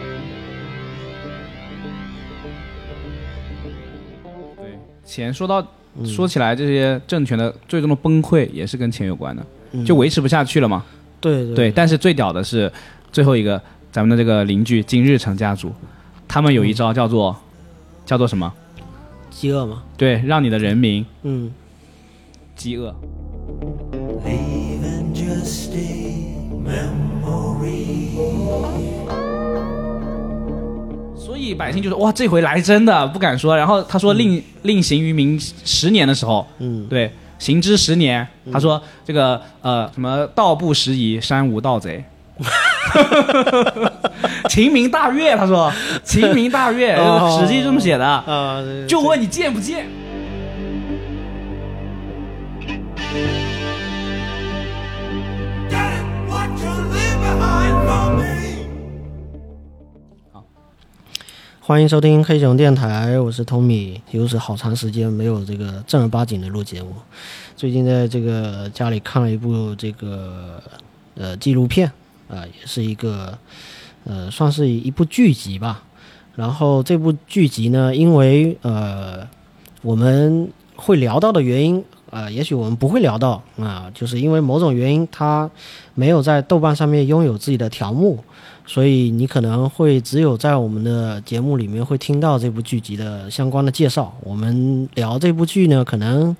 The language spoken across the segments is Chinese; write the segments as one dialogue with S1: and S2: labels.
S1: 嗯钱说到说起来，这些政权的最终的崩溃也是跟钱有关的，
S2: 嗯
S1: 就维持不下去了嘛。
S2: 对对
S1: 对，但是最屌的是最后一个，咱们的这个邻居金日成家族，他们有一招叫做、叫做什么？
S2: 饥饿嘛，
S1: 对，让你的人民
S2: 嗯，
S1: 饥饿。
S3: Leaving just a memory.
S1: 所以百姓就说：“哇，这回来真的不敢说。”然后他说令：“令行于民十年的时候，
S2: 嗯
S1: 对，行之十年。”他说：“这个呃，什么道不拾遗，山无盗 贼。”秦明大悦，他 说：“秦明大悦，
S2: 哦
S1: 《史记》这么写的。
S2: 啊，
S1: 就问你贱不贱？
S3: Get what you leave behind for me.
S2: 欢迎收听黑熊电台，我是 Tommy。有史好长时间没有这个正儿八经的录节目，最近在这个家里看了一部这个呃纪录片啊、也是一个呃算是一部剧集吧。然后这部剧集呢，因为呃我们会聊到的原因，呃，也许我们不会聊到啊、就是因为某种原因，它没有在豆瓣上面拥有自己的条目，所以你可能会只有在我们的节目里面会听到这部剧集的相关的介绍。我们聊这部剧呢，可能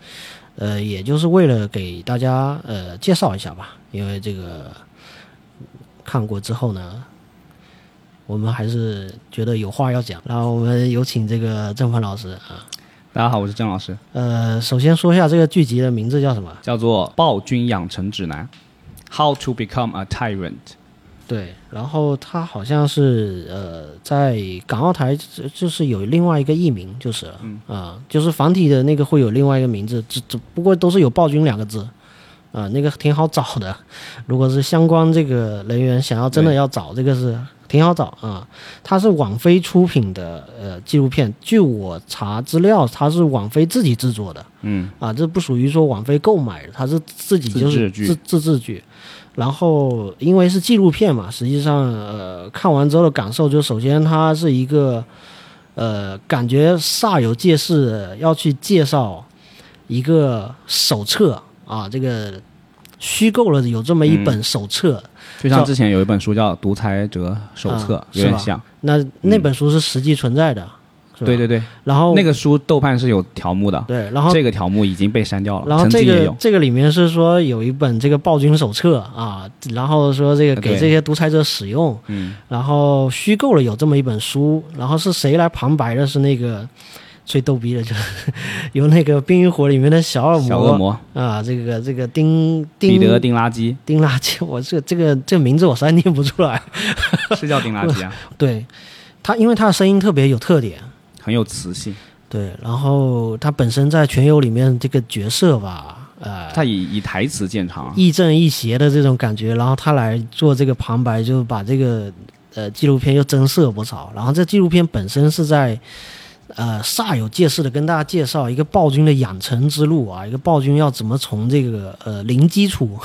S2: 呃，也就是为了给大家呃介绍一下吧，因为这个看过之后呢，我们还是觉得有话要讲。然后我们有请这个郑凡老师啊，
S1: 大家好，我是郑老师，
S2: 呃，首先说一下这个剧集的名字叫什么？
S1: 叫做《暴君养成指南》，How to Become a Tyrant。
S2: 对，然后他好像是呃，在港澳台就就是有另外一个译名，就是了啊、就是繁体的那个会有另外一个名字，只只不过都是有“暴君”两个字，啊、那个挺好找的。如果是相关这个人员想要真的要找这个是挺好找啊、它是网飞出品的呃纪录片，据我查资料，它是网飞自己制作的。
S1: 嗯，
S2: 啊，这不属于说网飞购买的，它是自己就
S1: 自制
S2: 是
S1: 剧
S2: 自自制剧。然后因为是纪录片嘛，实际上呃看完之后的感受就首先它是一个呃感觉煞有介事地要去介绍一个手册啊，这个虚构了有这么一
S1: 嗯
S2: 本手册，
S1: 就像之前有一本书叫《独裁者手册》，
S2: 啊
S1: 有
S2: 是
S1: 点
S2: 吧
S1: 像。
S2: 那那本书是实际存在的，是吧
S1: 对。对对，
S2: 然后
S1: 那个书豆瓣是有条目的，
S2: 对，然后
S1: 这个条目已经被删掉了，
S2: 然后
S1: 曾
S2: 这
S1: 经也
S2: 个
S1: 有。
S2: 这个里面是说有一本这个暴君手册啊，然后说这个给
S1: 啊对
S2: 这些独裁者使用，
S1: 嗯，
S2: 然后虚构了有这么一本书，然后是谁来旁白的？是那个最逗逼的，就是由那个《冰与火》里面的小恶魔
S1: 小恶魔
S2: 啊，这个这个丁
S1: 彼
S2: 丁
S1: 得丁垃圾
S2: 丁垃圾，我这这个这个名字我实在念不出来。
S1: 是叫丁垃圾 啊，
S2: 对他，因为他的声音特别有特点，
S1: 很有磁性。
S2: 对，然后他本身在《全游》里面这个角色吧，呃，
S1: 他以以台词见长啊，
S2: 亦正亦邪的这种感觉，然后他来做这个旁白，就把这个呃纪录片又增色不少。然后这纪录片本身是在呃煞有介事的跟大家介绍一个暴君的养成之路啊，一个暴君要怎么从这个呃零基础，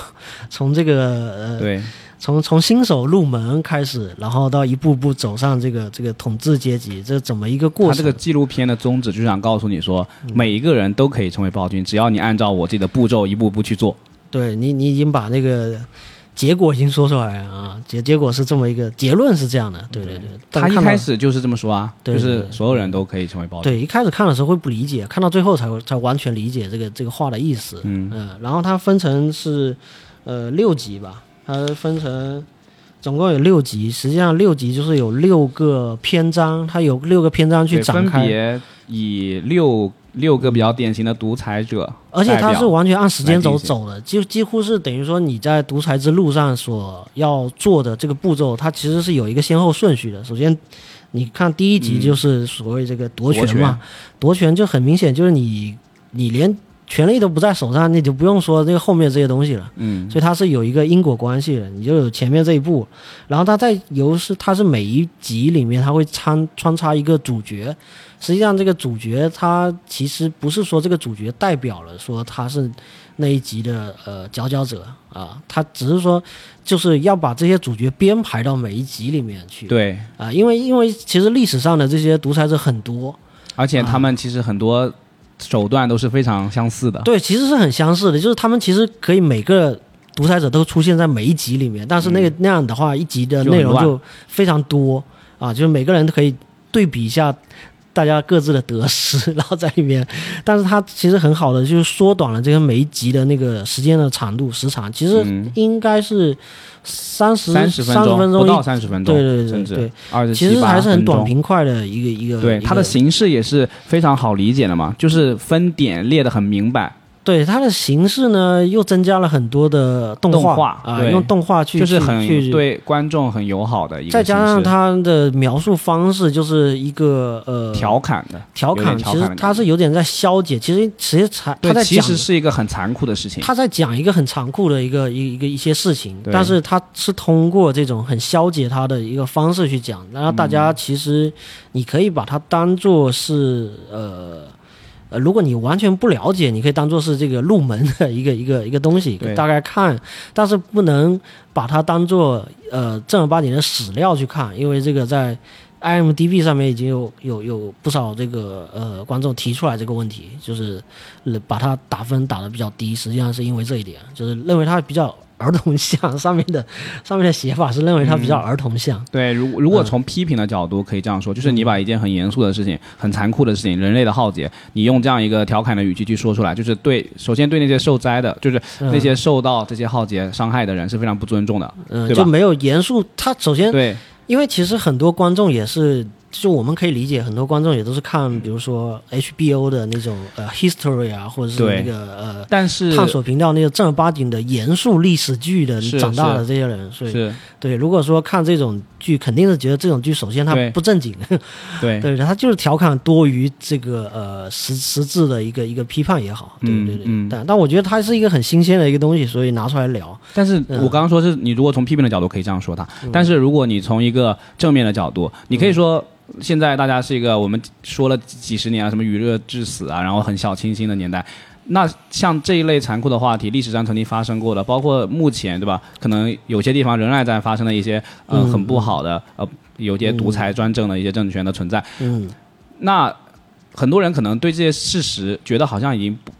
S2: 从这个呃
S1: 对，
S2: 从从新手入门开始，然后到一步步走上这个这个统治阶级，这怎么一个过
S1: 他
S2: 程？嗯
S1: 这个纪录片的宗旨就是想告诉你说，每一个人都可以成为暴君，只要你按照我自己的步骤一步步去做。
S2: 对你，你已经把那个结果已经说出来了啊，结结果是这么一个结论是这样的，对对对。但
S1: 他一
S2: 看到
S1: 开始就是这么说啊，
S2: 对
S1: 就
S2: 对对
S1: 是所有人都可以成为暴君。
S2: 对一开始看的时候会不理解，看到最后才会才完全理解这个这个话的意思。
S1: 嗯
S2: 然后它分成是呃六集吧，它分成总共有六集，实际上六集就是有六个篇章，它有六个篇章去
S1: 对，
S2: 展
S1: 分
S2: 开，
S1: 别以六六个比较典型的独裁者代表，
S2: 而且它是完全按时间
S1: 来
S2: 轴
S1: 进行
S2: 走的，就几乎是等于说你在独裁之路上所要做的这个步骤，它其实是有一个先后顺序的。首先，你看第一集就是所谓这个夺权嘛，夺权就很明显就是你你连权力都不在手上，你就不用说这个后面这些东西了。
S1: 嗯，
S2: 所以它是有一个因果关系的，你就有前面这一步，然后它在由是它是每一集里面它会穿穿插一个主角，实际上这个主角他其实不是说这个主角代表了说他是那一集的呃佼佼者啊，他只是说就是要把这些主角编排到每一集里面去，
S1: 对，
S2: 啊，因为因为其实历史上的这些独裁者很多，
S1: 而且他们其实很多手段都是非常相似的。
S2: 对，其实是很相似的，就是他们其实可以每个独裁者都出现在每一集里面，但是那个、那样的话，一集的
S1: 嗯就很
S2: 内容
S1: 乱
S2: 就非常多啊，就是每个人都可以对比一下大家各自的得失，然后在里面，但是它其实很好的就是缩短了这个每一集的那个时间的长度时长，其实
S1: 嗯
S2: 应该是三十
S1: 三
S2: 三
S1: 十
S2: 分
S1: 钟，不到
S2: 钟
S1: 三十分
S2: 一，
S1: 钟，
S2: 对对对
S1: 甚
S2: 对
S1: 至，二十
S2: 其实还是很短平快的一个一个，
S1: 对
S2: 一
S1: 它
S2: 个
S1: 的形式也是非常好理解的嘛，就是分点列得很明白，
S2: 对它的形式呢，又增加了很多的动
S1: 动画
S2: 画啊、
S1: 对
S2: 用动画去
S1: 就是
S2: 去
S1: 很
S2: 去
S1: 对观众很友好的一个
S2: 再加上
S1: 形式
S2: 它的描述方式就是一个呃
S1: 调侃的，
S2: 调
S1: 有
S2: 侃，
S1: 点调
S2: 其
S1: 侃的
S2: 实它是有点在消解，其实其实才他
S1: 对，
S2: 在
S1: 其
S2: 讲
S1: 实是一个很残酷的事情。
S2: 他在讲一个很残酷的一个一一个一些事情，
S1: 对
S2: 但是他是通过这种很消解他的一个方式去讲，然后大家
S1: 嗯
S2: 其实你可以把它当做是呃。呃，如果你完全不了解，你可以当做是这个入门的一个一个一个东西
S1: 对，
S2: 大概看，但是不能把它当做呃正儿八经的史料去看，因为这个在 IMDB 上面已经有有有不少这个呃观众提出来这个问题，就是呃把它打分打得比较低，实际上是因为这一点，就是认为它比较儿童像，上面的上面的写法是认为它比较儿童像。
S1: 对，如如果从批评的角度可以这样说，就是你
S2: 嗯
S1: 把一件很严肃的事情、很残酷的事情、人类的浩劫，你用这样一个调侃的语气去说出来，就是对，首先对那些受灾的，就是
S2: 嗯
S1: 那些受到这些浩劫伤害的人是非常不尊重的。
S2: 嗯，
S1: 对吧
S2: 就没有严肃。他首先，
S1: 对，
S2: 因为其实很多观众也是，就我们可以理解，很多观众也都是
S1: 嗯
S2: 看，比如说 HBO 的那种呃 history 啊，或者是
S1: 对
S2: 那个呃
S1: 但是
S2: 探索频道那个正儿八经的严肃历史剧的
S1: 是
S2: 长大
S1: 是
S2: 的这些人，所以
S1: 是，
S2: 对，如果说看这种剧，肯定是觉得这种剧首先它
S1: 对
S2: 不正经，
S1: 对，
S2: 对，它就是调侃多于这个呃实实质的一个一个批判也好，对
S1: 嗯
S2: 对对，
S1: 嗯
S2: 但但我觉得它是一个很新鲜的一个东西，所以拿出来聊，
S1: 但是
S2: 嗯
S1: 我刚刚说是你如果从批评的角度可以这样说他，但是如果你从一个正面的角度，
S2: 嗯
S1: 你可以说现在大家是一个我们说了几几十年啊，什么娱乐至死啊，然后很小清新的年代。那像这一类残酷的话题，历史上曾经发生过的，包括目前对吧？可能有些地方仍然在发生的一些呃
S2: 嗯
S1: 很不好的呃，有些独裁专政的一些政权的存在。
S2: 嗯。
S1: 那很多人可能对这些事实觉得好像已经不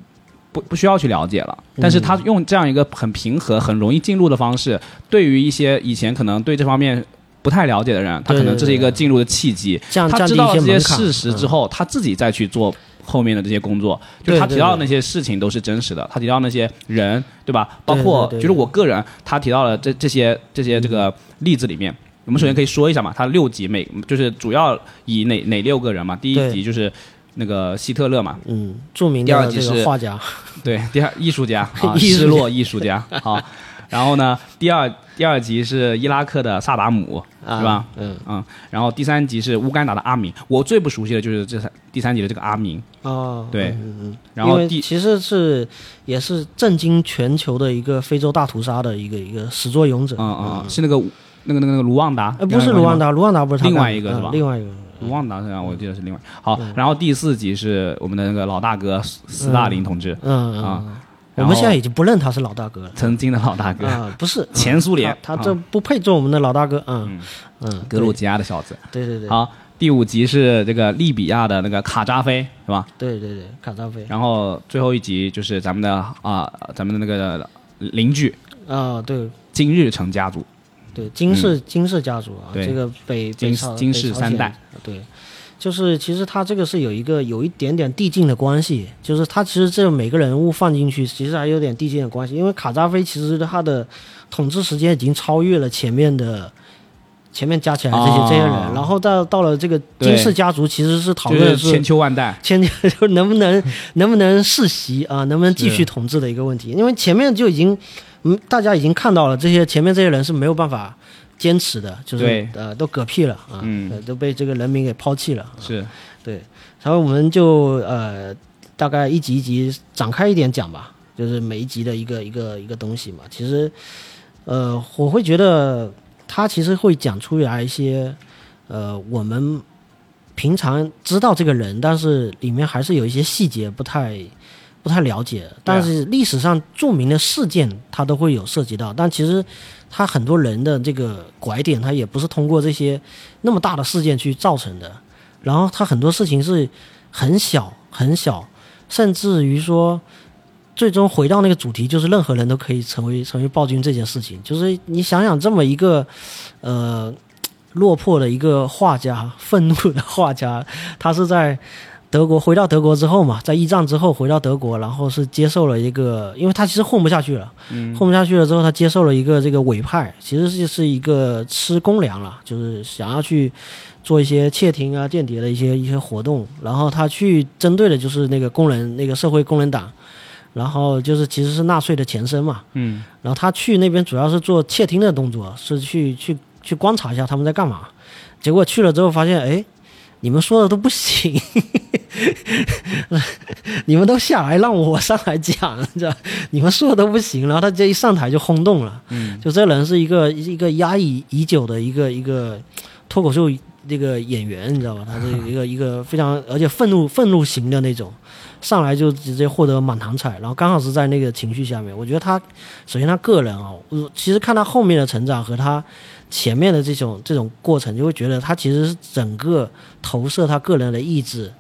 S1: 不不需要去了解了，但是他用这样一个很平和、很容易进入的方式，对于一些以前可能对这方面不太了解的人，他可能这是一个进入的契机。
S2: 降
S1: 他
S2: 降低
S1: 知
S2: 一
S1: 道
S2: 些
S1: 这些
S2: 门槛。嗯
S1: 事实之后，他自己再去做后面的这些工作。就是他
S2: 对对
S1: 提到的
S2: 对
S1: 那些事情都是真实的，他提到那些人，对吧？包
S2: 对
S1: 括
S2: 对对嗯
S1: 就是我个人，他提到了这这些这些这个例子里面，我们首先可以说一下嘛，他六集每就是主要以哪哪六个人嘛？第一
S2: 对
S1: 集就是那个希特勒嘛，
S2: 嗯，嗯，著名
S1: 第二
S2: 的
S1: 集
S2: 这
S1: 是
S2: 个画家，
S1: 对，第二艺 术家啊，
S2: 艺术家
S1: 失落艺术家 啊。然后呢，第二第二集是伊拉克的萨达姆，
S2: 啊
S1: 是吧？
S2: 嗯，
S1: 嗯，然后第三集是乌干达的阿明，我最不熟悉的就是这三第三集的这个阿明，
S2: 哦，
S1: 对
S2: 嗯嗯，
S1: 然后
S2: 因为
S1: 第
S2: 其实是也是震惊全球的一个非洲大屠杀的一个一个始作俑者，
S1: 嗯嗯，嗯是那个那个那个那个卢旺达，
S2: 呃，不是卢旺
S1: 达，
S2: 达，卢旺达不是他
S1: 另
S2: 干的
S1: 外一个是吧
S2: 嗯另外一个，
S1: 卢旺达，然后我记得是另外好。
S2: 嗯
S1: 然后第四集是我们的那个老大哥斯斯大林同志，
S2: 嗯嗯
S1: 啊
S2: 嗯，我
S1: 然后
S2: 们现在已经不认他是老大哥了，
S1: 曾经的老大哥，
S2: 啊，不是
S1: 前苏联
S2: 他
S1: 啊
S2: 他这不配做我们的老大哥，嗯嗯，
S1: 格鲁吉亚的小子。
S2: 对对对
S1: 好，第五集是这个利比亚的那个卡扎菲，是吧？
S2: 对对对，卡扎菲，
S1: 然后最后一集就是咱们的啊、咱们的那个邻居
S2: 啊，对
S1: 金日成家族，
S2: 对，金氏金氏家族啊，
S1: 嗯对
S2: 这个北
S1: 金
S2: 北朝
S1: 金氏
S2: 北朝
S1: 三
S2: 鲜
S1: 代，
S2: 对，就是其实他这个是有一个有一点点递进的关系，就是他其实这每个人物放进去，其实还有点递进的关系，因为卡扎菲其实他的统治时间已经超越了前面的。前面加起来这些、
S1: 哦
S2: 这些人，然后到到了这个
S1: 对
S2: 金氏家族，其实是讨
S1: 就
S2: 论的
S1: 是
S2: 是
S1: 千秋万代。
S2: 千年 就是能不 能能不能世袭啊，能不能继
S1: 是
S2: 续统治的一个问题。因为前面就已经，嗯，大家已经看到了，这些前面这些人是没有办法坚持的，就
S1: 对
S2: 是呃都嗝屁了啊，
S1: 嗯
S2: 呃都被这个人民给抛弃了。
S1: 是，
S2: 对，然后我们就呃大概一集一集展开一点讲吧，就是每一集的一个一个一个东西嘛。其实，呃，我会觉得他其实会讲出来一些，呃，我们平常知道这个人，但是里面还是有一些细节不太。不太了解，但是历史上著名的事件他都会有涉及到，但其实他很多人的这个拐点，他也不是通过这些那么大的事件去造成的，然后他很多事情是很小很小，甚至于说，最终回到那个主题，就是任何人都可以成为成为暴君这件事情。就是你想想，这么一个呃落魄的一个画家，愤怒的画家，他是在。德国回到德国之后嘛，在一战之后回到德国，然后是接受了一个，因为他其实混不下去了，混不下去了之后，他接受了一个这个委派，其实是是一个吃公粮了，就是想要去做一些窃听啊、间谍的一些一些活动，然后他去针对的就是那个工人、那个社会工人党，然后就是其实是纳粹的前身嘛，
S1: 嗯
S2: 然后他去那边主要是做窃听的动作，是去去去观察一下他们在干嘛。结果去了之后发现，哎，你们说的都不行， 你们都下来让我上来讲，这 你们说的都不行。然后他这一上台就轰动了，
S1: 嗯
S2: 就这人是一个一个压抑已久的一个一个脱口秀那个演员，你知道吧？他是一个一个非常而且愤怒愤怒型的那种，上来就直接获得满堂彩，然后刚好是在那个情绪下面。我觉得他首先他个人哦，我其实看他后面的成长和他前面的这种这种过程，就会觉得他其实是整个投射他个人的意志，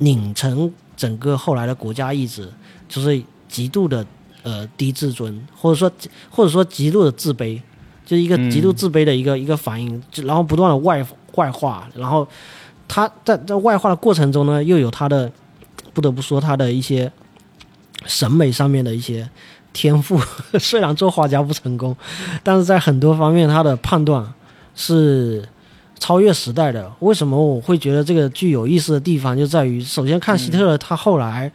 S2: 拧成整个后来的国家意志，就是极度的呃低自尊，或者说或者说极度的自卑，就是一个极度自卑的一个、一个反应，就然后不断的外外化，然后他在在外化的过程中呢，又有他的不得不说他的一些审美上面的一些天赋， 虽然做画家不成功，但是在很多方面他的判断是超越时代的。为什么我会觉得这个剧有意思的地方就在于，首先看希特勒他后来，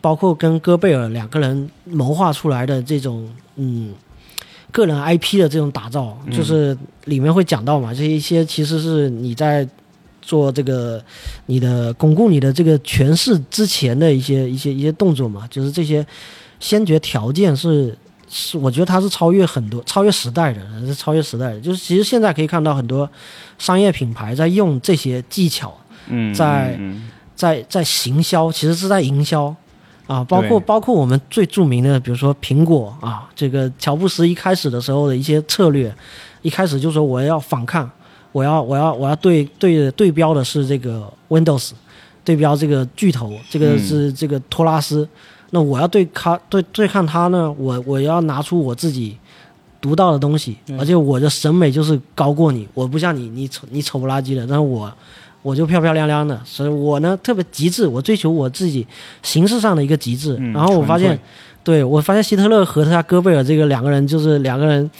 S2: 包括跟戈贝尔两个人谋划出来的这种嗯。个人 IP 的这种打造，就是里面会讲到嘛，这一些其实是你在做这个你的巩固你的这个权势之前的一些一些一些动作嘛，就是这些先决条件是是，我觉得它是超越很多、超越时代的，是超越时代的。就是其实现在可以看到很多商业品牌在用这些技巧，
S1: 嗯，
S2: 在
S1: 嗯
S2: 在在行销，其实是在营销啊，包括
S1: 对
S2: 包括我们最著名的，比如说苹果啊，这个乔布斯一开始的时候的一些策略，一开始就说我要反抗，我要我要我要对对对标的是这个 Windows，对标这个巨头，这个是这个托拉斯，那我要对他对对抗他呢，我我要拿出我自己。独到的东西，
S1: 嗯
S2: 而且我的审美就是高过你，我不像你，你丑你丑不拉几的，但是我我就漂漂亮亮的，所以我呢特别极致，我追求我自己形式上的一个极致。
S1: 嗯
S2: 然后我发现
S1: 纯粹，
S2: 对我发现希特勒和他戈贝尔这个两个人就是两个人，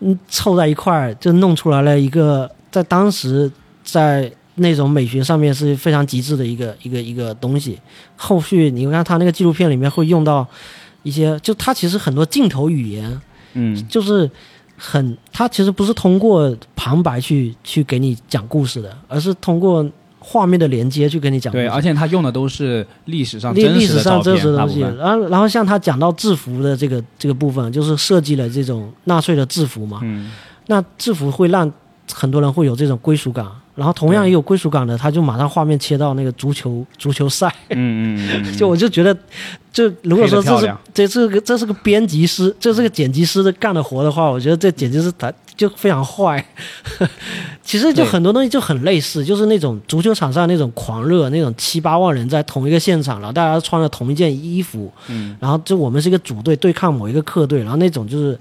S2: 嗯，凑在一块儿就弄出来了一个在当时在那种美学上面是非常极致的一个一个一个东西。后续你看他那个纪录片里面会用到一些，就他其实很多镜头语言，
S1: 嗯
S2: 就是很，他其实不是通过旁白去去给你讲故事的，而是通过画面的连接去给你讲故
S1: 对，
S2: 事。
S1: 而且他用的都是历史上
S2: 历
S1: 真
S2: 历
S1: 实
S2: 史
S1: 的照
S2: 上真实
S1: 片，
S2: 的
S1: 大
S2: 东
S1: 部
S2: 西，
S1: 分。
S2: 然后然后像他讲到制服的这个这个部分，就是设计了这种纳粹的制服嘛，
S1: 嗯，
S2: 那制服会让很多人会有这种归属感，然后同样也有归属感的，他就马上画面切到那个足球足球赛，
S1: 嗯嗯嗯，嗯
S2: 就我就觉得，就如果说
S1: 黑得
S2: 这
S1: 漂
S2: 是
S1: 亮
S2: 这是个这是个编辑师，这是个剪辑师的干的活的话，我觉得这简直是他就非常坏。 其实就
S1: 对
S2: 很多东西就很类似，就是那种足球场上那种狂热，那种七八万人在同一个现场，然后大家穿着同一件衣服，
S1: 嗯，
S2: 然后就我们是一个组队对抗某一个客队，然后那种就是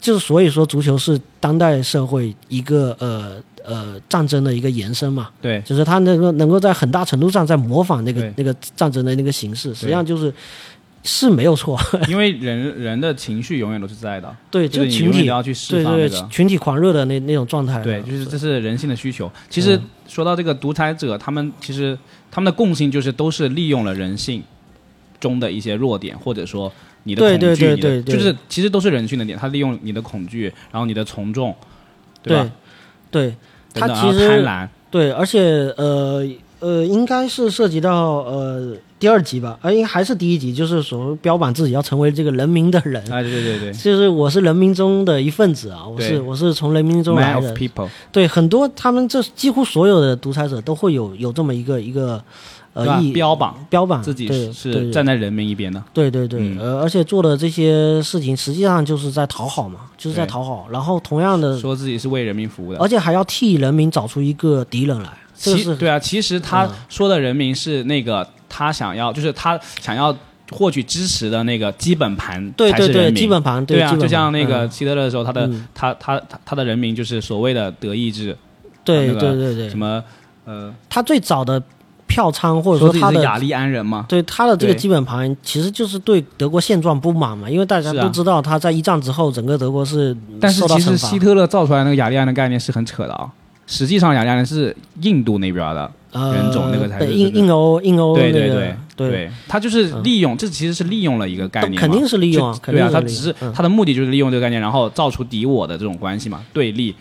S2: 就是所以说足球是当代社会一个呃呃战争的一个延伸嘛，
S1: 对，
S2: 就是他能够能够在很大程度上在模仿那个
S1: 对
S2: 那个战争的那个形式，实际上就是是没有错，
S1: 因为人 人的情绪永远都是在的，
S2: 对，
S1: 就是
S2: 就
S1: 你
S2: 群
S1: 永远
S2: 体
S1: 都要去
S2: 对
S1: 释放
S2: 对
S1: 那
S2: 对
S1: 个。
S2: 群体狂热的那那种状态，
S1: 对，就是这是人性的需求。
S2: 嗯
S1: 其实说到这个独裁者，他们其实他们的共性就是都是利用了人性中的一些弱点，或者说你的
S2: 对
S1: 恐惧，你
S2: 对对
S1: 的
S2: 对对
S1: 就是其实都是人性的点。他利用你的恐惧，然后你的从众，
S2: 对
S1: 吧？
S2: 对，
S1: 等
S2: 他
S1: 等然
S2: 其
S1: 后
S2: 实
S1: 贪
S2: 对，而且呃呃，应该是涉及到呃第二集吧，呃，应该还是第一集，就是所谓标榜自己要成为这个人民的人
S1: 婪，。哎，对对 对对
S2: 就是我是人民中的一份子啊，我是
S1: 对
S2: 我是从人民中
S1: ，man
S2: 来
S1: of
S2: 的，
S1: people，
S2: 对，很多他们这几乎所有的独裁者都会有有这么一个一个
S1: 对吧
S2: 呃意
S1: 标榜
S2: 标榜
S1: 自己
S2: 对
S1: 是是
S2: 对
S1: 站在人民一边的。
S2: 对对对，
S1: 嗯
S2: 呃，而且做的这些事情实际上就是在讨好嘛，就是在
S1: 对
S2: 讨好，然后同样的，
S1: 说自己是为人民服务的
S2: 而。且还要替人民找出一个敌人来，这
S1: 其
S2: 是
S1: 对啊，其实他
S2: 嗯
S1: 说的人民是那个他想要，就是他想要获取支持的那个基本盘
S2: 对
S1: 才是人
S2: 对对，
S1: 民
S2: 基本盘
S1: 对
S2: 基
S1: 啊，
S2: 本
S1: 就像
S2: 盘
S1: 那个
S2: 嗯
S1: 希特勒的时候，他的
S2: 嗯
S1: 他他他他的人民就是所谓的德意志
S2: 对
S1: 那个
S2: 对对对
S1: 什，么呃，
S2: 他最早的票仓或者
S1: 说
S2: 说
S1: 自己
S2: 他
S1: 是
S2: 的
S1: 雅利安人嘛，
S2: 对他的这个
S1: 对
S2: 基本盘，其实就是对德国现状不满嘛，因为大家
S1: 是啊
S2: 都知道他在一战之后，整个德国是
S1: 但是
S2: 受到
S1: 其实
S2: 惩罚
S1: 希特勒造出来那个雅利安的概念是很扯的啊。实际上，雅利安人是印度那边的，
S2: 呃
S1: 人种那个才是
S2: 对
S1: 真
S2: 印
S1: 的
S2: 印欧印欧
S1: 对
S2: 哦那
S1: 对
S2: 个嗯
S1: 对对，他就是利用，这其实是利用了一个概念嘛，
S2: 肯定是利用啊
S1: 就
S2: 肯
S1: 对
S2: 定
S1: 啊，
S2: 是
S1: 他
S2: 利
S1: 只是
S2: 用嗯
S1: 他的目的就是利用这个概念，然后造出敌我的这种关系嘛，对立，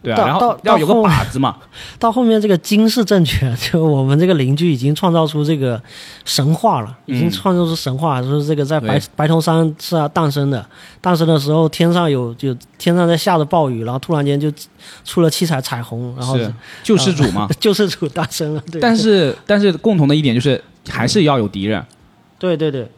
S1: 对啊，
S2: 嗯到
S1: 然后
S2: 到
S1: 要有个
S2: 到后
S1: 靶子嘛，
S2: 到后面这个金氏政权， 就我们这个邻居已经创造出这个神话了，已经
S1: 嗯
S2: 创造出神话，就是这个在白
S1: 对
S2: 白头山是啊诞生的，诞生的时候天上有就天上在下着暴雨，然后突然间就出了七彩彩虹，然后
S1: 是救世主 嘛。
S2: 救世主诞生了，对，
S1: 但是但是共同的一点就是还是要有敌人，
S2: 对对对，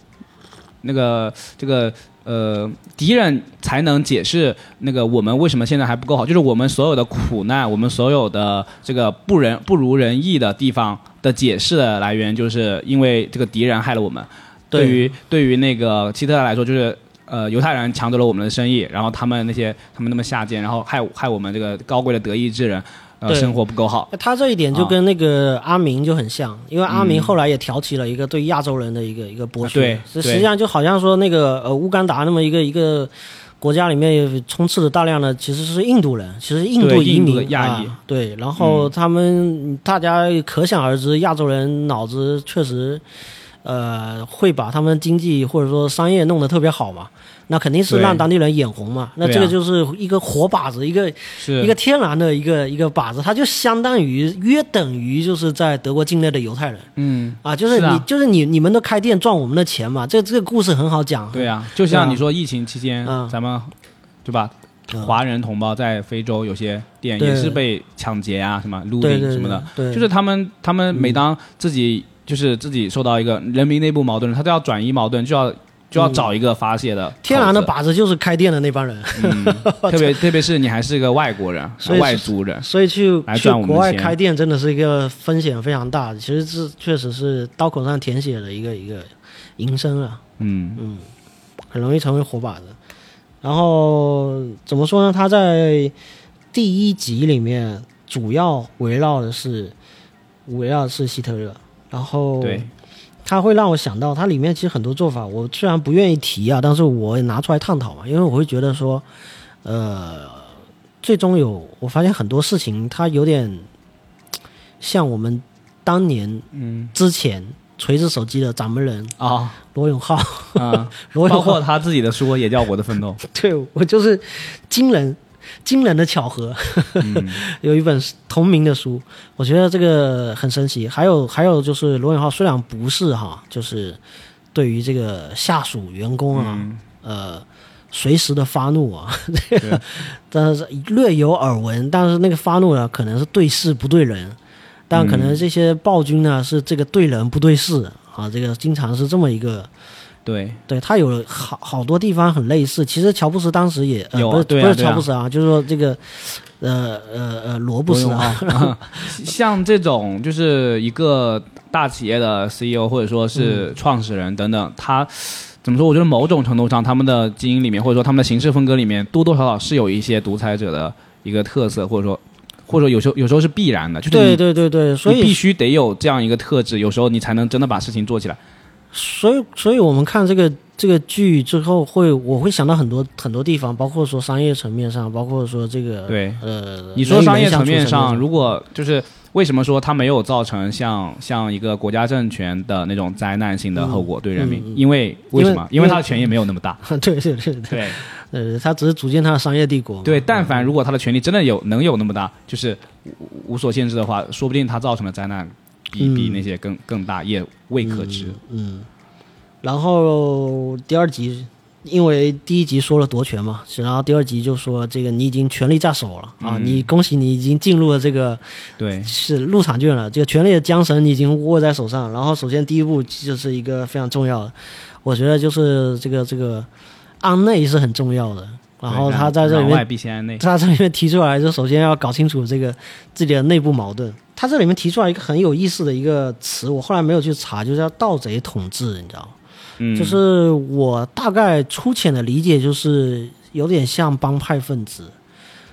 S1: 那个这个呃敌人才能解释那个我们为什么现在还不够好，就是我们所有的苦难，我们所有的这个不人不如人意的地方的解释的来源，就是因为这个敌人害了我们。
S2: 对
S1: 对于对于那个希特勒来说，就是呃犹太人抢走了我们的生意，然后他们那些他们那么下贱，然后害害我们这个高贵的德意志人，呃
S2: 对
S1: 生活不够好。
S2: 他这一点
S1: 啊
S2: 就跟那个阿明就很像，因为阿明后来也挑起了一个对亚洲人的一个一个剥削。
S1: 嗯对对
S2: 实实际上就好像说那个呃乌干达那么一个一个国家里面充斥着大量的其实是印度人，其实印
S1: 对
S2: 移
S1: 印度
S2: 民
S1: 的亚裔嗯
S2: 啊，对，然后他们、大家可想而知，亚洲人脑子确实。呃，会把他们经济或者说商业弄得特别好嘛？那肯定是
S1: 对
S2: 让当地人眼红嘛。那
S1: 对
S2: 这个
S1: 啊
S2: 就是一个活靶子，一个
S1: 是
S2: 一个天然的一个一个靶子，它就相当于约等于就是在德国境内的犹太人
S1: 嗯。
S2: 啊，就是
S1: 是
S2: 你
S1: 啊
S2: 就是你你们都开店赚我们的钱嘛，这这个故事很好讲。
S1: 对啊，就
S2: 对
S1: 像
S2: 啊
S1: 你说疫情期间，
S2: 嗯
S1: 咱们对吧？
S2: 嗯
S1: 华人同胞在非洲有些店
S2: 对
S1: 也是被抢劫啊，什么
S2: 对
S1: looting
S2: 对
S1: 什么的，，
S2: 对，嗯
S1: 就是他们他们每当自己就是自己受到一个人民内部矛盾，他都要转移矛盾，就要就要找一个发泄的口子
S2: 嗯天然的靶子就是开店的那帮人，
S1: 嗯特别特别是你还是个外国人
S2: 所以、是
S1: 外族人，
S2: 所以去
S1: 来
S2: 去
S1: 赚我们
S2: 国外
S1: 钱
S2: 开店真的是一个风险非常大的，其实是确实是刀口上舔血的一个一个营生啊。
S1: 嗯，
S2: 很容易成为活靶子。然后怎么说呢？他在第一集里面主要围绕的是围绕的是希特勒，然后
S1: 对，
S2: 他会让我想到它里面其实很多做法，我虽然不愿意提啊，但是我也拿出来探讨嘛，因为我会觉得说，呃，最终有我发现很多事情它有点嘖像我们当年
S1: 嗯
S2: 之前锤子手机的掌门人
S1: 啊
S2: 罗永浩，
S1: 啊，
S2: 罗
S1: 包
S2: 永浩
S1: 括他自己的书也叫《我的奋 斗》，
S2: 对我就是惊人惊人的巧合， 有一本同名的书，我觉得这个很神奇。还有还有就是罗永浩虽然不是哈，就是对于这个下属员工啊，呃。随时的发怒啊，这个 但是略有耳闻，但是那个发怒呢，可能是对事不对人，但可能这些暴君呢是这个对人不对事啊，这个经常是这么一个
S1: 对，
S2: 对他有好好多地方很类似。其实乔布斯当时也、呃、
S1: 有啊
S2: 不是
S1: 对啊
S2: 不是
S1: 对啊
S2: 乔布斯啊，就是说这个呃呃呃罗布斯啊，
S1: 像这种就是一个大企业的 CEO 或者说是创始人等等，他怎么说？我觉得某种程度上，他们的基因里面或者说他们的行事风格里面，多多少少是有一些独裁者的一个特色，或者说或者说有时候有时候是必然的，就是你
S2: 对对对对，所
S1: 你必
S2: 以
S1: 须得有这样一个特质，有时候你才能真的把事情做起来。
S2: 所以所以我们看这个这个剧之后会，我会想到很多很多地方，包括说商业层面上，包括说这个
S1: 对
S2: 呃，
S1: 你说
S2: 人与
S1: 商业
S2: 人相
S1: 层
S2: 处
S1: 面
S2: 层
S1: 上，如果就是为什么说它没有造成像像一个国家政权的那种灾难性的后果对人民？因为为什么？
S2: 嗯因为
S1: 因为它的权益没有那么大。
S2: 对对对对，
S1: 对。
S2: 呃，他只是组建他的商业帝国嘛，
S1: 对，但凡如果他的权力真的有能有那么大，就是无无所限制的话，说不定他造成的灾难比、比
S2: 嗯
S1: 那些更更大，也未可知。
S2: 嗯，然后第二集，因为第一集说了夺权嘛，然后第二集就说这个你已经权力在手了
S1: 嗯
S2: 啊，你恭喜你已经进入了这个
S1: 对，
S2: 是入场券了，这个权力的缰绳你已经握在手上。然后首先第一步就是一个非常重要的，我觉得就是这个这个安内是很重要的。然后
S1: 对
S2: 他在这里
S1: 攘外
S2: 面，
S1: 必先安内，
S2: 他这里面提出来，就首先要搞清楚这个自己的内部矛盾。他这里面提出来一个很有意思的一个词，我后来没有去查，就叫盗贼统治，你知道吗？
S1: 嗯，
S2: 就是我大概粗浅的理解，就是有点像帮派分子，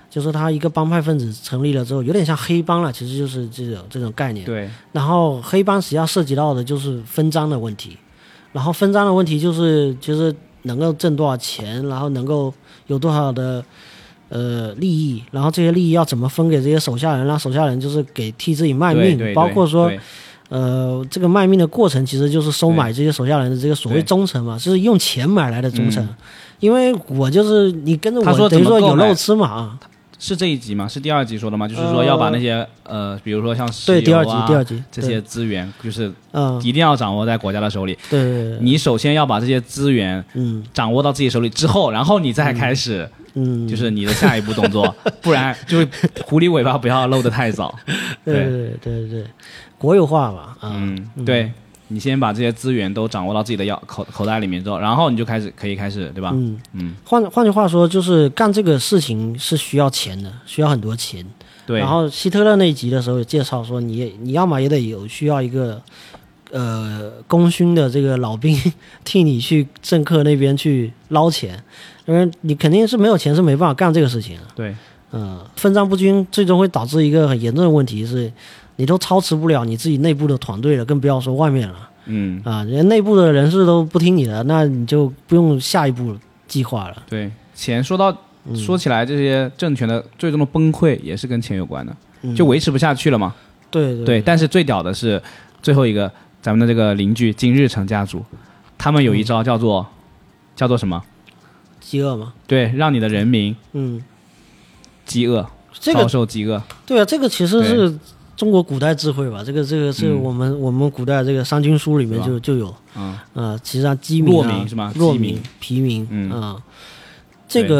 S2: 就是他一个帮派分子成立了之后，有点像黑帮了，其实就是这种这种概念。
S1: 对，
S2: 然后黑帮实际上涉及到的就是分赃的问题，然后分赃的问题就是就是能够挣多少钱，然后能够有多少的呃利益，然后这些利益要怎么分给这些手下人，让手下人就是给替自己卖
S1: 对
S2: 命，
S1: 对
S2: 包括
S1: 对
S2: 说
S1: 对
S2: 呃这个卖命的过程其实就是收买这些手下人的这个所谓
S1: 对
S2: 忠诚
S1: 嗯
S2: 嘛，就是用钱买来的忠诚。因为我就是你跟着
S1: 他
S2: 我，
S1: 说
S2: 等于
S1: 怎么
S2: 说有
S1: 购买
S2: 肉吃嘛啊！
S1: 是这一集吗？是第二集说的吗？就是说要把那些呃，比如说像石油
S2: 呃对，
S1: 啊
S2: 第二集，第二集，
S1: 这
S2: 对
S1: 些，资源，就是
S2: 嗯，
S1: 一定要掌握在国家的手里。
S2: 对对，对
S1: 你首先要把这些资源
S2: 嗯
S1: 掌握到自己手里之后，然后你再开始
S2: 嗯，
S1: 就是你的下一步动 作，不然就是狐狸尾巴不要露得太早。
S2: 对对对对，国有化嘛，啊，
S1: 嗯，对。你先把这些资源都掌握到自己的腰口口袋里面之后，然后你就开始可以开始，对吧？
S2: 嗯
S1: 嗯，
S2: 换换句话说，就是干这个事情是需要钱的，需要很多钱。
S1: 对。
S2: 然后希特勒那一集的时候有介绍说你，也你要么也得有需要一个呃功勋的这个老兵 替你去政客那边去捞钱，因为你肯定是没有钱是没办法干这个事情的。
S1: 对
S2: 嗯，分赃不均最终会导致一个很严重的问题是，你都操持不了你自己内部的团队了，更不要说外面了。
S1: 嗯，
S2: 啊，人家内部的人士都不听你的，那你就不用下一步计划了。
S1: 对。钱说到
S2: 嗯
S1: 说起来，这些政权的最终的崩溃也是跟钱有关的，
S2: 嗯
S1: 就维持不下去了嘛。
S2: 对对
S1: 对，但是最屌的是最后一个，咱们的这个邻居金日成家族，他们有一招叫做、
S2: 嗯
S1: 叫做什么？
S2: 饥饿嘛，
S1: 对，让你的人民
S2: 嗯，
S1: 饥饿，
S2: 这
S1: 遭
S2: 个
S1: 受饥饿。
S2: 对啊，这个其实是中国古代智慧吧，这个这个是
S1: 嗯
S2: 我们、我们古代这个商君书里面
S1: 是吧
S2: 就就有，
S1: 嗯，
S2: 啊，其实上饥民、啊、
S1: 弱民是吧
S2: 弱
S1: 饥
S2: 民
S1: 民、
S2: 疲民，
S1: 嗯
S2: 啊，这个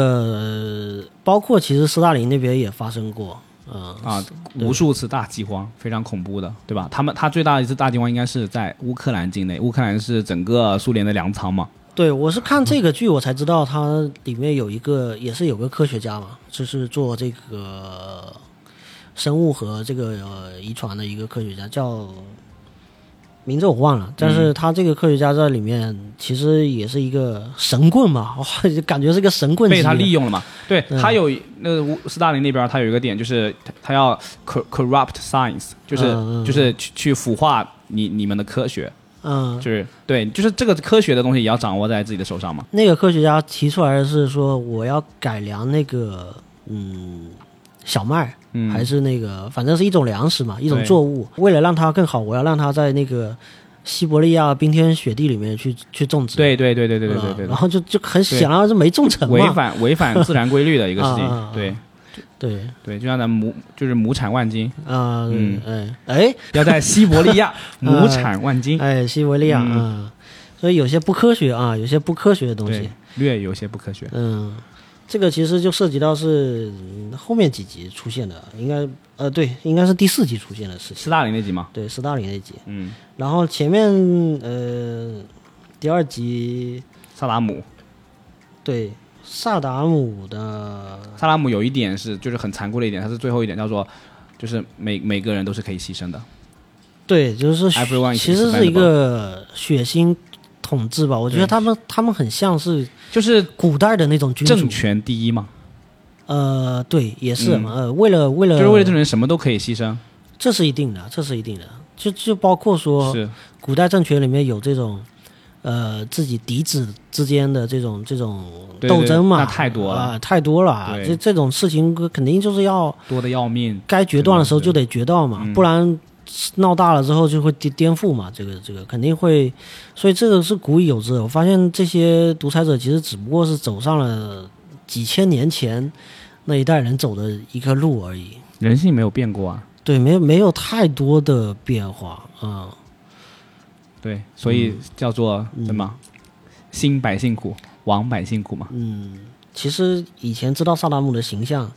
S2: 呃包括其实斯大林那边也发生过，啊，
S1: 啊，无数次大饥荒，非常恐怖的，对吧？他们他最大的一次大饥荒应该是在乌克兰境内，乌克兰是整个苏联的粮仓嘛。
S2: 对，我是看这个剧我才知道，它里面有一个也是有个科学家嘛，就是做这个生物和这个、呃遗传的一个科学家，叫名字我忘了，但
S1: 嗯
S2: 是他这个科学家在里面其实也是一个神棍吧，哇，就感觉是个神棍级
S1: 被
S2: 的，
S1: 他利用了嘛？对
S2: 嗯
S1: 他有那个乌斯大林那边，他有一个点，就是他他要 cor- corrupt science，就是、
S2: 嗯嗯嗯
S1: 就是去去腐化你你们的科学，
S2: 嗯
S1: 就，是对，就是这个科学的东西也要掌握在自己的手上嘛。
S2: 那个科学家提出来的是说，我要改良那个嗯小麦，
S1: 嗯
S2: 还是那个反正是一种粮食嘛，一种
S1: 对
S2: 作物。为了让它更好，我要让它在那个西伯利亚冰天雪地里面去去种植。
S1: 对对对对对对
S2: 嗯
S1: 对对
S2: 然后就就很
S1: 对
S2: 显然是没种成
S1: 违
S2: 嘛。
S1: 反违反自然规律的一个事
S2: 啊啊啊
S1: 情，对
S2: 对，
S1: 对，就像咱们亩就是亩产万斤，
S2: 啊、
S1: 嗯
S2: 哎哎
S1: 要在西伯利 亚亩产万斤，
S2: 哎，西伯利亚啊、
S1: 嗯
S2: 所以有些不科学啊，有些不科学的东西
S1: 对。，略有些不科学。
S2: 嗯，这个其实就涉及到是嗯后面几集出现的，应该呃对，应该是第四集出现的事情，
S1: 斯大林那集嘛，
S2: 对，斯大林那集。
S1: 嗯，
S2: 然后前面呃第二集
S1: 萨达姆，
S2: 对萨达姆的，
S1: 萨达姆有一点是就是很残酷的一点，他是最后一点叫做。就是每每个人都是可以牺牲的，
S2: 对，就是血
S1: Everyone is
S2: 其实是一个血腥统治吧，我觉得
S1: 对
S2: 他们他们很像是
S1: 就是
S2: 古代的那种君
S1: 政
S2: 主，
S1: 权第一嘛，
S2: 呃对，也是、
S1: 嗯
S2: 呃为了为了
S1: 就是为了这种人什么都可以牺牲，
S2: 这是一定的，这是一定的，就就包括说
S1: 是
S2: 古代政权里面有这种，呃，自己嫡子之间的这种这种
S1: 对对
S2: 斗争嘛，
S1: 那太多了
S2: 啊、太多了啊。
S1: 对
S2: 这这种事情肯定就是要
S1: 多的要命。
S2: 该决断的时候就得决断嘛，
S1: 嗯
S2: 不然闹大了之后就会颠颠覆嘛。这个这个肯定会，所以这个是古已有之的。我发现这些独裁者其实只不过是走上了几千年前那一代人走的一个路而已。
S1: 人性没有变过啊，
S2: 对，没没有太多的变化啊、
S1: 对，所以
S2: 嗯
S1: 叫做什么？兴百姓苦，亡百姓苦嘛。
S2: 嗯其实以前知道萨达姆的形象，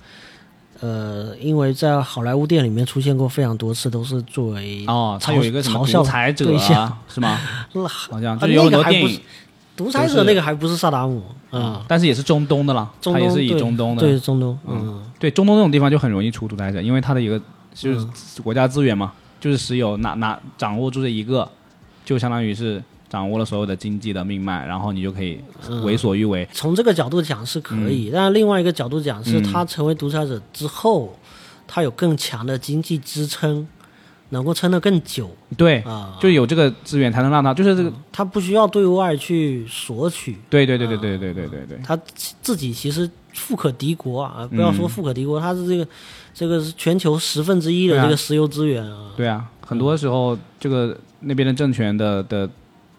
S2: 呃，因为在好莱坞电影里面出现过非常多次，都是作为
S1: 哦，他有一个什么
S2: 嘲笑
S1: 独裁者
S2: 对象
S1: 啊，是吗？
S2: 呃
S1: 好像
S2: 啊
S1: 就是有很
S2: 那
S1: 多
S2: 个还
S1: 电
S2: 不
S1: 影
S2: 是，独裁者那个还不是萨达姆啊，
S1: 但是也是中东的啦，
S2: 中
S1: 他
S2: 东
S1: 也是以
S2: 对
S1: 中东的
S2: 对中东，嗯，
S1: 对中东那种地方就很容易出独裁者，因为它的一个就是国家资源
S2: 嗯
S1: 嘛，就是石油拿拿掌握住这一个，就相当于是掌握了所有的经济的命脉，然后你就可以
S2: 嗯
S1: 为所欲为。
S2: 从这个角度讲是可以，但另外一个角度讲是
S1: 嗯
S2: 他成为独裁者之后，他有更强的经济支撑，能够撑得更久
S1: 对，
S2: 啊，嗯
S1: 就有这个资源才能让他，就是这个，
S2: 他不需要对外去索取，
S1: 对对对
S2: 啊
S1: 对对对对对对，
S2: 他自自己其实富可敌国啊，不要
S1: 嗯
S2: 说富可敌国，他是这个这个是全球十分之一的
S1: 对啊
S2: 这个石油资源啊，
S1: 对啊，很多时候这个那边的政权的的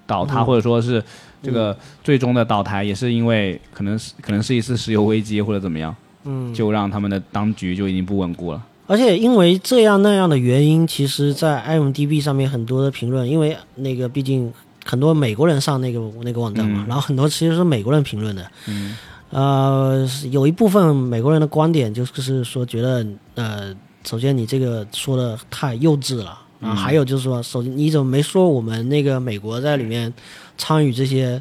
S1: 倒
S2: 嗯
S1: 塌，或者说是这个最终的倒台，也是因为可能是可能是一次石油危机或者怎么样，
S2: 嗯，
S1: 就让他们的当局就已经不稳 固了。
S2: 而且因为这样那样的原因，其实，在 IMDB 上面很多的评论，因为那个毕竟很多美国人上那个那个网站嘛，然后很多其实是美国人评论的，
S1: 嗯，
S2: 呃，有一部分美国人的观点就是说，觉得呃，首先你这个说的太幼稚了。啊，还有就是说，首先你怎么没说我们那个美国在里面参与这些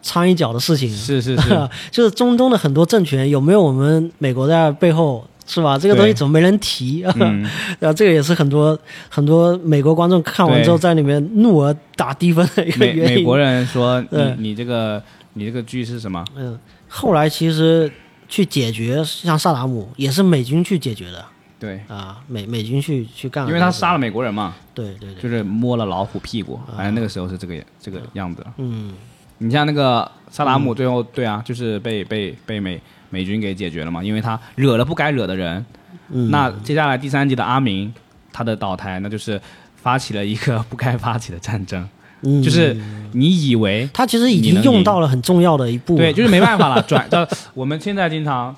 S2: 掺一脚的事情？
S1: 是是 是，
S2: 就是中东的很多政权有没有我们美国在背后是吧？这个东西
S1: 对
S2: 怎么没人提？
S1: 嗯，
S2: 然后这个也是很多很多美国观众看完之后
S1: 对
S2: 在里面怒而打低分的一个
S1: 美
S2: 原因。
S1: 美国人说
S2: 对
S1: 你你这个你这个剧是什么？
S2: 嗯，后来其实去解决像萨达姆也是美军去解决的
S1: 对，
S2: 啊，美美军去去干，
S1: 因为他杀，了美国人嘛，
S2: 对对对，
S1: 就是摸了老虎屁股，反正那个时候是这个这个样子。
S2: 嗯
S1: 你像那个萨达姆，最后对啊，就是被被被美美军给解决了嘛，因为他惹了不该惹的人。
S2: 嗯，
S1: 那接下来第三集的阿明，他的倒台，那就是发起了一个 不该发起的战争，
S2: 嗯
S1: 就是你以为
S2: 他其实已
S1: 你
S2: 经
S1: 能
S2: 用
S1: 赢
S2: 到了很重要的一步，啊
S1: 对，就是没办法了， 转到我们现在经常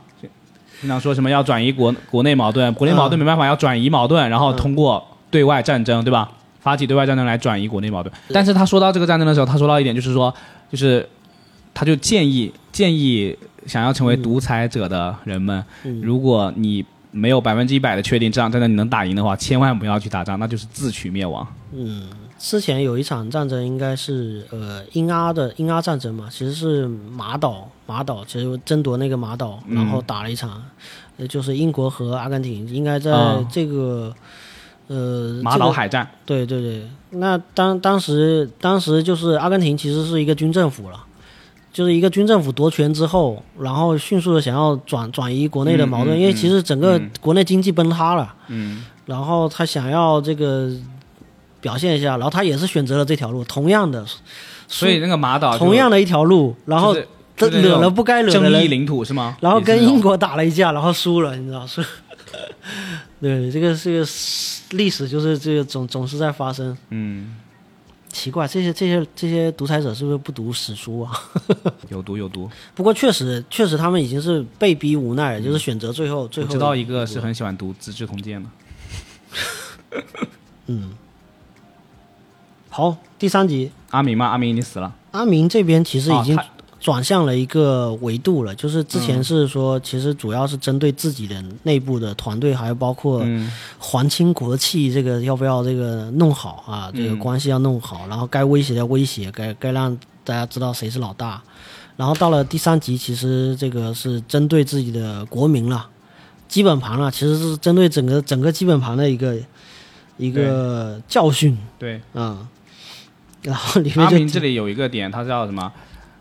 S1: 经常说什么要转移国国内矛盾，国内
S2: 嗯
S1: 矛盾没办法，要转移矛盾，然后通过对外战争，对吧？发起对外战争来转移国内矛盾。但是他说到这个战争的时候，他说到一点就是说，就是他就建议建议想要
S2: 嗯
S1: 成为独裁者的人们，如果你没有百分之一百的确定这场战争你能打赢的话，千万不要去打仗，那就是自取灭亡。
S2: 之前有一场战争，应该是呃英阿的英阿战争嘛，其实是马岛马岛，其实争夺那个马岛，
S1: 嗯
S2: 然后打了一场，呃就是英国和阿根廷应该在
S1: 啊
S2: 这个、呃
S1: 马岛
S2: 这个
S1: 海战，
S2: 对对对，那当当时当时就是阿根廷其实是一个军政府了，就是一个军政府夺权之后，然后迅速的想要转转移国内的矛盾，
S1: 嗯嗯
S2: 因为其实整个
S1: 嗯
S2: 国内经济崩塌了，
S1: 嗯，
S2: 然后他想要这个表现一下，然后他也是选择了这条路，同样的，
S1: 所以那个马岛啊就
S2: 同样的一条路，然后
S1: 就是
S2: 他
S1: 就是那
S2: 惹
S1: 种
S2: 了不该惹的
S1: 争议
S2: 人，
S1: 领土是吗？
S2: 然后
S1: 也
S2: 跟
S1: 是那种
S2: 英国打了一架，然后输了，你知道是？ 对，这个这个历史就是这个总总是在发生。
S1: 嗯，
S2: 奇怪，这些这些这些独裁者是不是不读史书啊？
S1: 有毒有毒。
S2: 不过确实确实他们已经是被逼无奈了，就是选择最后最
S1: 我
S2: 后
S1: 知道一个是很喜欢读《资治通鉴》的，
S2: 好第三集，
S1: 阿明嘛，阿明已经死了。
S2: 阿明这边其实已经
S1: 哦他嗯
S2: 转向了一个维度了，就是之前是说其实主要是针对自己的内部的团队，还有包括
S1: 嗯
S2: 皇亲国戚这个要不要这个弄好
S1: 嗯
S2: 啊，这个关系要弄好，然后该威胁的威胁，该该让大家知道谁是老大。然后到了第三集，其实这个是针对自己的国民了，基本盘了，其实是针对整个整个基本盘的一个一个教训
S1: 对，
S2: 啊、然后里面
S1: 阿
S2: 就
S1: 明这里有一个点，他叫什么？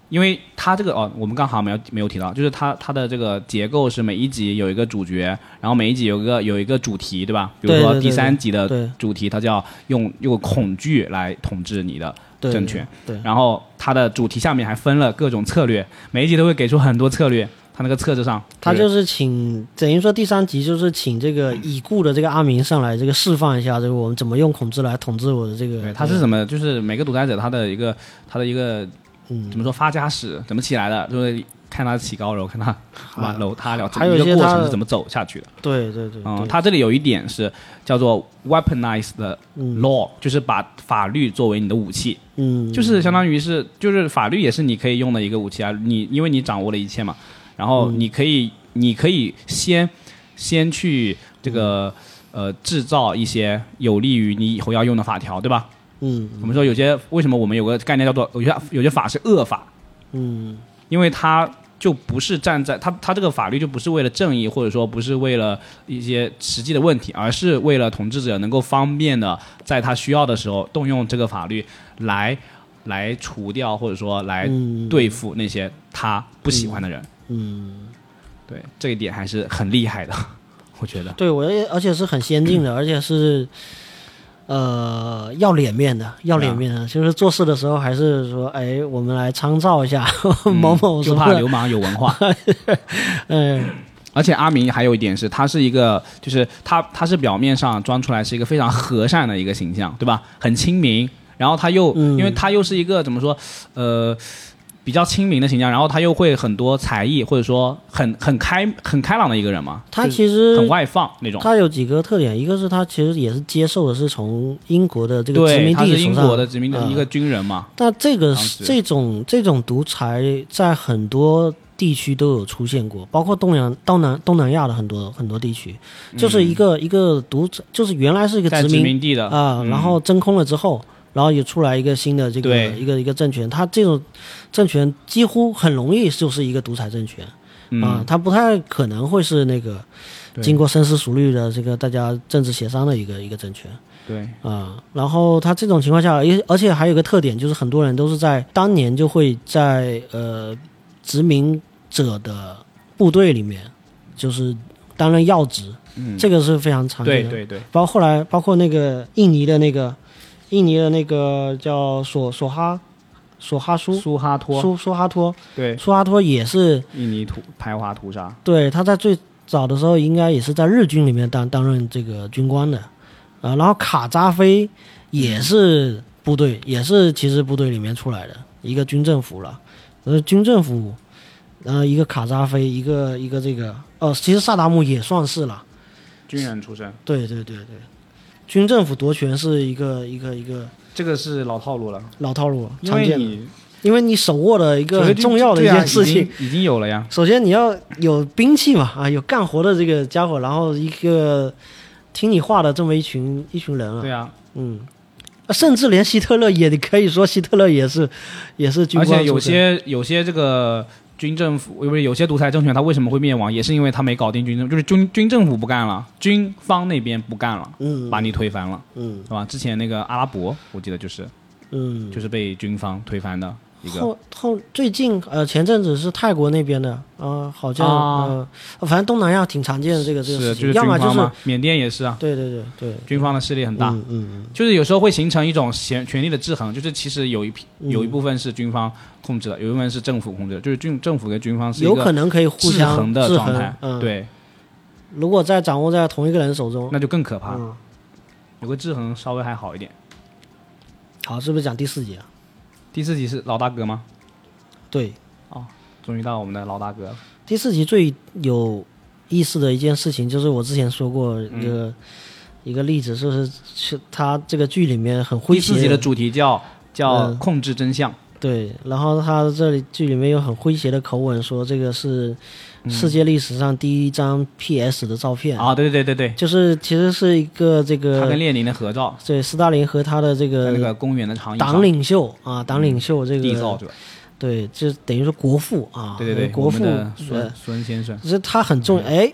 S1: 因为他这个哦，我们刚好没有没有提到，就是他他的这个结构是每一集有一个主角，然后每一集有一个有一个主题，对吧？比如
S2: 对
S1: 说
S2: 对对
S1: 第三集
S2: 对
S1: 的主题，它叫用用恐惧来统治你的
S2: 对
S1: 政权，呃
S2: 对
S1: 然后它的主题下面还分了各种策略，每一集都会给出很多策略。他那个册子上，
S2: 他就是请，等于说第三集就是请这个已故的这个阿明上来，这个示范一下，这个我们怎么用孔子来统治我的这个
S1: 对，。他是什么？就是每个独裁者他的一个他的一个，
S2: 嗯
S1: 怎么说发家史怎么起来的，就是看他起高楼，看他
S2: 啊
S1: 往楼塌了，
S2: 还有
S1: 整
S2: 一些
S1: 个过
S2: 他
S1: 程是怎么走下去的。
S2: 对对对，
S1: 嗯，
S2: 对
S1: 他这里有一点是叫做 weaponize 的
S2: 嗯
S1: law，就是把法律作为你的武器，
S2: 嗯，
S1: 就是相当于是就是法律也是你可以用的一个武器啊。你因为你掌握了一切嘛，然后
S2: 嗯
S1: 你可以你可以先先去这个呃
S2: 嗯
S1: 制造一些有利于你以后要用的法条，对吧？
S2: 嗯
S1: 我们说有些为什么我们有个概念叫做有些有些法是恶法，
S2: 嗯
S1: 因为他就不是站在他他这个法律就不是为了正义，或者说不是为了一些实际的问题，而是为了统治者能够方便的在他需要的时候动用这个法律来来除掉，或者说来
S2: 嗯，
S1: 对付那些他不喜欢的人。
S2: 嗯，
S1: 对这一点还是很厉害的，我觉得。
S2: 对我也而且是很先进的，而且是呃要脸面的，要脸面
S1: 啊
S2: 的，就是做事的时候还是说，哎，我们来参照一下 某某什
S1: 嗯就怕
S2: 么
S1: 流
S2: 的，
S1: 氓有文化，
S2: 嗯
S1: 而且阿明还有一点是，他是一个，就是他他是表面上装出来是一个非常和善的一个形象，对吧？很亲民，然后他又，
S2: 嗯
S1: 因为他又是一个怎么说，呃，比较亲民的形象，然后他又会很多才艺，或者说很很开很开朗的一个人嘛，
S2: 他
S1: 就是
S2: 其实
S1: 很外放那种。
S2: 它有几个特点，一个是它其实也是接受的是从英国的这个殖
S1: 对，
S2: 民
S1: 他
S2: 地
S1: 是
S2: 手
S1: 英
S2: 上
S1: 国的殖民地
S2: 呃
S1: 一个军人嘛，
S2: 那这个
S1: 当时
S2: 这种这种独裁在很多地区都有出现过，包括东洋、东南、东南亚的很多很多地区，就是一个、一个独裁，就是原来是一个
S1: 嗯在
S2: 殖
S1: 殖
S2: 民
S1: 民地的
S2: 啊、
S1: 嗯
S2: 然后真空了之后，然后也出来一个新的这个
S1: 对
S2: 一个一个政权，它这种政权几乎很容易就是一个独裁政权啊、
S1: 嗯，
S2: 它不太可能会是那个
S1: 对
S2: 经过深思熟虑的这个大家政治协商的一个一个政权。
S1: 对，
S2: 啊、然后他这种情况下，而而且还有一个特点，就是很多人都是在当年就会在呃殖民者的部队里面，就是担任要职，
S1: 嗯，
S2: 这个是非常常见
S1: 对
S2: 的。
S1: 对对，
S2: 包括后来包括那个印尼的那个印尼的那个叫索索哈索哈苏
S1: 苏哈托，
S2: 苏苏哈托
S1: 对，
S2: 苏哈托也是
S1: 印尼屠排华屠杀，
S2: 对，他在最早的时候应该也是在日军里面担担任这个军官的，啊，然后卡扎菲也是部队，也是其实部队里面出来的一个军政府了，呃，军政府，呃，一个卡扎菲，一个一个这个，哦，其实萨达姆也算是了，
S1: 军人出身，
S2: 对对对对，军政府夺权是一个一个一个
S1: 这个是老套路了，
S2: 老套路，
S1: 因
S2: 常
S1: 为
S2: 见的，
S1: 你
S2: 因为你手握了一个很重要的一
S1: 对啊
S2: 件事情，
S1: 已经已经有了呀。
S2: 首先你要有兵器嘛，啊，有干活的这个家伙，然后一个听你话的这么一群一群人啊，
S1: 对啊，
S2: 嗯，啊甚至连希特勒也，你可以说希特勒也是也是军
S1: 而
S2: 官出身，
S1: 且有些有些这个军政府，不是有些独裁政权，他为什么会灭亡，也是因为他没搞定军政，就是军军政府不干了，军方那边不干了，
S2: 嗯
S1: 把你推翻了，
S2: 嗯
S1: 对吧？之前那个阿拉伯，我记得就是
S2: 嗯，
S1: 就是被军方推翻的一个，
S2: 后后最近呃前阵子是泰国那边的啊、好像、
S1: 啊
S2: 呃反正东南亚挺常见的这个这个
S1: 是啊
S2: 事
S1: 就是
S2: 情，要
S1: 军
S2: 么就
S1: 方
S2: 是
S1: 嘛，缅甸也是啊，
S2: 对对对对，
S1: 军方的势力很大，
S2: 嗯嗯嗯，
S1: 就是有时候会形成一种权权力的制衡，就是其实有一批有
S2: 嗯
S1: 一部分是军方控制的，有一部分是政府控制的，就是军政府跟军方是一
S2: 有可
S1: 个
S2: 能可以互
S1: 制
S2: 相
S1: 衡的
S2: 制
S1: 状
S2: 衡
S1: 态，
S2: 嗯，，
S1: 对，
S2: 如果再掌握在同一个人手中，
S1: 那就更可怕。
S2: 嗯，
S1: 有个制衡稍微还好一点。
S2: 好，是不是讲第四集啊？
S1: 第四集是老大哥吗？
S2: 对。
S1: 终于到我们的老大哥了。
S2: 第四集最有意思的一件事情，就是我之前说过
S1: 嗯
S2: 一个、一个例子，就是是他这个剧里面很诙
S1: 第
S2: 谐
S1: 四集的主题叫叫
S2: 嗯
S1: 控制真相，
S2: 对，然后他这里剧里面有很诙谐的口吻说这个是
S1: 嗯
S2: 世界历史上第一张 PS 的照片，
S1: 啊，对对对对对，
S2: 就是其实是一个这
S1: 他跟
S2: 个
S1: 列宁的合照，
S2: 对斯大林和他的这
S1: 在那
S2: 个
S1: 个公园的长椅上
S2: 呃党领袖啊，党领袖这
S1: 缔造
S2: 个
S1: 者，
S2: 对，就等于说国父啊，
S1: 对对对，
S2: 国
S1: 我们
S2: 父
S1: 的
S2: 呃
S1: 孙孙先生，
S2: 这他很重要，哎，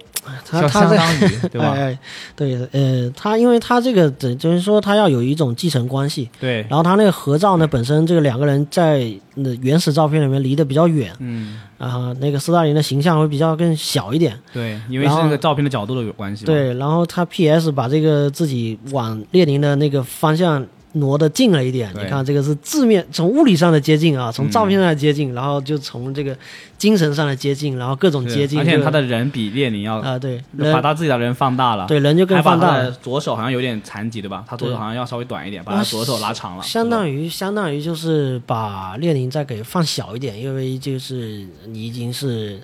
S2: 他
S1: 相
S2: 他
S1: 相
S2: 在
S1: 当于对吧？
S2: 哎哎对，呃，他因为他这个等就是说他要有一种继承关系，
S1: 对，
S2: 然后他那个合照呢，本身这个两个人在那原始照片里面离得比较远
S1: 嗯，
S2: 啊、那个斯大林的形象会比较更小一点，
S1: 对，因为
S2: 然
S1: 是
S2: 后
S1: 那个照片的角度的有关系嘛。
S2: 对，然后他 PS 把这个自己往列宁的那个方向。挪得近了一点，你
S1: 对
S2: 看这个是字面从物理上的接近啊，从照片上的接近，然后就从这个精神上的接近，然后各种
S1: 嗯是，
S2: 接近，
S1: 而且
S2: 就
S1: 他的人比列宁要
S2: 啊、对，
S1: 把
S2: 人
S1: 他自己的人放大了，
S2: 对人就更
S1: 还把
S2: 放
S1: 他
S2: 大
S1: 的
S2: 了，
S1: 左手好像有点残疾对吧？他左手
S2: 对
S1: 好像要稍微短一点，把
S2: 啊
S1: 他左手拉长了，
S2: 相当
S1: 于
S2: 于相当于就是把列宁再给放小一点，因为就是你已经是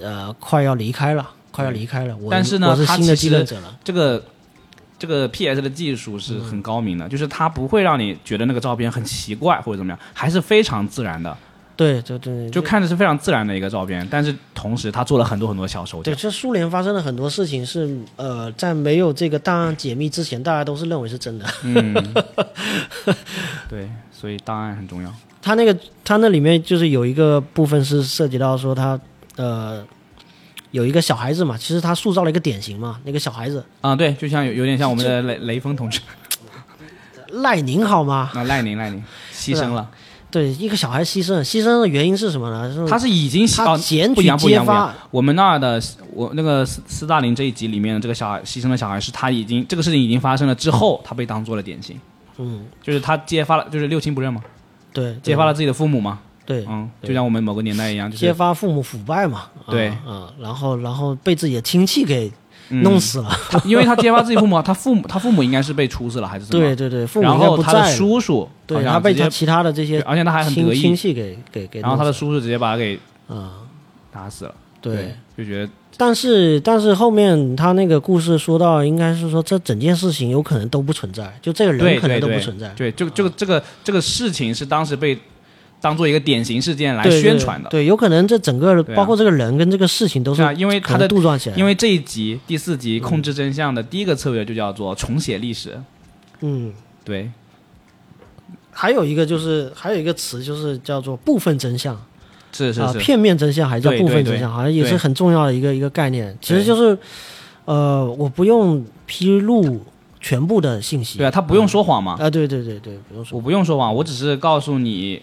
S2: 呃快要离开了，快要离开了。我
S1: 嗯但是呢
S2: 我是
S1: 他
S2: 新的
S1: 其
S2: 继
S1: 实
S2: 任者了。
S1: 这个这个 PS 的技术是
S2: 嗯
S1: 很高明的，就是它不会让你觉得那个照片很奇怪或者怎么样，还是非常自然的，
S2: 对，对对，
S1: 就看着是非常自然的一个照片。但是同时，他做了很多很多小手脚
S2: 对，，这苏联发生了很多事情是呃，在没有这个档案解密之前，大家都是认为是真的。
S1: 嗯，对，所以档案很重要。
S2: 他那个他那里面就是有一个部分是涉及到说他呃有一个小孩子嘛，其实他塑造了一个典型嘛，那个小孩子
S1: 啊，对，就像有有点像我们的雷雷锋 同志，
S2: 赖宁好吗？
S1: 那赖宁赖宁牺
S2: 啊
S1: 牲了，
S2: 对，一个小孩牺牲，牺牲的原因是什么呢？是
S1: 他是已经牺
S2: 嗯他
S1: 哦
S2: 检
S1: 不一
S2: 举
S1: 样不一
S2: 揭
S1: 样不一
S2: 发
S1: 样，，我们那儿的我那个斯斯大林这一集里面的这个小孩牺牲的小孩是他已经这个事情已经发生了之后，他被当做了典型，
S2: 嗯，
S1: 就是他揭发了就是六亲不认嘛，
S2: 对，
S1: 揭发了自己的父母嘛，
S2: 对，
S1: 嗯，就像我们某个年代一样，就
S2: 揭
S1: 是
S2: 发父母腐败嘛，啊
S1: 对
S2: 啊，然后然后被自己的亲戚给弄死了，
S1: 他，因为他揭发自己父母，他父母他父母应该是被处死了还是怎么
S2: 对
S1: 样？
S2: 对对，父母
S1: 然
S2: 应该
S1: 后
S2: 不
S1: 他的
S2: 在了，
S1: 叔叔，
S2: 对
S1: 好像
S2: 他被
S1: 直接
S2: 他其他的这
S1: 对
S2: 些
S1: 而且他还很
S2: 亲
S1: 得
S2: 亲
S1: 意，
S2: 戚给给给
S1: 然
S2: 弄死了，
S1: 后他的叔叔直接把他给
S2: 啊，
S1: 打死了，
S2: 对，，
S1: 就觉得
S2: 但是但是后面他那个故事说到，应该是说这整件事情有可能都不存在，就这个
S1: 对
S2: 人可能
S1: 对
S2: 都不
S1: 对
S2: 存在，
S1: 对，这个这个这个这个事情是当时被当做一个典型事件来
S2: 对
S1: 宣传的，
S2: 对，对有可能这整个
S1: 对啊
S2: 包括这个人跟这个事情都是
S1: 对啊，因为
S2: 可
S1: 他
S2: 能
S1: 的
S2: 杜撰起来的，
S1: 因为这一集第四集控制真相的第一个策略就叫做重写历史，
S2: 嗯。
S1: 对，
S2: 还有一个就是，还有一个词就是叫做部分真相啊、
S1: 是是是，
S2: 片面真相还是叫
S1: 对
S2: 部分
S1: 对
S2: 真
S1: 对
S2: 相，好像也是
S1: 对
S2: 很重要的一个一个概念。其实
S1: 对
S2: 就是，呃，我不用披露全部的信息
S1: 对啊，他不用说谎嘛，
S2: 啊，对对对对，不用说
S1: 我不用说谎，我只是告诉你，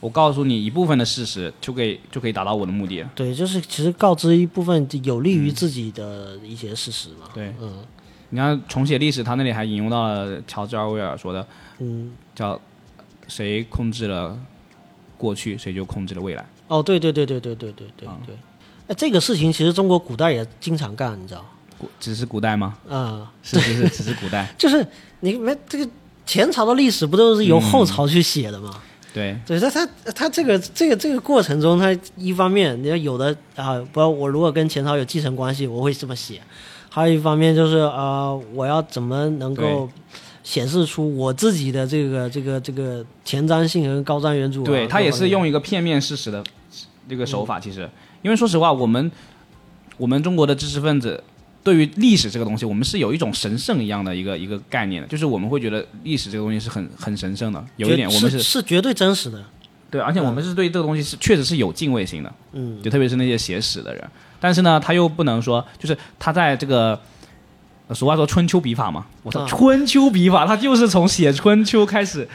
S1: 我告诉你一部分的事实，就可以就可以达到我的目的了。
S2: 对，就是其实告知一部分有利于自己的一些事实嘛。
S1: 对，
S2: 嗯
S1: 你看重写历史，他那里还引用到了乔治奥威尔说的，
S2: 嗯，
S1: 叫谁控制了过去，谁就控制了未来。
S2: 哦，对对对对对对对对
S1: 嗯
S2: 对，哎，这个事情其实中国古代也经常干，你知道吗
S1: 古只是古代吗？
S2: 啊、
S1: 是是是，只是古 代。
S2: 就是你们这个前朝的历史不都是由
S1: 嗯
S2: 后朝去写的吗？
S1: 对，
S2: 对，他他他这个这个这个过程中，他一方面你要有的啊，不，我如果跟前朝有继承关系，我会这么写；还有一方面就是啊、呃我要怎么能够显示出我自己的这个这个这个前瞻性和高瞻远瞩、啊？
S1: 对他也
S2: 各
S1: 是
S2: 方面
S1: 用一个片面事实的这个手法，其实，因为说实话，我们我们中国的知识分子对于历史这个东西，我们是有一种神圣一样的一个一个概念的，就是我们会觉得历史这个东西是很很神圣的，有一点
S2: 绝
S1: 我们
S2: 是
S1: 是
S2: 绝对真实的，
S1: 对，而且我们是对这个东西是确实是有敬畏心的，
S2: 嗯，
S1: 就特别是那些写史的人，但是呢，他又不能说，就是他在这个。呃俗话说春秋笔法嘛，我操，
S2: 啊
S1: 春秋笔法，他就是从写春秋开始，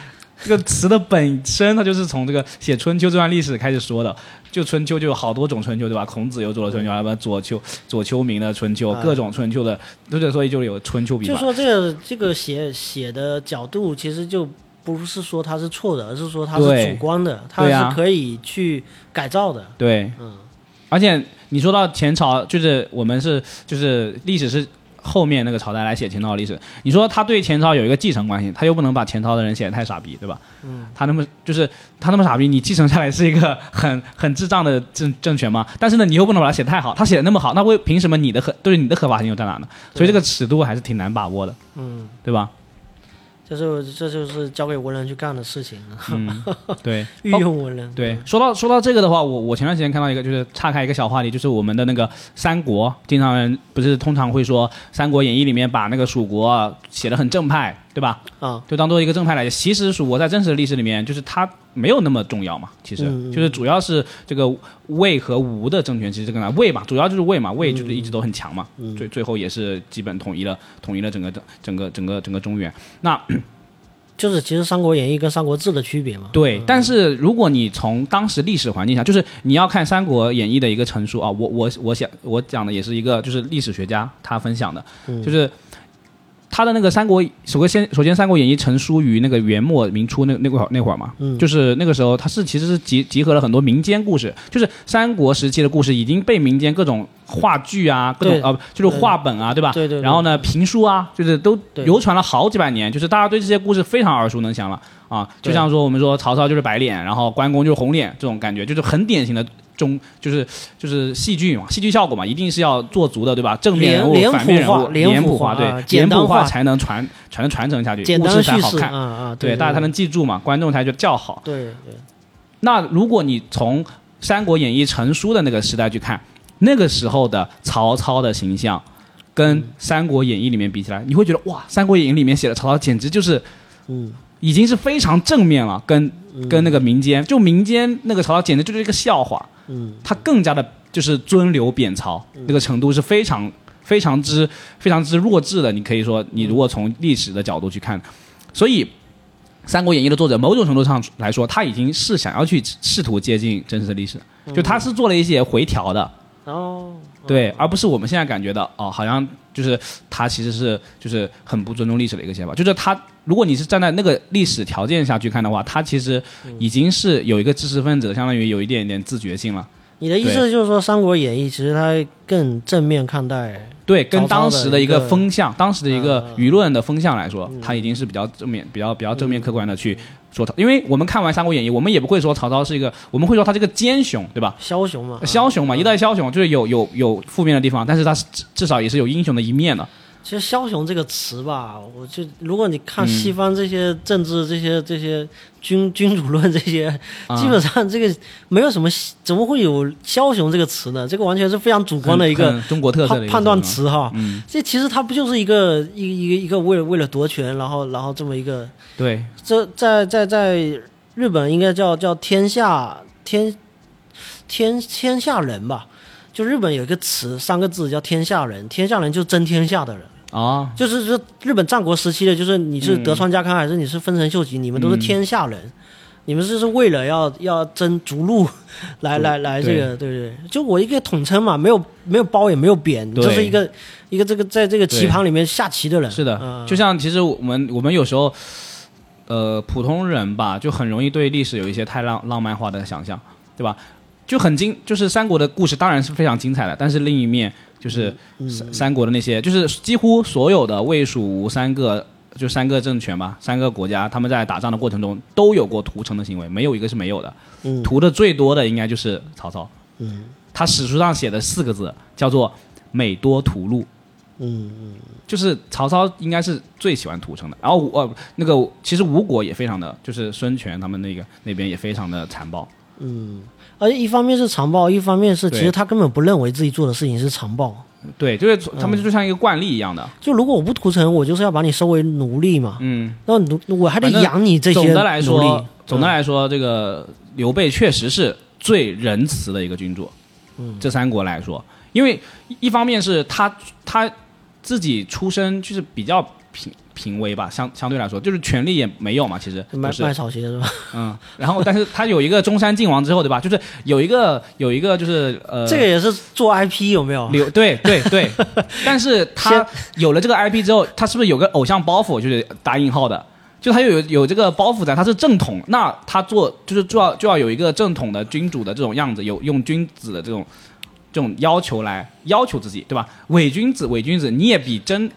S1: 这个词的本身，它就是从这个写春秋这段历史开始说的。就春秋就有好多种春秋，对吧？孔子有左了春秋，还有左丘、左丘明的春秋，
S2: 啊
S1: 各种春秋的，对对，所以就有春秋笔
S2: 就
S1: 法。
S2: 说这个这个写写的角度，其实就不是说它是错的，而是说它是
S1: 对
S2: 主观的，它
S1: 对啊
S2: 是可以去改造的，
S1: 对，
S2: 嗯
S1: 而且你说到前朝，就是我们是就是历史是后面那个朝代来写前朝的历史。你说他对前朝有一个继承关系，他又不能把前朝的人写的太傻逼，对吧？
S2: 嗯，
S1: 他那么就是他那么傻逼，你继承下来是一个很很智障的政政权嘛？但是呢，你又不能把它写得太好，他写的那么好，那为凭什么你的合对你的合法性又在哪呢？所以这个尺度还是挺难把握的，
S2: 嗯。
S1: 对吧？
S2: 这是这就是交给文人去干的事情了，
S1: 嗯，对，
S2: 御用文人。
S1: 对，说到说到这个的话，我我前段时间看到一个，就是岔开一个小话题，就是我们的那个三国，经常人不是通常会说《三国演义》里面把那个蜀国啊写的很正派，对吧？
S2: 啊，
S1: 就当做一个正派来写。其实蜀国在真实的历史里面，就是它没有那么重要嘛，其实、
S2: 嗯嗯
S1: 就是主要是这个魏和吴的政权，其实这个呢魏嘛，主要就是魏嘛，魏
S2: 嗯
S1: 就是一直都很强嘛，最最后也是基本统一了，统一了整个整个整个整个中原。那
S2: 就是其实《三国演义》跟《三国志》的区别嘛。嗯
S1: 对，但是如果你从当时历史环境下，就是你要看《三国演义》的一个陈述啊，我我我想我讲的也是一个就是历史学家他分享的，
S2: 嗯
S1: 就是他的那个《三国》，首先首先《三国演义》成书于那个元末明初那那会儿那会儿嘛，
S2: 嗯
S1: 就是那个时候他是其实是集集合了很多民间故事，就是三国时期的故事已经被民间各种话剧啊，各种
S2: 对
S1: 啊、就是话本啊，对吧？
S2: 对对对
S1: 然后呢，评书啊，就是都
S2: 对
S1: 流传了好几百年，就是大家对这些故事非常耳熟能详了啊。
S2: 对
S1: 就像说我们说曹操就是白脸，然后关公就是红脸这种感觉，就是很典型的中就是就是戏剧嘛，戏剧效果嘛，一定是要做足的，对吧？正面人物
S2: 脸、
S1: 反面人
S2: 脸谱
S1: 物、脸谱
S2: 化脸谱化
S1: 化，
S2: 啊
S1: 对，
S2: 简
S1: 脸
S2: 单
S1: 谱
S2: 化
S1: 化才能传传传承下去，
S2: 简
S1: 故
S2: 单
S1: 事才
S2: 叙
S1: 好
S2: 事啊
S1: 看，
S2: 啊，
S1: 对，
S2: 对，
S1: 大家才能记住嘛，观众才觉得叫好。
S2: 对对
S1: 那如果你从《三国演义》成书的那个时代去看，那个时候的曹操的形象，跟《三国演义》里面比起来，你会觉得哇，《三国演义》里面写的曹操简直就是
S2: 嗯
S1: 已经是非常正面了，跟嗯跟那个民间，就民间那个曹操简直就是一个笑话，
S2: 嗯，
S1: 他更加的就是尊刘贬曹那个程度是非常非常之非常之弱智的。你可以说，你如果从历史的角度去看，所以《三国演义》的作者某种程度上来说，他已经是想要去试图接近真实的历史，就他是做了一些回调的，
S2: 哦，
S1: 对，而不是我们现在感觉的哦，好像就是他其实是就是很不尊重历史的一个写法。就是他，如果你是站在那个历史条件下去看的话，他其实已经是有一个知识分子，相当于有一点点自觉性了。
S2: 你的意思就是说，《三国演义》其实它更正面看待，
S1: 对，跟
S2: 曹操
S1: 当时
S2: 的
S1: 的
S2: 一
S1: 一个
S2: 个嗯
S1: 风向，当时的一个舆论的风向来说，他已经是比较正面、比较比较正面客观的去说曹。因为我们看完《三国演义》，我们也不会说曹操是一个，我们会说他是个奸雄，对吧？
S2: 枭雄嘛，
S1: 枭雄嘛，一代枭雄就是有有有负面的地方，但是他是至至少也是有英雄的一面的。
S2: 其实“枭雄”这个词吧，我就如果你
S1: 嗯
S2: 看西方这些政治、这些这些君君主论这些，
S1: 啊
S2: 基本上这个没有什么，怎么会有“枭雄”这个词呢？这个完全是非常主观的一个
S1: 很中国特色的一
S2: 判
S1: 个
S2: 判断
S1: 词
S2: 词哈。
S1: 嘛。嗯，
S2: 这其实它不就是一个一个一个一个为了为了夺权，然后然后这么一个，
S1: 对，
S2: 这在在在日本应该叫叫天下天天天下人吧？就日本有一个词三个字叫天下人，天下人就真天下的人。
S1: 啊，
S2: 就是说日本战国时期的，就是你是
S1: 嗯
S2: 德川家康还是你是丰臣秀吉，你们都是天下人，你们就是为了要要争逐 鹿，来来来这个对对，就我一个统称嘛，没有没有褒也没有贬，你
S1: 对
S2: 就是一个一个这个在这个棋盘里面下棋的人，
S1: 是的，
S2: 嗯
S1: 就像其实我们我们有时候，呃，普通人吧，就很容易对历史有一些太浪浪漫化的想象，对吧？就很精，就是三国的故事当然是非常精彩的，但是另一面就是
S2: 嗯
S1: 三三国的那些，就是几乎所有的魏蜀吴三个。就三个政权吧，三个国家，他们在打仗的过程中都有过屠城的行为，没有一个是没有的。
S2: 嗯
S1: 屠的最多的应该就是曹操，
S2: 嗯
S1: 他史书上写的四个字叫做“每多屠戮”。
S2: 嗯嗯
S1: 就是曹操应该是最喜欢屠城的，然后吴呃那个其实吴国也非常的，就是孙权他们那个那边也非常的残暴，
S2: 嗯，而且一方面是残暴，一方面是其
S1: 对
S2: 实他根本不认为自己做的事情是残暴，
S1: 对，就是从他们就像一个惯例一样的，
S2: 就如果我不屠城，我就是要把你收为奴隶嘛，
S1: 嗯，
S2: 那奴我还得
S1: 反正
S2: 养你这些奴
S1: 总
S2: 隶。嗯
S1: 的来说，总的来说，这个刘备确实是最仁慈的一个君主，嗯，这三国来说，因为一方面是他他自己出身就是比较平平微吧，相相对来说，就是权力也没有嘛，其实
S2: 卖
S1: 不是
S2: 卖草鞋是吧？
S1: 嗯，然后但是他有一个中山靖王之后，对吧？就是有一个有一个就是呃，
S2: 这个也是做 IP 有没有？
S1: 刘对对 对，但是他有了这个 IP 之后，他是不是有个偶像包袱？就是打引号的，就他又有有这个包袱在，他是正统，那他做就是就要就要有一个正统的君主的这种样子，有用君子的这种这种要求来要求自己，对吧？伪君子，伪君子，你也比真。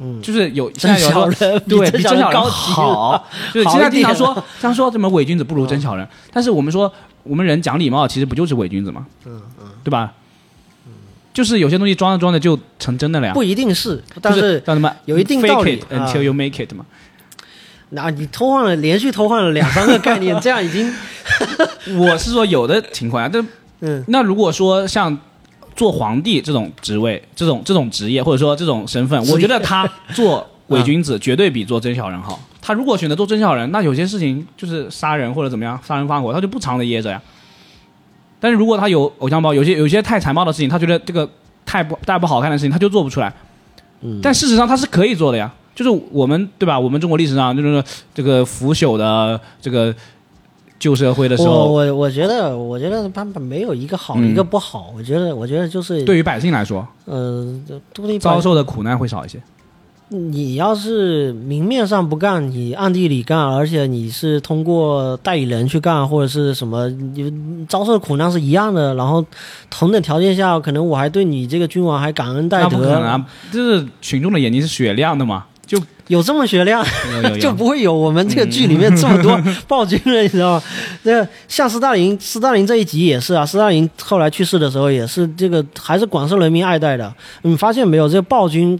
S1: 嗯，就是有现在有
S2: 小
S1: 说
S2: 人比
S1: 对
S2: 真
S1: 比
S2: 小
S1: 真小
S2: 人
S1: 人
S2: 高级 了
S1: 好，就是
S2: 好
S1: 现在
S2: 一
S1: 经常
S2: 点
S1: 说，经常说什么伪君子不如真小人，但是我们说我们人讲礼貌，其实不就是伪君子吗？嗯嗯，对吧？就是有些东西装着装着就成真的了呀。
S2: 不一定是，但
S1: 就是叫什么
S2: 有一定道
S1: fake
S2: 理啊
S1: it until you make it 嘛。
S2: 那啊你偷换了，连续偷换了两三个 概念，这样已经
S1: 我是说有的情况下，但
S2: 嗯
S1: 那如果说像做皇帝这种职位、这种这种职业，或者说这种身份，
S2: 职业
S1: 我觉得他做伪君子绝对比做真小人好。他如果选择做真小人，那有些事情就是杀人或者怎么样，杀人放火，他就不藏着掖着呀。但是如果他有偶像包，有些有些太残暴的事情，他觉得这个太不太不好看的事情，他就做不出来。
S2: 嗯
S1: 但事实上他是可以做的呀，就是我们对吧？我们中国历史上就是这个腐朽的这个旧社会的时
S2: 我
S1: 候，
S2: 我我觉得我觉得版本没有一个好、
S1: 嗯
S2: 一个不好，我觉得我觉得就是
S1: 对于百姓来说，
S2: 呃，杜立
S1: 遭受的苦难会少一些。
S2: 你要是明面上不干，你暗地里干，而且你是通过代理人去干，或者是什么，你遭受的苦难是一样的。然后同等条件下，可能我还对你这个君王还感恩戴
S1: 那不可能
S2: 德，
S1: 啊！就是群众的眼睛是雪亮的嘛， 就
S2: 有这么学量。
S1: 有有有
S2: 就不会有我们这个剧里面这 么多暴君了，你知道吗？那个像斯大林，斯大林这一集也是啊，斯大林后来去世的时候也是这个，还是广受人民爱戴的。你发现没有？这个暴君，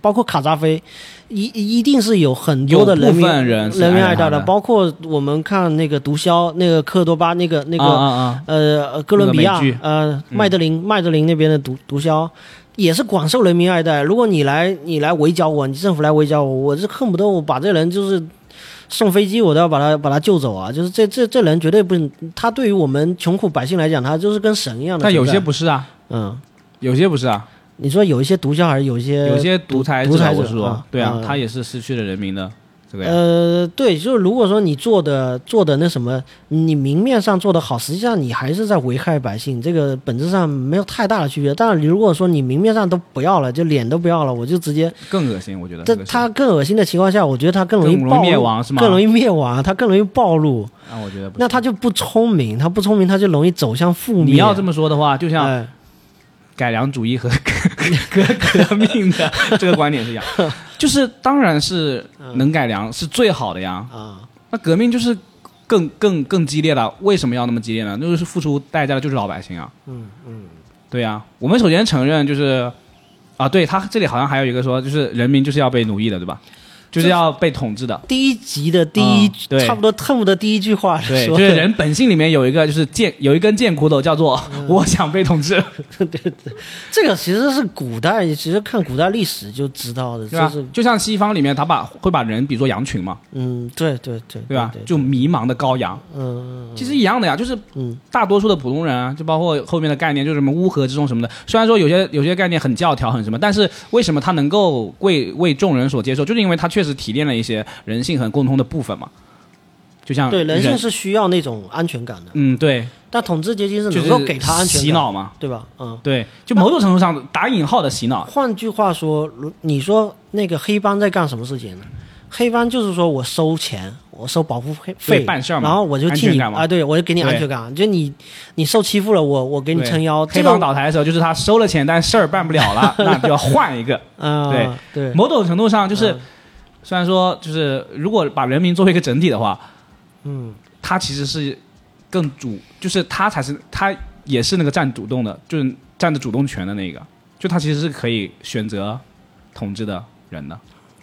S2: 包括卡扎菲，一一定是有很多的
S1: 有
S2: 人
S1: 部
S2: 民
S1: 分人是
S2: 人民
S1: 爱
S2: 爱
S1: 戴
S2: 戴
S1: 他
S2: 的，
S1: 的
S2: 包括我们看那个毒枭，那个科多巴，那个那个、
S1: 啊啊啊！
S2: 呃，哥伦比
S1: 那
S2: 亚
S1: 个美剧嗯
S2: 呃，麦德林、麦德林那边的毒毒枭，也是广受人民爱戴。如果你来你来围剿我，你政府来围剿我，我是恨不得我把这人就是送飞机我都要把他把他救走啊！就是这这这人绝对不，他对于我们穷苦百姓来讲，他就是跟神一样的存在。
S1: 但有些不是啊，
S2: 嗯，
S1: 有些不是啊，
S2: 你说有一些毒枭还是有一些
S1: 有些独裁
S2: 呃独裁
S1: 者，我
S2: 者
S1: 说
S2: 啊，
S1: 对啊
S2: 嗯，
S1: 他也是失去了人民的这个呀。
S2: 呃，对，就是如果说你做的做的那什么，你明面上做的好，实际上你还是在危害百姓，这个本质上没有太大的区别。但是你如果说你明面上都不要了，就脸都不要了，我就直接，
S1: 更恶心，我觉得
S2: 这
S1: 这个是
S2: 他更恶心的情况下，我觉得他更容易
S1: 更容易
S2: 暴露
S1: 灭亡是吗
S2: 更容易灭亡，他更容易暴露，
S1: 啊，我觉得不
S2: 那他就不聪明，他不聪明，他就容易走向负面。
S1: 你要这么说的话，就像
S2: 哎
S1: 改良主义和 革革命的这个观点是 一样，就是当然是
S2: 嗯
S1: 能改良是最好的呀。
S2: 啊，
S1: 那革命就是更更更激烈了，为什么要那么激烈呢？那就是付出代价的就是老百姓啊。嗯嗯，对呀、我们首先承认就是啊，对他这里好像还有一个说，就是人民就是要被奴役的，对吧？就是要被统治的。
S2: 第一集的第一，
S1: 嗯对
S2: 差不多恨不得第一句话
S1: 对，
S2: 说
S1: 就
S2: 的
S1: 是人本性里面有一个，就是贱，有一根贱骨头，叫做
S2: 嗯
S1: 我想被统治，
S2: 这个其实是古代，其实看古代历史就知道的，
S1: 对吧
S2: 就是？
S1: 就像西方里面，他把会把人比作羊群嘛，
S2: 嗯，对对对，
S1: 对吧
S2: 对？
S1: 就迷茫的羔羊，
S2: 嗯
S1: 其实一样的呀，就是
S2: 嗯
S1: 大多数的普通人啊，就包括后面的概念，就是什么乌合之众什么的。虽然说有些有些概念很教条，很什么，但是为什么他能够为为众人所接受，就是因为他确实提炼了一些人性很共通的部分嘛。就像
S2: 对，人性是需要那种安全感的，
S1: 嗯，对，
S2: 但统治阶级是
S1: 就
S2: 能
S1: 是
S2: 够给他安全感，
S1: 洗脑嘛，
S2: 对吧？嗯，
S1: 对，就某种程度上打引号的洗脑，
S2: 换句话说，如你说那个黑帮在干什么事情呢？黑帮就是说我收钱，我收保护费
S1: 对办事儿嘛
S2: 然后我就替
S1: 安全
S2: 你
S1: 感嘛
S2: 啊，对我就给你安全感，就你你受欺负了，我我给你
S1: 对
S2: 撑腰，
S1: 黑
S2: 这个
S1: 帮倒台的时候，就是他收了钱，但事儿办不了 了，那就要换一个。
S2: 啊，
S1: 对
S2: 对，
S1: 某种程度上，就是、
S2: 嗯
S1: 虽然说，就是如果把人民作为一个整体的话，
S2: 嗯
S1: 他其实是更主，就是他才是他也是那个占主动的，就是占着主动权的那个，就他其实是可以选择统治的人的，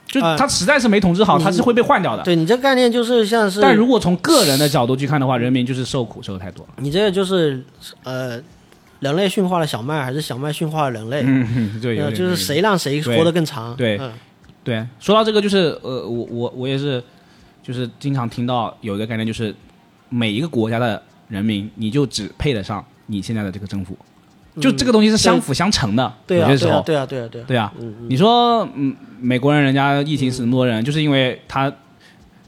S1: 就
S2: 呃
S1: 他实在是没统治好，
S2: 你
S1: 他是会被换掉的。
S2: 对你这个概念就是像是，
S1: 但如果从个人的角度去看的话，人民就是受苦受的太多了。
S2: 你这个就是呃，人类驯化了小麦，还是小麦驯化了人类？
S1: 嗯， 对，有
S2: 呃
S1: 点
S2: 就是谁让谁活得更长？
S1: 对
S2: 嗯
S1: 对，说到这个，就是呃，我我我也是，就是经常听到有一个概念，就是每一个国家的人民，你就只配得上你现在的这个政府，就这个东西是相辅相成的，
S2: 嗯对
S1: 有
S2: 啊，
S1: 些时
S2: 对
S1: 候
S2: 啊，，对啊，对啊，对啊，
S1: 对啊，你说嗯，美国人人家疫情死那么多人，就是因为他，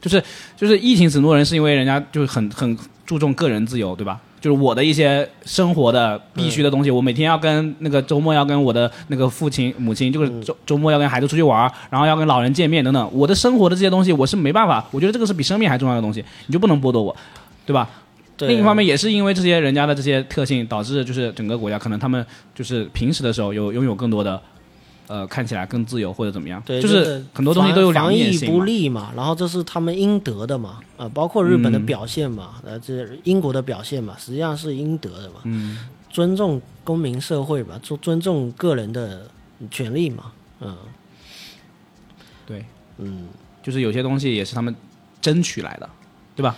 S1: 就是就是疫情死那么多人，是因为人家就是很很注重个人自由，对吧？就是我的一些生活的必须的东西，我每天要跟那个周末要跟我的那个父亲母亲，就是周周末要跟孩子出去玩儿，然后要跟老人见面等等，我的生活的这些东西我是没办法，我觉得这个是比生命还重要的东西，你就不能剥夺我，对吧？
S2: 对啊
S1: 另一方面，也是因为这些人家的这些特性，导致就是整个国家可能他们就是平时的时候有拥有更多的，呃，看起来更自由或者怎么样，
S2: 对，
S1: 就是很多东西
S2: 防
S1: 都有两
S2: 防
S1: 面
S2: 疫
S1: 性
S2: 不
S1: 嘛。
S2: 利嘛，然后这是他们应得的嘛，呃，包括日本
S1: 嗯
S2: 的表现嘛，呃，这英国的表现嘛，实际上是应得的嘛，
S1: 嗯，
S2: 尊重公民社会嘛，尊尊重个人的权利嘛，嗯
S1: 对，
S2: 嗯
S1: 就是有些东西也是他们争取来的，对吧？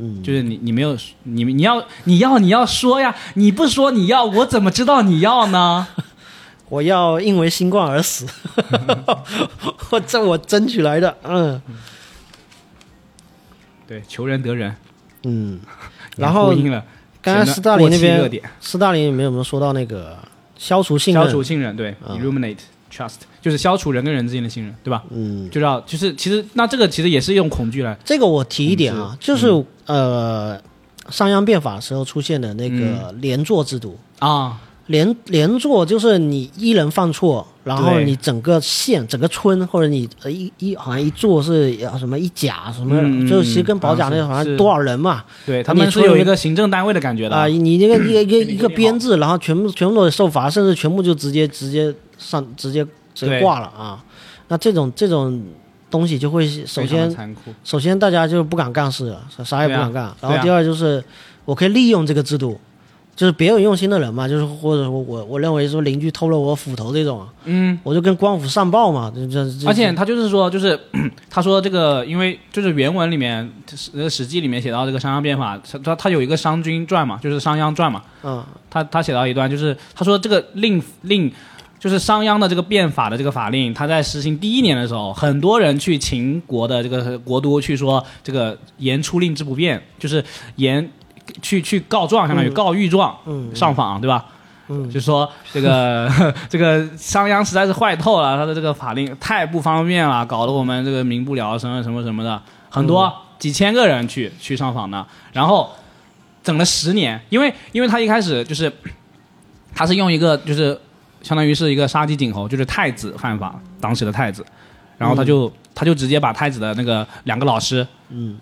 S2: 嗯，
S1: 就是你你没有你你要你要你要说呀，你不说你要，我怎么知道你要呢？
S2: 我要因为新冠而死，我这我争取来的，嗯
S1: 对，求人得人，
S2: 嗯，然后
S1: 也呼应了
S2: 刚刚
S1: 前段
S2: 斯大林那
S1: 过期热
S2: 边，
S1: 点
S2: 斯大林里面有没有说到那个消除信任？嗯
S1: 消除信任，对、i l l u m i n a t e trust，就是消除人跟人之间的信任，对吧？
S2: 嗯，
S1: 就要就是其实那这个其实也是一种恐惧来。
S2: 这个我提一点
S1: 嗯
S2: 啊，就是、呃，商鞅变法时候出现的那个
S1: 嗯
S2: 连坐制度，
S1: 啊，
S2: 连连坐就是你一人犯错，然后
S1: 对
S2: 你整个县、整个村或者你呃一一好像一座是呃什么一甲什么，
S1: 嗯嗯
S2: 就其实跟保甲那
S1: 嗯
S2: 个好像
S1: 是
S2: 多少人嘛
S1: 对他
S2: 你
S1: 们
S2: 出
S1: 是有
S2: 了
S1: 一个行政单位的感觉的
S2: 啊、你那个 一个一个一个
S1: 嗯
S2: 编制，然后全部全部都得受罚，甚至全部就直接直接上直接直接
S1: 对
S2: 挂了啊。那这种这种东西就会首
S1: 非常
S2: 先
S1: 的残酷。
S2: 首先大家就不敢干事了，啥啥也不敢干。
S1: 对啊
S2: 然后第二就是，我可以利用这个制度，就是别有用心的人嘛，就是或者说我我认为说邻居偷了我斧头这种，啊
S1: 嗯，
S2: 我就跟官府上报嘛，这这这。
S1: 而且他就是说，就是 他说这个，因为就是原文里面，就是那个《史记》里面写到这个商鞅变法，他他他有一个《商君传》嘛，就是《商鞅传》嘛，
S2: 嗯
S1: 他他写到一段，就是他说这个令令就是商鞅的这个变法的这个法令，他在实行第一年的时候，很多人去秦国的这个国都去说这个言出令之不变，就是言去去告状，相当于告御状，
S2: 嗯
S1: 上访，对吧？
S2: 嗯
S1: 就说这个 这个商鞅实在是坏透了，他的这个法令太不方便了，搞得我们这个民不聊生什么什么的，很多、
S2: 嗯
S1: 几千个人去去上访的，然后整了十年，因为因为他一开始就是他是用一个就是相当于是一个杀鸡儆猴，就是太子犯法，当时的太子，然后他就、他就直接把太子的那个两个老师
S2: 嗯，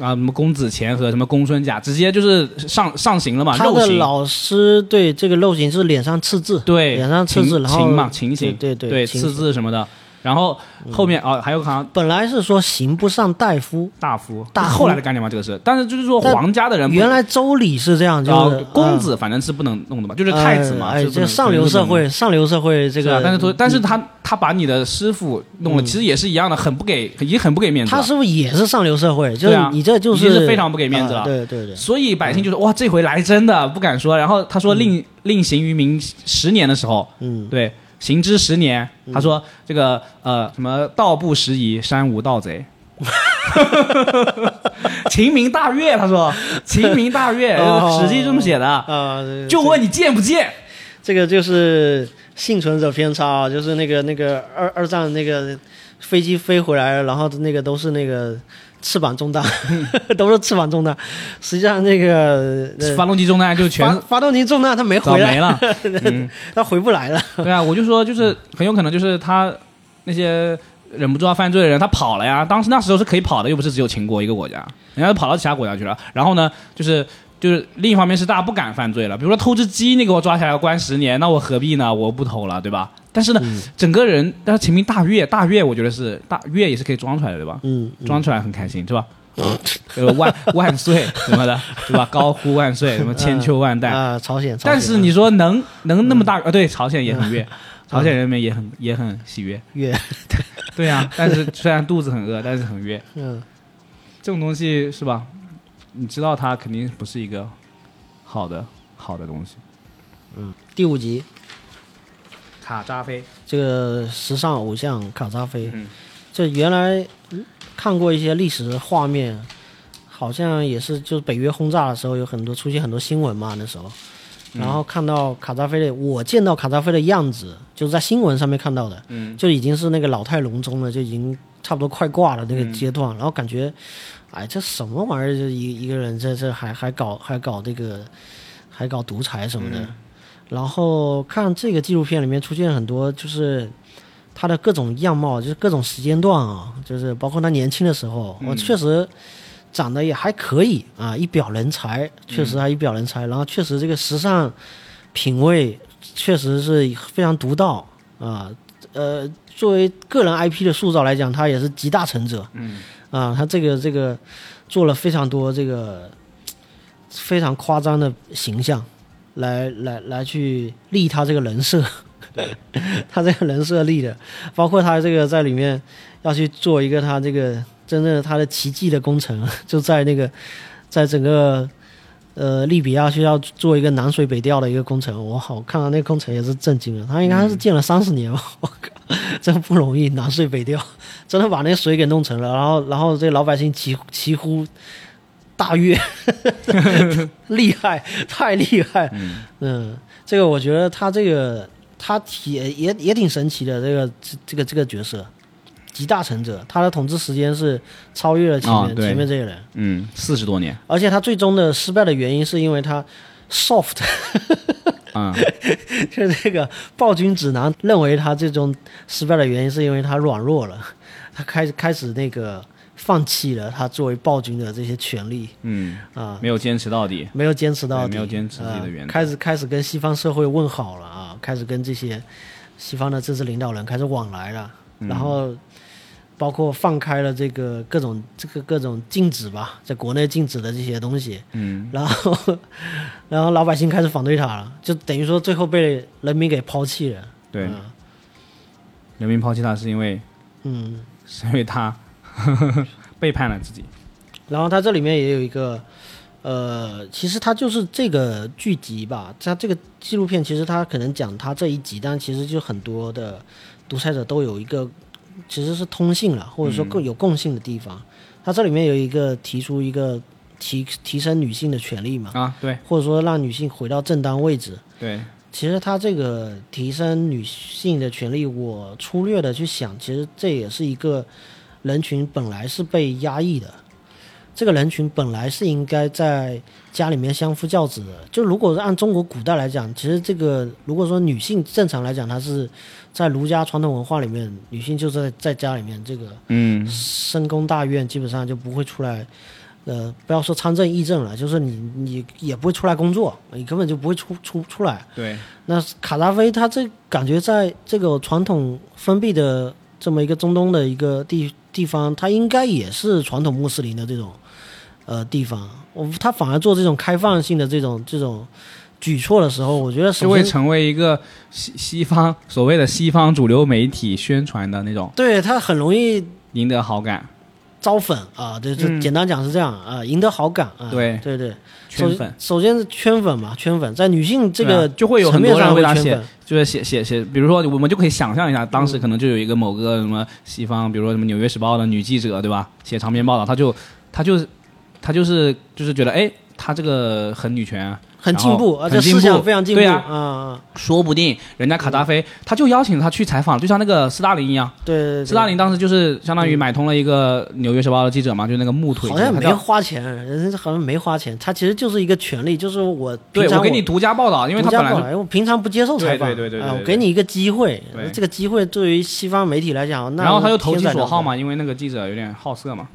S1: 啊什么公子虔和什么公孙贾直接就是上上刑了嘛，
S2: 他
S1: 肉
S2: 的
S1: 刑。
S2: 老师对这个肉刑是脸上刺字，
S1: 对，
S2: 脸上刺字，
S1: 情
S2: 然后
S1: 情嘛，情形，
S2: 对
S1: 对
S2: 对情
S1: 刺字什么的。然后后面啊、还有好像
S2: 本来是说刑不上大夫，
S1: 大夫，
S2: 大夫
S1: 后来的概念嘛，这个是，但是就是说
S2: 但
S1: 皇家的人嗯不
S2: 原来周礼是这样，
S1: 啊
S2: 就是、
S1: 公子反正是不能弄的嘛，就是
S2: 嗯
S1: 太子嘛，
S2: 哎，
S1: 是不
S2: 这
S1: 能
S2: 上流社，
S1: 是
S2: 会，上流社会这
S1: 不能是啊但
S2: 个，嗯
S1: 是说，但是他他把你的师傅弄了，其实也是一样的，很不给，也很不给面子
S2: 他
S1: 啊。
S2: 是不是也是上流社会？就
S1: 对
S2: 是
S1: 啊
S2: 你这就
S1: 已经是非常不给面子了
S2: 啊对对对，
S1: 所以百姓就说哇，这回来真的不敢说。然后他说令令行于民十年的时候，
S2: 嗯，
S1: 对，行之十年，他说这个呃什么道不拾遗，山无盗 贼。秦明大悦，他说秦明大悦，
S2: 哦
S1: 《史记》这么写的，
S2: 啊，这
S1: 就问你贱不贱？
S2: 这个就是幸存者偏差啊，就是那个那个二二战那个飞机飞回来了，然后那个都是那个翅膀中弹， 都是翅膀中弹。实际上那个呃
S1: 发动机中弹就全
S2: 发发动机中弹，他没
S1: 倒
S2: 回来，
S1: 霉了。
S2: 他回不来了。
S1: 对啊，我就说就是很有可能就是他那些忍不住要犯罪的人，他跑了呀。当时那时候是可以跑的，又不是只有秦国一个国家，人家跑到其他国家去了。然后呢，就是。就是另一方面是大家不敢犯罪了，比如说偷只鸡，你给我抓起来要关十年，那我何必呢？我不偷了，对吧？但是呢，整个人，但是秦明大悦，大悦我觉得是大悦也是可以装出来的，对吧？
S2: 嗯，
S1: 装出来很开心，是吧？呃，万万岁什么的，对吧？高呼万岁，什么千秋万代，
S2: 啊，朝鲜，朝鲜
S1: 但是你说能能那么大啊？对，朝鲜也很悦，朝鲜人民也很也很喜悦。
S2: 越
S1: 对啊，但是虽然肚子很饿，但是很悦。
S2: 嗯
S1: 这种东西是吧？你知道它肯定不是一个好的好的东西。
S2: 第五集
S1: 卡扎菲，
S2: 这个时尚偶像卡扎菲，
S1: 嗯
S2: 这原来嗯看过一些历史画面，好像也是就是北约轰炸的时候有很多出现很多新闻嘛那时候，然后看到卡扎菲的，我见到卡扎菲的样子就是在新闻上面看到的，
S1: 嗯，
S2: 就已经是那个老态龙钟了，就已经差不多快挂了那个阶段，然后感觉，哎，这什么玩意儿？就一一个人在这还还搞还搞这个，还搞独裁什么的。然后看这个纪录片里面出现很多，就是他的各种样貌，就是各种时间段啊，就是包括他年轻的时候，我确实长得也还可以啊，一表人才，确实还一表人才。然后确实这个时尚品味确实是非常独到啊。呃，作为个人 IP 的塑造来讲，他也是集大成者。嗯，啊，他这个这个做了非常多这个非常夸张的形象，来来来去立他这个人设。 他这个人设立的，包括他这个在里面要去做一个他这个真正的他的奇迹的工程，就在那个在整个呃利比亚需要做一个南水北调的一个工程，我好看到那个工程也是震惊了，他应该是建了三十年吧， 我靠，真不容易，南水北调，真的把那水给弄成了，然后然后这老百姓齐齐呼。大悦， 厉害， 太厉害，嗯，这个我觉得他这个他也也也挺神奇的，这个这这个这个角色，集大成者，他的统治时间是超越了前
S1: 啊
S2: 面、
S1: 对
S2: 前面这个人，
S1: 嗯，四十多年，
S2: 而且他最终的失败的原因是因为他 soft，
S1: 嗯，
S2: 就是这个暴君指南认为他最终失败的原因是因为他软弱了，他开始开始那个放弃了他作为暴君的这些权利
S1: 嗯，
S2: 啊。
S1: 没有坚持到底。
S2: 没有坚持到
S1: 对
S2: 底，
S1: 没有坚持自己的原则
S2: 呃开始开始跟西方社会问好了啊，开始跟这些西方的政治领导人开始往来了，
S1: 嗯
S2: 然后包括放开了这个各种这个各种禁止吧，在国内禁止的这些东西，
S1: 嗯，
S2: 然后然后老百姓开始反对他了，就等于说最后被人民给抛弃了，
S1: 对，
S2: 嗯
S1: 人民抛弃他是因为
S2: 嗯，
S1: 是因为他呵呵呵背叛了自己。
S2: 然后他这里面也有一个呃，其实它就是这个剧集吧，它这个纪录片其实它可能讲它这一集，但其实就很多的独裁者都有一个其实是通性了，或者说更有共性的地方。它这里面有一个提出一个提提升女性的权利嘛，
S1: 啊，对
S2: 或者说让女性回到正当位置，
S1: 对，
S2: 其实他这个提升女性的权利，我粗略的去想，其实这也是一个人群本来是被压抑的，这个人群本来是应该在家里面相夫教子的。就如果是按中国古代来讲，其实这个如果说女性正常来讲，她是在儒家传统文化里面，女性就是在在家里面这个
S1: 嗯，
S2: 深宫大院，基本上就不会出来。呃，不要说参政议政了，就是你你也不会出来工作，你根本就不会出出出来。
S1: 对，
S2: 那卡扎菲他这感觉在这个传统封闭的这么一个中东的一个地地方，他应该也是传统穆斯林的这种呃地方，我他反而做这种开放性的这种这种举措的时候，我觉得
S1: 就
S2: 首
S1: 会
S2: 先
S1: 成为一个西西方所谓的西方主流媒体宣传的那种
S2: 对他很容易
S1: 赢得好感，
S2: 招粉啊，对，就
S1: 嗯
S2: 简单讲是这样啊、赢得好感啊，
S1: 对
S2: 对对，首
S1: 圈粉。
S2: 首先是圈粉嘛，圈粉在女性这
S1: 对
S2: 个
S1: 啊就会有
S2: 层
S1: 很
S2: 面
S1: 多人
S2: 上
S1: 为
S2: 会
S1: 他
S2: 圈
S1: 写
S2: 粉，嗯
S1: 就是写写写，比如说我们就可以想象一下，当时可能就有一个某个什么西方，比如说什么《纽约时报》的女记者，对吧？写长篇报道，她就她就是她就是就是觉得，哎，她这个很女权啊，
S2: 很
S1: 然
S2: 进
S1: 后
S2: 步，而且
S1: 很进
S2: 思想
S1: 步
S2: 非常进步
S1: 对啊
S2: 啊，
S1: 说不定人家卡扎菲他就邀请他去采访，就像那个斯大林一样，
S2: 对嗯对对，
S1: 斯大林当时就是相当于买通了一个《纽约时报》的记者嘛，就是那个木腿，
S2: 好像
S1: 他
S2: 没
S1: 叫
S2: 花钱，人家好像没花钱，他其实就是一个权利，就是我
S1: 对
S2: 平常
S1: 我给你独家报道，因为他
S2: 独家
S1: 本来
S2: 过
S1: 就
S2: 来，我平常不接受采访，
S1: 对对对对对
S2: 啊，
S1: 对
S2: 我给你一个机会
S1: 对，
S2: 这个机会对于西方媒体来讲，那
S1: 然后他就投其
S2: 天才
S1: 所好
S2: 了，
S1: 嘛，因为那个记者有点好色嘛，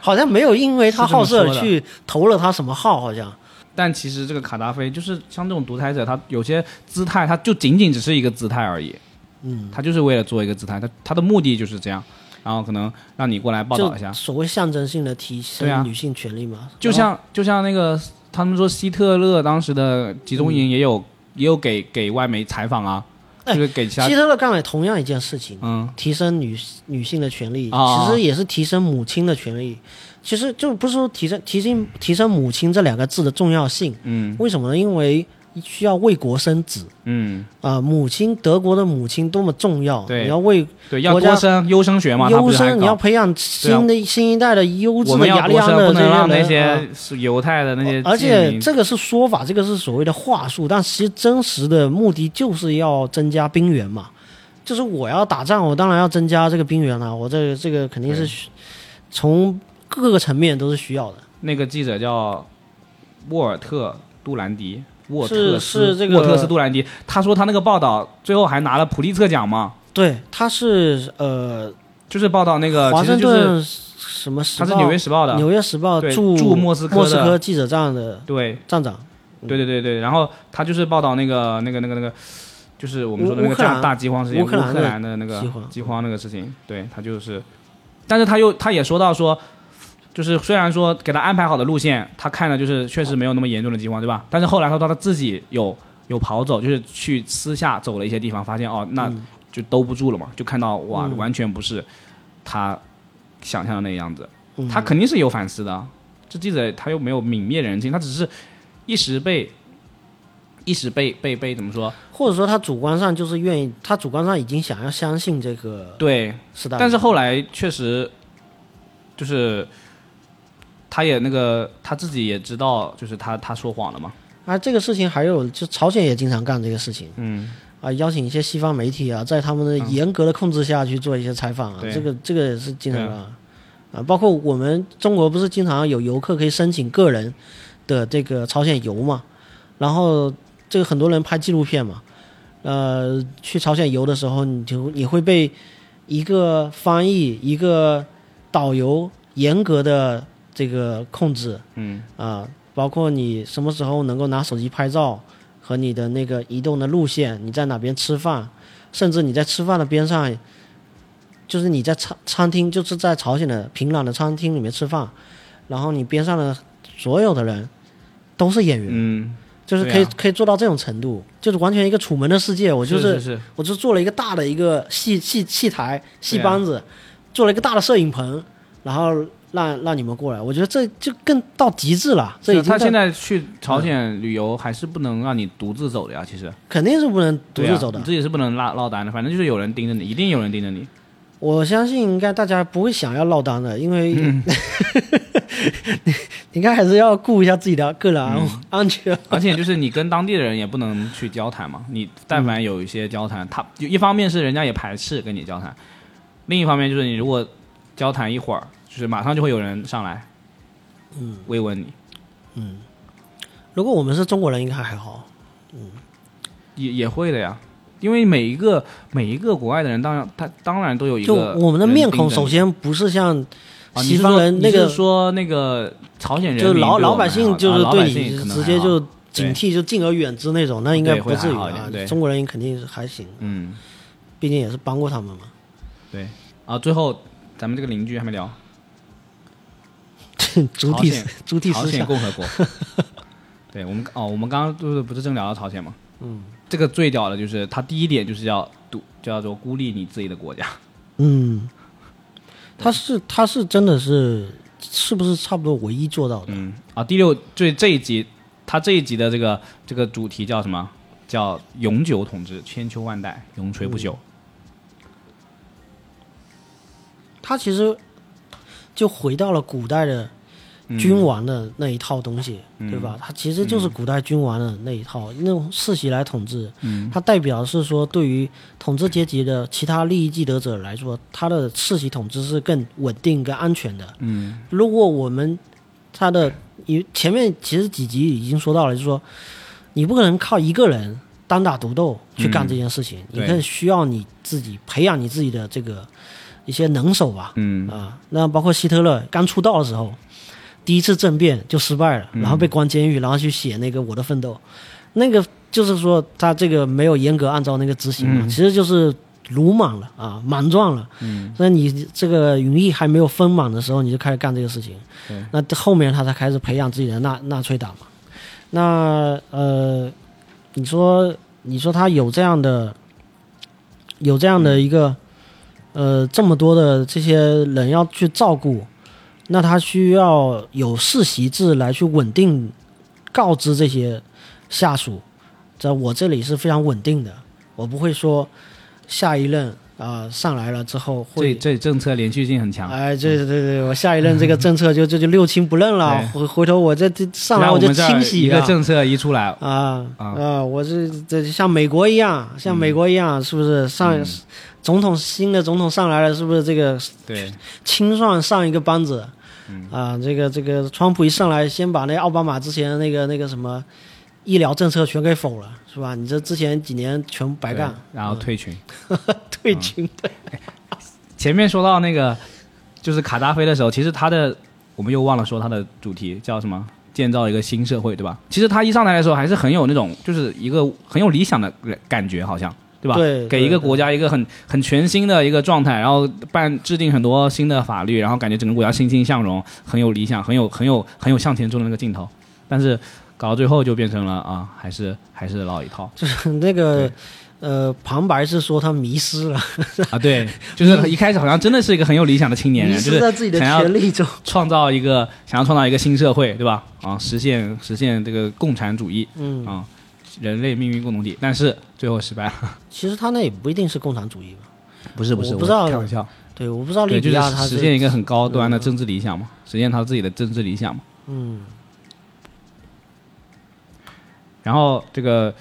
S2: 好像没有因为他
S1: 是这么
S2: 好
S1: 说
S2: 色
S1: 的
S2: 去投了他什么号，好像
S1: 但其实这个卡扎菲就是像这种独裁者，他有些姿态，他就仅仅只是一个姿态而已。嗯，他就是为了做一个姿态，他他的目的就是这样，然后可能让你过来报道一下
S2: 就。所谓象征性的提
S1: 对啊
S2: 升女性权利嘛，
S1: 就像就像那个他们说希特勒当时的集中营也有、也有给给外媒采访啊，
S2: 嗯哎
S1: 就是给其他
S2: 然后希特勒干了同样一件事情，
S1: 嗯
S2: 提升女女性的权利，
S1: 啊
S2: 其实也是提升母亲的权利。其实就不是说提升提升提升母亲这两个字的重要性，
S1: 嗯
S2: 为什么呢？因为需要为国生子
S1: 嗯，
S2: 啊、母亲德国的母亲多么重要，
S1: 对
S2: 你要为
S1: 对，要
S2: 国家
S1: 多生优生学嘛，他
S2: 优
S1: 不是还
S2: 生，你
S1: 搞。
S2: 要
S1: 啊
S2: 培养新的、新一代的优质
S1: 我
S2: 的
S1: 们要
S2: 雅利
S1: 多
S2: 安
S1: 生，
S2: 的
S1: 不
S2: 这
S1: 能让那
S2: 些人啊
S1: 些是犹太的那些
S2: 而
S1: 贱
S2: 且
S1: 民
S2: 这个是说法，这个是所谓的话术，但其实真实的目的就是要增加兵源嘛。就是我要打仗，我当然要增加这个兵源啊了。我这个、这个肯定是需从各个层面都是需要的。
S1: 那个记者叫沃尔特·杜兰迪，沃
S2: 是
S1: 特斯
S2: 是这个
S1: 沃特斯·杜兰迪，他说他那个报道最后还拿了普利策奖嘛，
S2: 对，他是呃，
S1: 就是报道那个
S2: 华
S1: 呃其实
S2: 盛
S1: 就是
S2: 顿什么时
S1: 他
S2: 报？
S1: 是《纽约时报》的，
S2: 纽约时报
S1: 对
S2: 驻
S1: 驻莫
S2: 莫
S1: 斯科的
S2: 科记者站的
S1: 对
S2: 站长。
S1: 对对对对，然后他就是报道那个那个那个那个，就是我们说的那
S2: 乌
S1: 个
S2: 克兰
S1: 大大饥荒事件，
S2: 乌
S1: 乌
S2: 克兰的
S1: 兰的那个
S2: 饥荒
S1: 饥荒那个事情，对他就是，但是他又他也说到说。就是虽然说给他安排好的路线，他看的就是确实没有那么严重的饥荒，对吧？但是后来他说他自己有有跑走，就是去私下走了一些地方，发现哦，那就兜不住了嘛，就看到哇，
S2: 嗯
S1: 完全不是他想象的那个样子。
S2: 嗯
S1: 他肯定是有反思的啊。这记者他又没有泯灭人性，他只是一时被一时被被被怎么说？
S2: 或者说他主观上就是愿意，他主观上已经想要相信这个
S1: 对，
S2: 时代，
S1: 但是后来确实就是他也那个他自己也知道，就是他他说谎了嘛。
S2: 啊，这个事情还有，就朝鲜也经常干这个事情。嗯，啊，邀请一些西方媒体啊，在他们的严格的控制下去做一些采访啊，
S1: 对
S2: 这个这个也是经常
S1: 对
S2: 干啊。啊，包括我们中国不是经常有游客可以申请个人的这个朝鲜游嘛，然后这个很多人拍纪录片嘛，呃，去朝鲜游的时候，你就你会被一个翻译、一个导游严格的这个控制，
S1: 嗯
S2: 啊，包括你什么时候能够拿手机拍照和你的那个移动的路线，你在哪边吃饭，甚至你在吃饭的边上，就是你在餐餐厅，就是在朝鲜的平壤的餐厅里面吃饭，然后你边上的所有的人都是演员，
S1: 嗯，
S2: 就是
S1: 对
S2: 可以、
S1: 啊
S2: 可以做到这种程度，就是完全一个楚门的世界。我就是
S1: 是
S2: 我就做了一个大的一个戏戏戏台戏
S1: 对啊
S2: 班子，做了一个大的摄影棚，然后让让你们过来，我觉得这就更到极致了。这已
S1: 是啊他
S2: 经嗯到
S1: 现在去朝鲜旅游还是不能让你独自走的呀，其实
S2: 肯定是不能独
S1: 对
S2: 自
S1: 啊
S2: 走的
S1: 你。自己是不能落落单的，反正就是有人盯着你，一定有人盯着 你。
S2: 我相信应该大家不会想要落单的，因为、
S1: 嗯
S2: 你应该还是要顾一下自己的个人安、
S1: 嗯
S2: 安全。
S1: 而且就是你跟当地的人也不能去交谈嘛，你
S2: 嗯
S1: 但凡有一些交谈，他就一方面是人家也排斥跟你交谈，另一方面就是你如果交谈一会儿，就是马上就会有人上来，嗯，慰问你，
S2: 如果我们是中国人，应该还好。
S1: 也也会的呀，因为每一个每一个国外的人，当然他当然都有一
S2: 就
S1: 个
S2: 我们的
S1: 人
S2: 面
S1: 盯
S2: 孔，
S1: 着
S2: 首
S1: 你
S2: 先不是像
S1: 啊你
S2: 西
S1: 是
S2: 方
S1: 说
S2: 人
S1: 你
S2: 那
S1: 是
S2: 个
S1: 说那个朝鲜人
S2: 就是
S1: 民
S2: 老
S1: 对我
S2: 老
S1: 们
S2: 百
S1: 还
S2: 姓
S1: 好
S2: 就
S1: 啊
S2: 是
S1: 老百
S2: 对
S1: 姓可
S2: 你
S1: 能
S2: 直
S1: 还
S2: 接
S1: 好
S2: 就警惕，就敬而远之那种，那应该
S1: 对
S2: 不
S1: 会
S2: 至于
S1: 还好一
S2: 啊
S1: 点。对
S2: 中国人肯定是还行，
S1: 嗯
S2: 毕竟也是帮过他们嘛。
S1: 对啊，最后咱们这个邻居还没聊，
S2: 主
S1: 朝
S2: 体
S1: 鲜
S2: 主体
S1: 朝
S2: 思
S1: 鲜
S2: 想，
S1: 共和 国。对我们哦，我们刚刚不是不是正聊到朝鲜吗？嗯，这个最屌的就是它第一点就是要独叫做孤立你自己的国家，
S2: 嗯，他是他是真的是是不是差不多唯一做到的？
S1: 嗯啊，第六最这一集，它这一集的这个这个主题叫什么？叫永久统治，千秋万代，永垂不朽。
S2: 他其实就回到了古代的
S1: 嗯
S2: 君王的那一套东西，
S1: 嗯
S2: 对吧？他其实就是古代君王的那一套，那种世袭来统治，
S1: 嗯
S2: 它代表是说对于统治阶级的其他利益既得者来说，他的世袭统治是更稳定、更安全的。
S1: 嗯
S2: 如果我们他的以前面其实几集已经说到了，就是说你不可能靠一个人单打独斗去干这件事情，
S1: 嗯对
S2: 你更需要你自己培养你自己的这个一些能手吧。
S1: 嗯
S2: 啊，那包括希特勒刚出道的时候，第一次政变就失败了，然
S1: 嗯
S2: 后被关监狱，然后去写那个《我的奋斗》，那个就是说他这个没有严格按照那个执行嘛，其实就是鲁莽了啊，莽撞了。
S1: 嗯，
S2: 那你这个云逸还没有丰满的时候，你就开始干这个事情
S1: 对，
S2: 那后面他才开始培养自己的纳纳粹党嘛。那呃，你说你说他有这样的有这样的
S1: 嗯
S2: 一个、呃这么多的这些人要去照顾，那他需要有世袭制来去稳定告知这些下属，在我这里是非常稳定的，我不会说下一任啊、上来了之后
S1: 这
S2: 会。
S1: 这政策连续性很强。
S2: 哎，对对对对，我下一任这个政策就这就六亲不认了，
S1: 嗯对
S2: 回回头我这这上来
S1: 然后我
S2: 我就
S1: 们这儿
S2: 清洗
S1: 一个
S2: 了。
S1: 政策一出来，
S2: 啊
S1: 啊嗯
S2: 啊！我是这像美国一样，像美国一样，是不是上总统新的总统上来了，是不是这个
S1: 对，
S2: 清算上一个班子？
S1: 嗯
S2: 啊，这个这个川普一上来，先把那奥巴马之前的那个那个什么医疗政策全给否了，是吧？你这之前几年全白干嗯
S1: 对，啊然后退群。
S2: 退群的。
S1: 前面说到那个就是卡扎菲的时候，其实他的我们又忘了说他的主题叫什么？建造一个新社会，对吧？其实他一上来的时候还是很有那种，就是一个很有理想的感觉，好像对吧？
S2: 对
S1: 给一个
S2: 对
S1: 国家一个很很全新的一个状态，然后办制定很多新的法律，然后感觉整个国家欣欣向荣，很有理想，很有很有很有向前冲的那个劲头。但是搞到最后就变成了啊，还是还是老一套
S2: 就是 那个呃，旁白是说他迷失了，
S1: 啊，对，就是一开始好像真的是一个很有理想的青年
S2: 迷
S1: 人，就
S2: 失
S1: 是
S2: 在自己的
S1: 想要
S2: 权利中。
S1: 创造一个想要创造一个新社会，对吧？啊，实现实现这个共产主义
S2: 嗯，
S1: 啊，人类命运共同体，但是最后失败了。
S2: 其实他那也不一定是共产主义吧？
S1: 不是
S2: 不是
S1: 我
S2: 我不知道
S1: 开玩笑，
S2: 对，我不知道利
S1: 对，就
S2: 比亚他
S1: 是嗯
S2: 是
S1: 实现一个很高端的政治理想嘛，实现他自己的政治理想嘛。
S2: 嗯。
S1: 然后这个，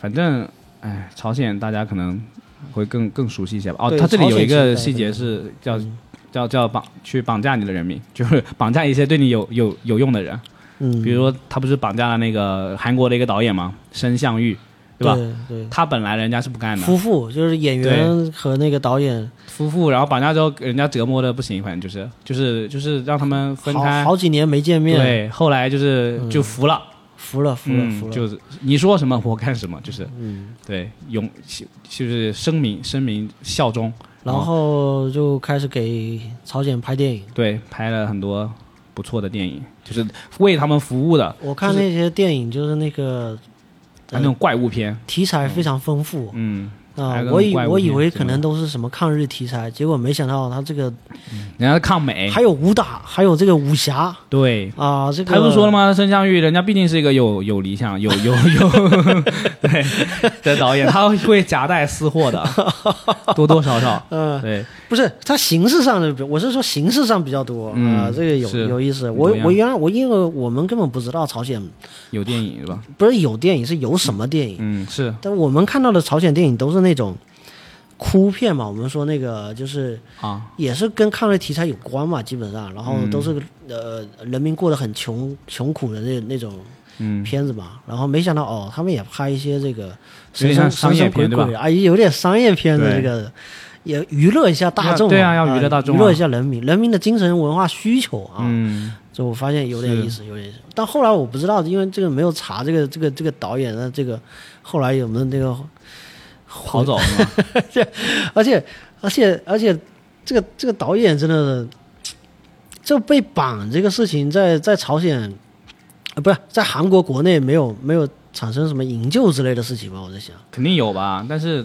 S1: 反正，哎，朝鲜大家可能会更更熟悉一些吧。哦，
S2: 对
S1: 他这里有一
S2: 朝鲜
S1: 个
S2: 现在
S1: 细节
S2: 可能
S1: 是叫叫叫绑去绑架你的人民， 就是绑架一些对你有有有用的人。
S2: 嗯，
S1: 比如说他不是绑架了那个韩国的一个导演嘛，申相玉，对吧？
S2: 对
S1: 他本来人家是不干的，
S2: 夫妇就是演员和那个导演，
S1: 夫妇，然后绑架之后，人家折磨的不行，反正就是就是就是让他们分
S2: 好
S1: 开。
S2: 好几年没见面，
S1: 对，后来就是就服了，
S2: 服了服了
S1: 嗯，
S2: 服了，
S1: 就是你说什么我干什么，就是
S2: 嗯，
S1: 对，永就是声明声明效忠，
S2: 然后就开始给朝鲜拍电影。
S1: 对，拍了很多不错的电影，就是为他们服务的，
S2: 我看那些电影就是那个
S1: 那种怪物片，
S2: 题材非常丰富，
S1: 嗯，还
S2: 啊
S1: 有，各
S2: 我
S1: 种
S2: 以
S1: 怪物
S2: 我以
S1: 片
S2: 为
S1: 什
S2: 可
S1: 么
S2: 能都是什么抗日题材，结果没想到他这个
S1: 人家抗美，
S2: 还有武打，还有这个武侠
S1: 对。
S2: 啊，这个
S1: 他不是说了吗？申湘玉，人家毕竟是一个有有理想、 有有有对的导演，他会夹带私货的，多多少少。
S2: 嗯
S1: 对，
S2: 不是，它形式上的比，我是说形式上比较多啊、
S1: 嗯
S2: 这个有
S1: 是
S2: 有意思。
S1: 怎
S2: 我
S1: 么样
S2: 我原来我因为我们根本不知道朝鲜
S1: 有电影是吧？
S2: 不是有电影是有什么电影，
S1: 嗯，是
S2: 但我们看到的朝鲜电影都是那种哭片嘛，我们说那个就是
S1: 啊，
S2: 也是跟抗日题材有关嘛，基本上，然后都是、呃人民过得很穷穷苦的那那种
S1: 嗯，
S2: 片子嘛，然后没想到哦，他们也拍一些这个
S1: 有
S2: 神
S1: 点
S2: 神
S1: 像
S2: 神
S1: 商
S2: 神
S1: 业
S2: 鬼
S1: 片
S2: 鬼
S1: 对
S2: 啊，有点商业片的
S1: 对
S2: 这个，也娱乐一下大众、
S1: 对啊要娱乐大众啊
S2: 娱乐一下人民，人民的精神文化需求啊。
S1: 嗯，
S2: 就我发现有点
S1: 是
S2: 意思，有点意思。但后来我不知道，因为这个没有查这个这个这个导演的这个后来有没有那个，
S1: 好走是吧？
S2: 而且而且而且这个这个导演真的，这被绑这个事情在在朝鲜，呃，不是在韩国国内没有没有产生什么营救之类的事情吧？我在想。
S1: 肯定有吧，但是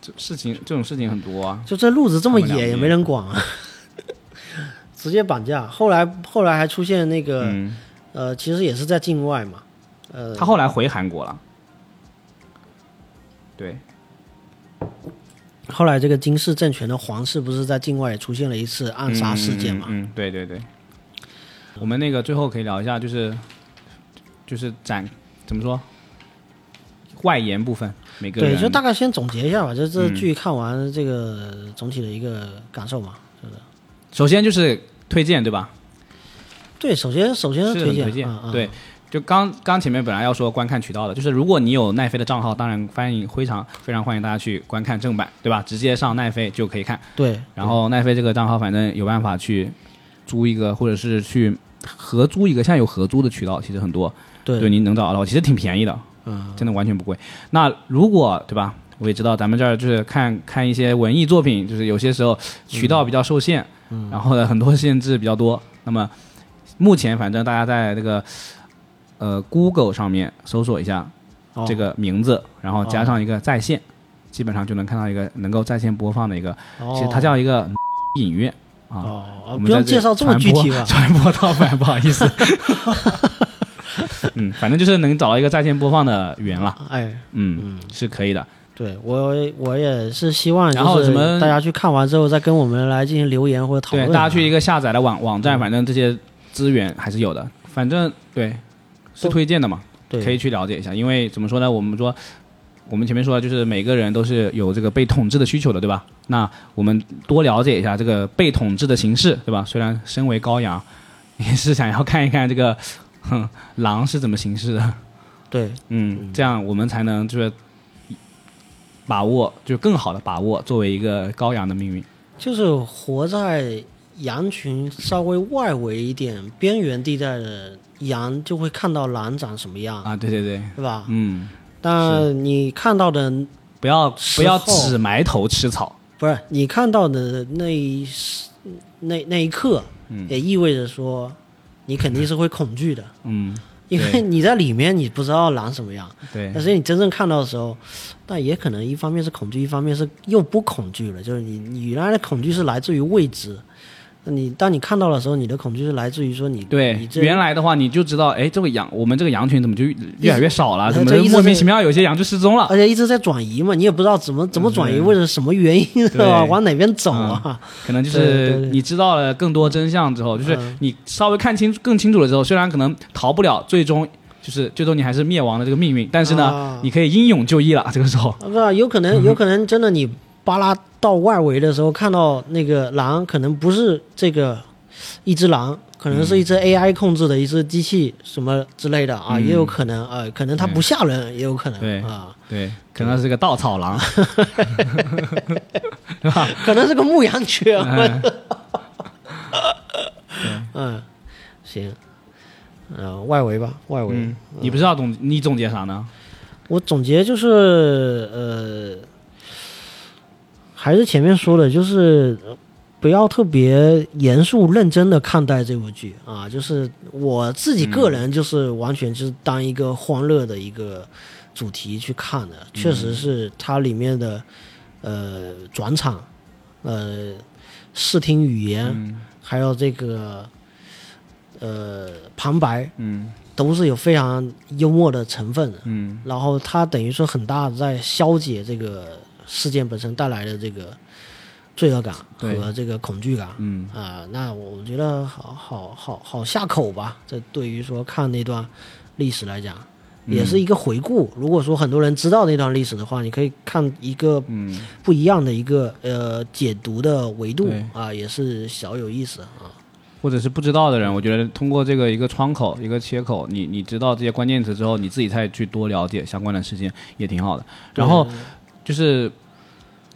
S1: 这事情这种事情很多啊。
S2: 就这路子这么
S1: 他们两
S2: 野，也
S1: 边
S2: 没人管啊， 直接绑架。后来后来还出现那个、
S1: 嗯，
S2: 呃，其实也是在境外嘛，呃，
S1: 他后来回韩国了。对，
S2: 后来这个金氏政权的皇室不是在境外也出现了一次暗杀事件嘛？
S1: 嗯，嗯嗯对对对。我们那个最后可以聊一下，就是就是展怎么说外延部分，每个人
S2: 对，就大概先总结一下吧，就这
S1: 嗯
S2: 剧看完这个总体的一个感受嘛。
S1: 首先就是推荐对吧？
S2: 对，首先首先
S1: 是很推
S2: 荐，
S1: 荐
S2: 啊，啊
S1: 对。就刚刚前面本来要说观看渠道的，就是如果你有奈飞的账号，当然欢迎非常非常欢迎大家去观看正版，对吧？直接上奈飞就可以看。
S2: 对，
S1: 然后奈飞这个账号，反正有办法去租一个，或者是去合租一个。现在有合租的渠道，其实很多，
S2: 对
S1: 对，你能找到，其实挺便宜的，
S2: 嗯，
S1: 真的完全不贵。那如果对吧？我也知道咱们这儿就是看看一些文艺作品，就是有些时候渠道比较受限，
S2: 嗯
S1: 然后呢很多限制比较多。那么目前反正大家在这个呃 Google 上面搜索一下
S2: 哦
S1: 这个名字，然后加上一个在线，基本上就能看到一个能够在线播放的一个
S2: 哦
S1: 其实它叫一个影院啊。
S2: 哦，
S1: 我
S2: 啊
S1: 们
S2: 不用
S1: 在这
S2: 介绍这么
S1: 传
S2: 具
S1: 播？
S2: 体吧
S1: 传播 盗版，不好意 思。嗯，反正就是能找到一个在线播放的源了，
S2: 哎，
S1: 嗯，是可以的。
S2: 对我我也是希望，
S1: 然后什么
S2: 大家去看完之后再跟我们来进行留言或者讨
S1: 对，
S2: 论啊，
S1: 大家去一个下载的网网
S2: 嗯
S1: 站，反正这些资源还是有的，反正对，是
S2: 都
S1: 推荐的嘛，
S2: 对
S1: 可以去了解一下。因为怎么说呢，我们说。我们前面说了，就是每个人都是有这个被统治的需求的，对吧？那我们多了解一下这个被统治的形式，对吧？虽然身为羔羊，也是想要看一看这个 哼狼是怎么行事的。
S2: 对
S1: 嗯，这样我们才能就是把握，就更好的把握作为一个羔羊的命运。
S2: 就是活在羊群稍微外围一点、边缘地带的羊，就会看到狼长什么样，
S1: 啊，对对对，
S2: 对吧？
S1: 嗯，
S2: 但你看到的
S1: 不要
S2: 时
S1: 不要
S2: 候
S1: 只埋头吃草，
S2: 不是你看到的那一时那那一刻，也意味着说你肯定是会恐惧的，
S1: 嗯，
S2: 因为
S1: 对
S2: 你在里面你不知道狼什么样，
S1: 对
S2: 但，是你真正看到的时候，但也可能一方面是恐惧，一方面是又不恐惧了。就是你你原来的恐惧是来自于未知，那你当你看到的时候，你的恐惧是来自于说你你
S1: 对，
S2: 这
S1: 原来的话你就知道，哎，这个羊，我们这个羊群怎么就越来越少了？
S2: 一直
S1: 怎么
S2: 这一直
S1: 莫名
S2: 是呃
S1: 其妙有些羊就失踪了？
S2: 而且一直在转移嘛，你也不知道怎么怎么转移，为了什么原因是
S1: 嗯
S2: 吧？
S1: 对嗯
S2: 往哪边走啊？
S1: 可能就
S2: 对对
S1: 是
S2: 对
S1: 你知道了更多真相之后，就是
S2: 嗯
S1: 你稍微看清更清楚了之后，虽然可能逃不了最终。就是最终你还是灭亡的这个命运，但是呢，
S2: 啊
S1: 你可以英勇就义了。这个时候，
S2: 啊不知道，有可
S1: 嗯
S2: 能有可能真的你扒拉到外围的时候，看到那个狼，可能不是这个一只狼。可能
S1: 嗯
S2: 是一只 AI 控制的一只机器什么之类的啊，
S1: 嗯
S2: 也有可能啊、呃可能它不吓人，也有可能
S1: 对
S2: 啊。
S1: 对，可能是个稻草狼，
S2: 可能是个牧羊犬。
S1: 哎
S2: 啊 嗯，行，呃，外围吧，外围。
S1: 嗯， 你不知道总你总结啥呢？
S2: 我总结就是，呃，还是前面说的，就是呃不要特别严肃认真的看待这部剧啊。就是我自己个人，就是完全就是当一个欢乐的一个。主题去看的，确实是它里面的呃转场、呃视听语言，
S1: 嗯
S2: 还有这个呃旁白，
S1: 嗯
S2: 都是有非常幽默的成分的。
S1: 嗯
S2: 然后它等于说很大的在消解这个事件本身带来的这个罪恶感
S1: 对
S2: 和这个恐惧感。
S1: 嗯
S2: 啊、那我觉得好好好好下口吧。这对于说看那段历史来讲，也是一个回顾。如果说很多人知道那段历史的话，你可以看一个
S1: 嗯，
S2: 不一样的一个呃解读的维度
S1: 对
S2: 啊、也是小有意思啊。
S1: 或者是不知道的人，我觉得通过这个一个窗口、一个切口，你你知道这些关键词之后，你自己再去多了解相关的事件也挺好的。然后就是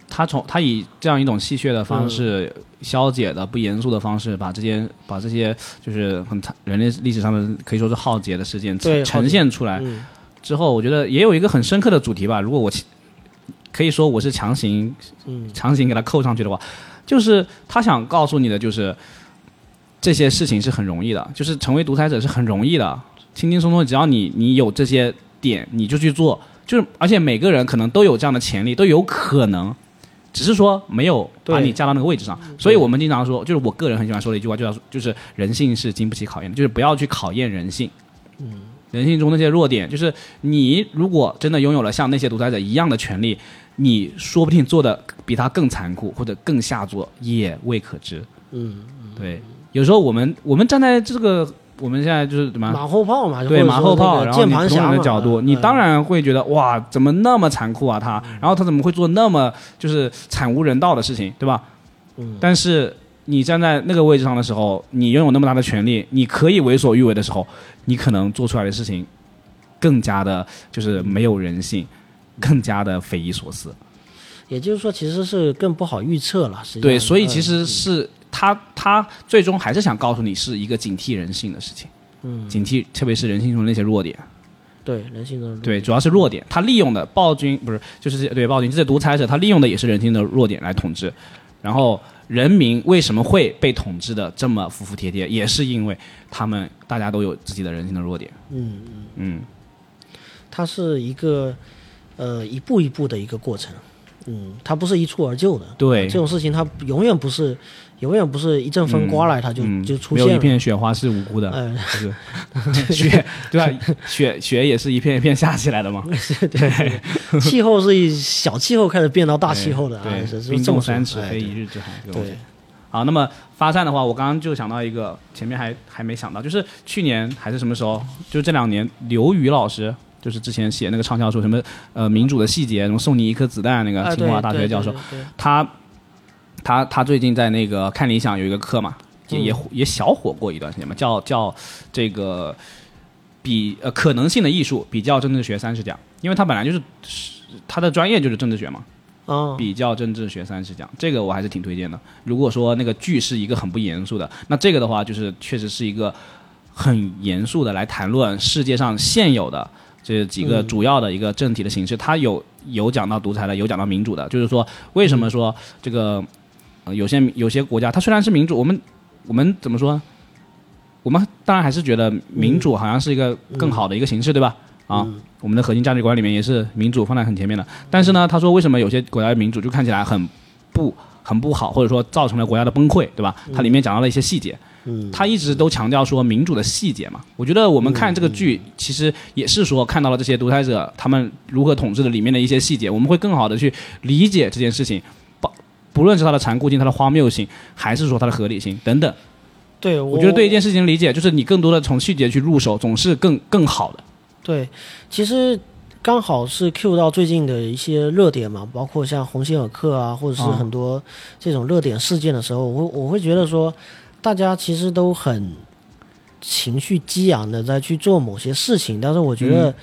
S1: 他从他以这样一种戏谑的方式、
S2: 嗯
S1: 消解的不严肃的方式，把这些把这些就是很惨人类历史上的可以说是浩劫的事件
S2: 对浩劫
S1: 呈现出来
S2: 嗯，
S1: 之后，我觉得也有一个很深刻的主题吧。如果我其可以说我是强行
S2: 嗯
S1: 强行给它扣上去的话，就是他想告诉你的就是这些事情是很容易的，就是成为独裁者是很容易的，轻轻松松，只要你你有这些点，你就去做，就是而且每个人可能都有这样的潜力，都有可能。只是说没有把
S2: 对嗯
S1: 你架到那个位置上，所以我们经常说，就是我个人很喜欢说的一句话，就是就是人性是经不起考验的，就是不要去考验人性。
S2: 嗯
S1: 人性中那些弱点，就是你如果真的拥有了像那些独裁者一样的权利，你说不定做的比他更残酷或者更下作也未可知。
S2: 嗯，
S1: 对，有时候我们我们站在这个我们现在就是什么？
S2: 马后炮嘛，
S1: 对
S2: 或者说
S1: 马后
S2: 那
S1: 炮，
S2: 个
S1: 然后
S2: 键
S1: 你
S2: 盘
S1: 从
S2: 侠
S1: 人
S2: 嘛
S1: 的角度，
S2: 嗯
S1: 你当然会觉得哇，怎么那么残酷啊他？然后他怎么会做那么就是惨无人道的事情，对吧？
S2: 嗯
S1: 但是你站在那个位置上的时候，你拥有那么大的权利，你可以为所欲为的时候，你可能做出来的事情更加的，就是没有人性，更加的匪夷所思。
S2: 也就是说其实是更不好预测了。实际上
S1: 对，所以其
S2: 嗯
S1: 实是他他最终还是想告诉你，是一个警惕人性的事情。嗯，警惕，特别是人性中的那些弱点。
S2: 对人性的
S1: 对，主要是弱点，他利用的暴君不是就是这对暴君，这些独裁者他利用的也是人性的弱点来统治，然后人民为什么会被统治的这么服服帖帖，也是因为他们大家都有自己的人性的弱点。
S2: 嗯
S1: 嗯，
S2: 它是一个呃一步一步的一个过程，嗯，它不是一蹴而就的。
S1: 对
S2: 啊这，种事情它永远不是，永远不是一阵风刮来它就、
S1: 嗯
S2: 就出
S1: 没有一
S2: 现了。
S1: 片雪花是无辜的，
S2: 呃，
S1: 就是雪对吧？雪雪也是一片一片下起来的嘛。
S2: 哎气候是一小气候开始变到大气候的啊
S1: 哎对，，
S2: 是是
S1: 冰
S2: 这么
S1: 冻
S2: 说
S1: 三尺，
S2: 哎
S1: 非一日之寒。这个东西
S2: 对，
S1: 好，那么发散的话，我刚刚就想到一个，前面还还没想到，就是去年还是什么时候，就是这两年，刘宇老师就是之前写那个畅销书，什么呃民主的细节，什么送你一颗子弹那个
S2: 啊
S1: 清华大学教授，，啊他他他最近在那个看理想有一个课嘛，也也也小火过一段时间嘛，叫叫这个比呃可能性的艺术比较政治学三十讲，因为他本来就是他的专业就是政治学嘛。
S2: 啊，
S1: 比较政治学三十讲，这个我还是挺推荐的。如果说那个剧是一个很不严肃的，那这个的话就是确实是一个很严肃的来谈论世界上现有的这几个主要的一个政体的形式。它有有讲到独裁的，有讲到民主的，就是说为什么说这个、呃有些有些国家它虽然是民主，我们我们怎么说呢？我们当然还是觉得民主好像是一个更好的一个形式，对吧？啊，
S2: 嗯
S1: 我们的核心价值观里面也是民主放在很前面的。但是呢，他说为什么有些国家的民主就看起来很不很不好，或者说造成了国家的崩溃，对吧？它里面讲到了一些细节，
S2: 嗯，
S1: 他一直都强调说民主的细节嘛。我觉得我们看这个剧，其实也是说看到了这些独裁者他们如何统治的里面的一些细节，我们会更好的去理解这件事情。不不论是它的残酷性、它的荒谬性，还是说它的合理性等等，
S2: 对
S1: 我觉得对一件事情的理解，就是你更多的从细节去入手，总是更更好的。
S2: 对，其实刚好是 Q 到最近的一些热点嘛，包括像鸿星尔克啊，或者是
S1: 啊
S2: 很多这种热点事件的时候，我我会觉得说，大家其实都很情绪激昂的在去做某些事情，但是我觉得，
S1: 嗯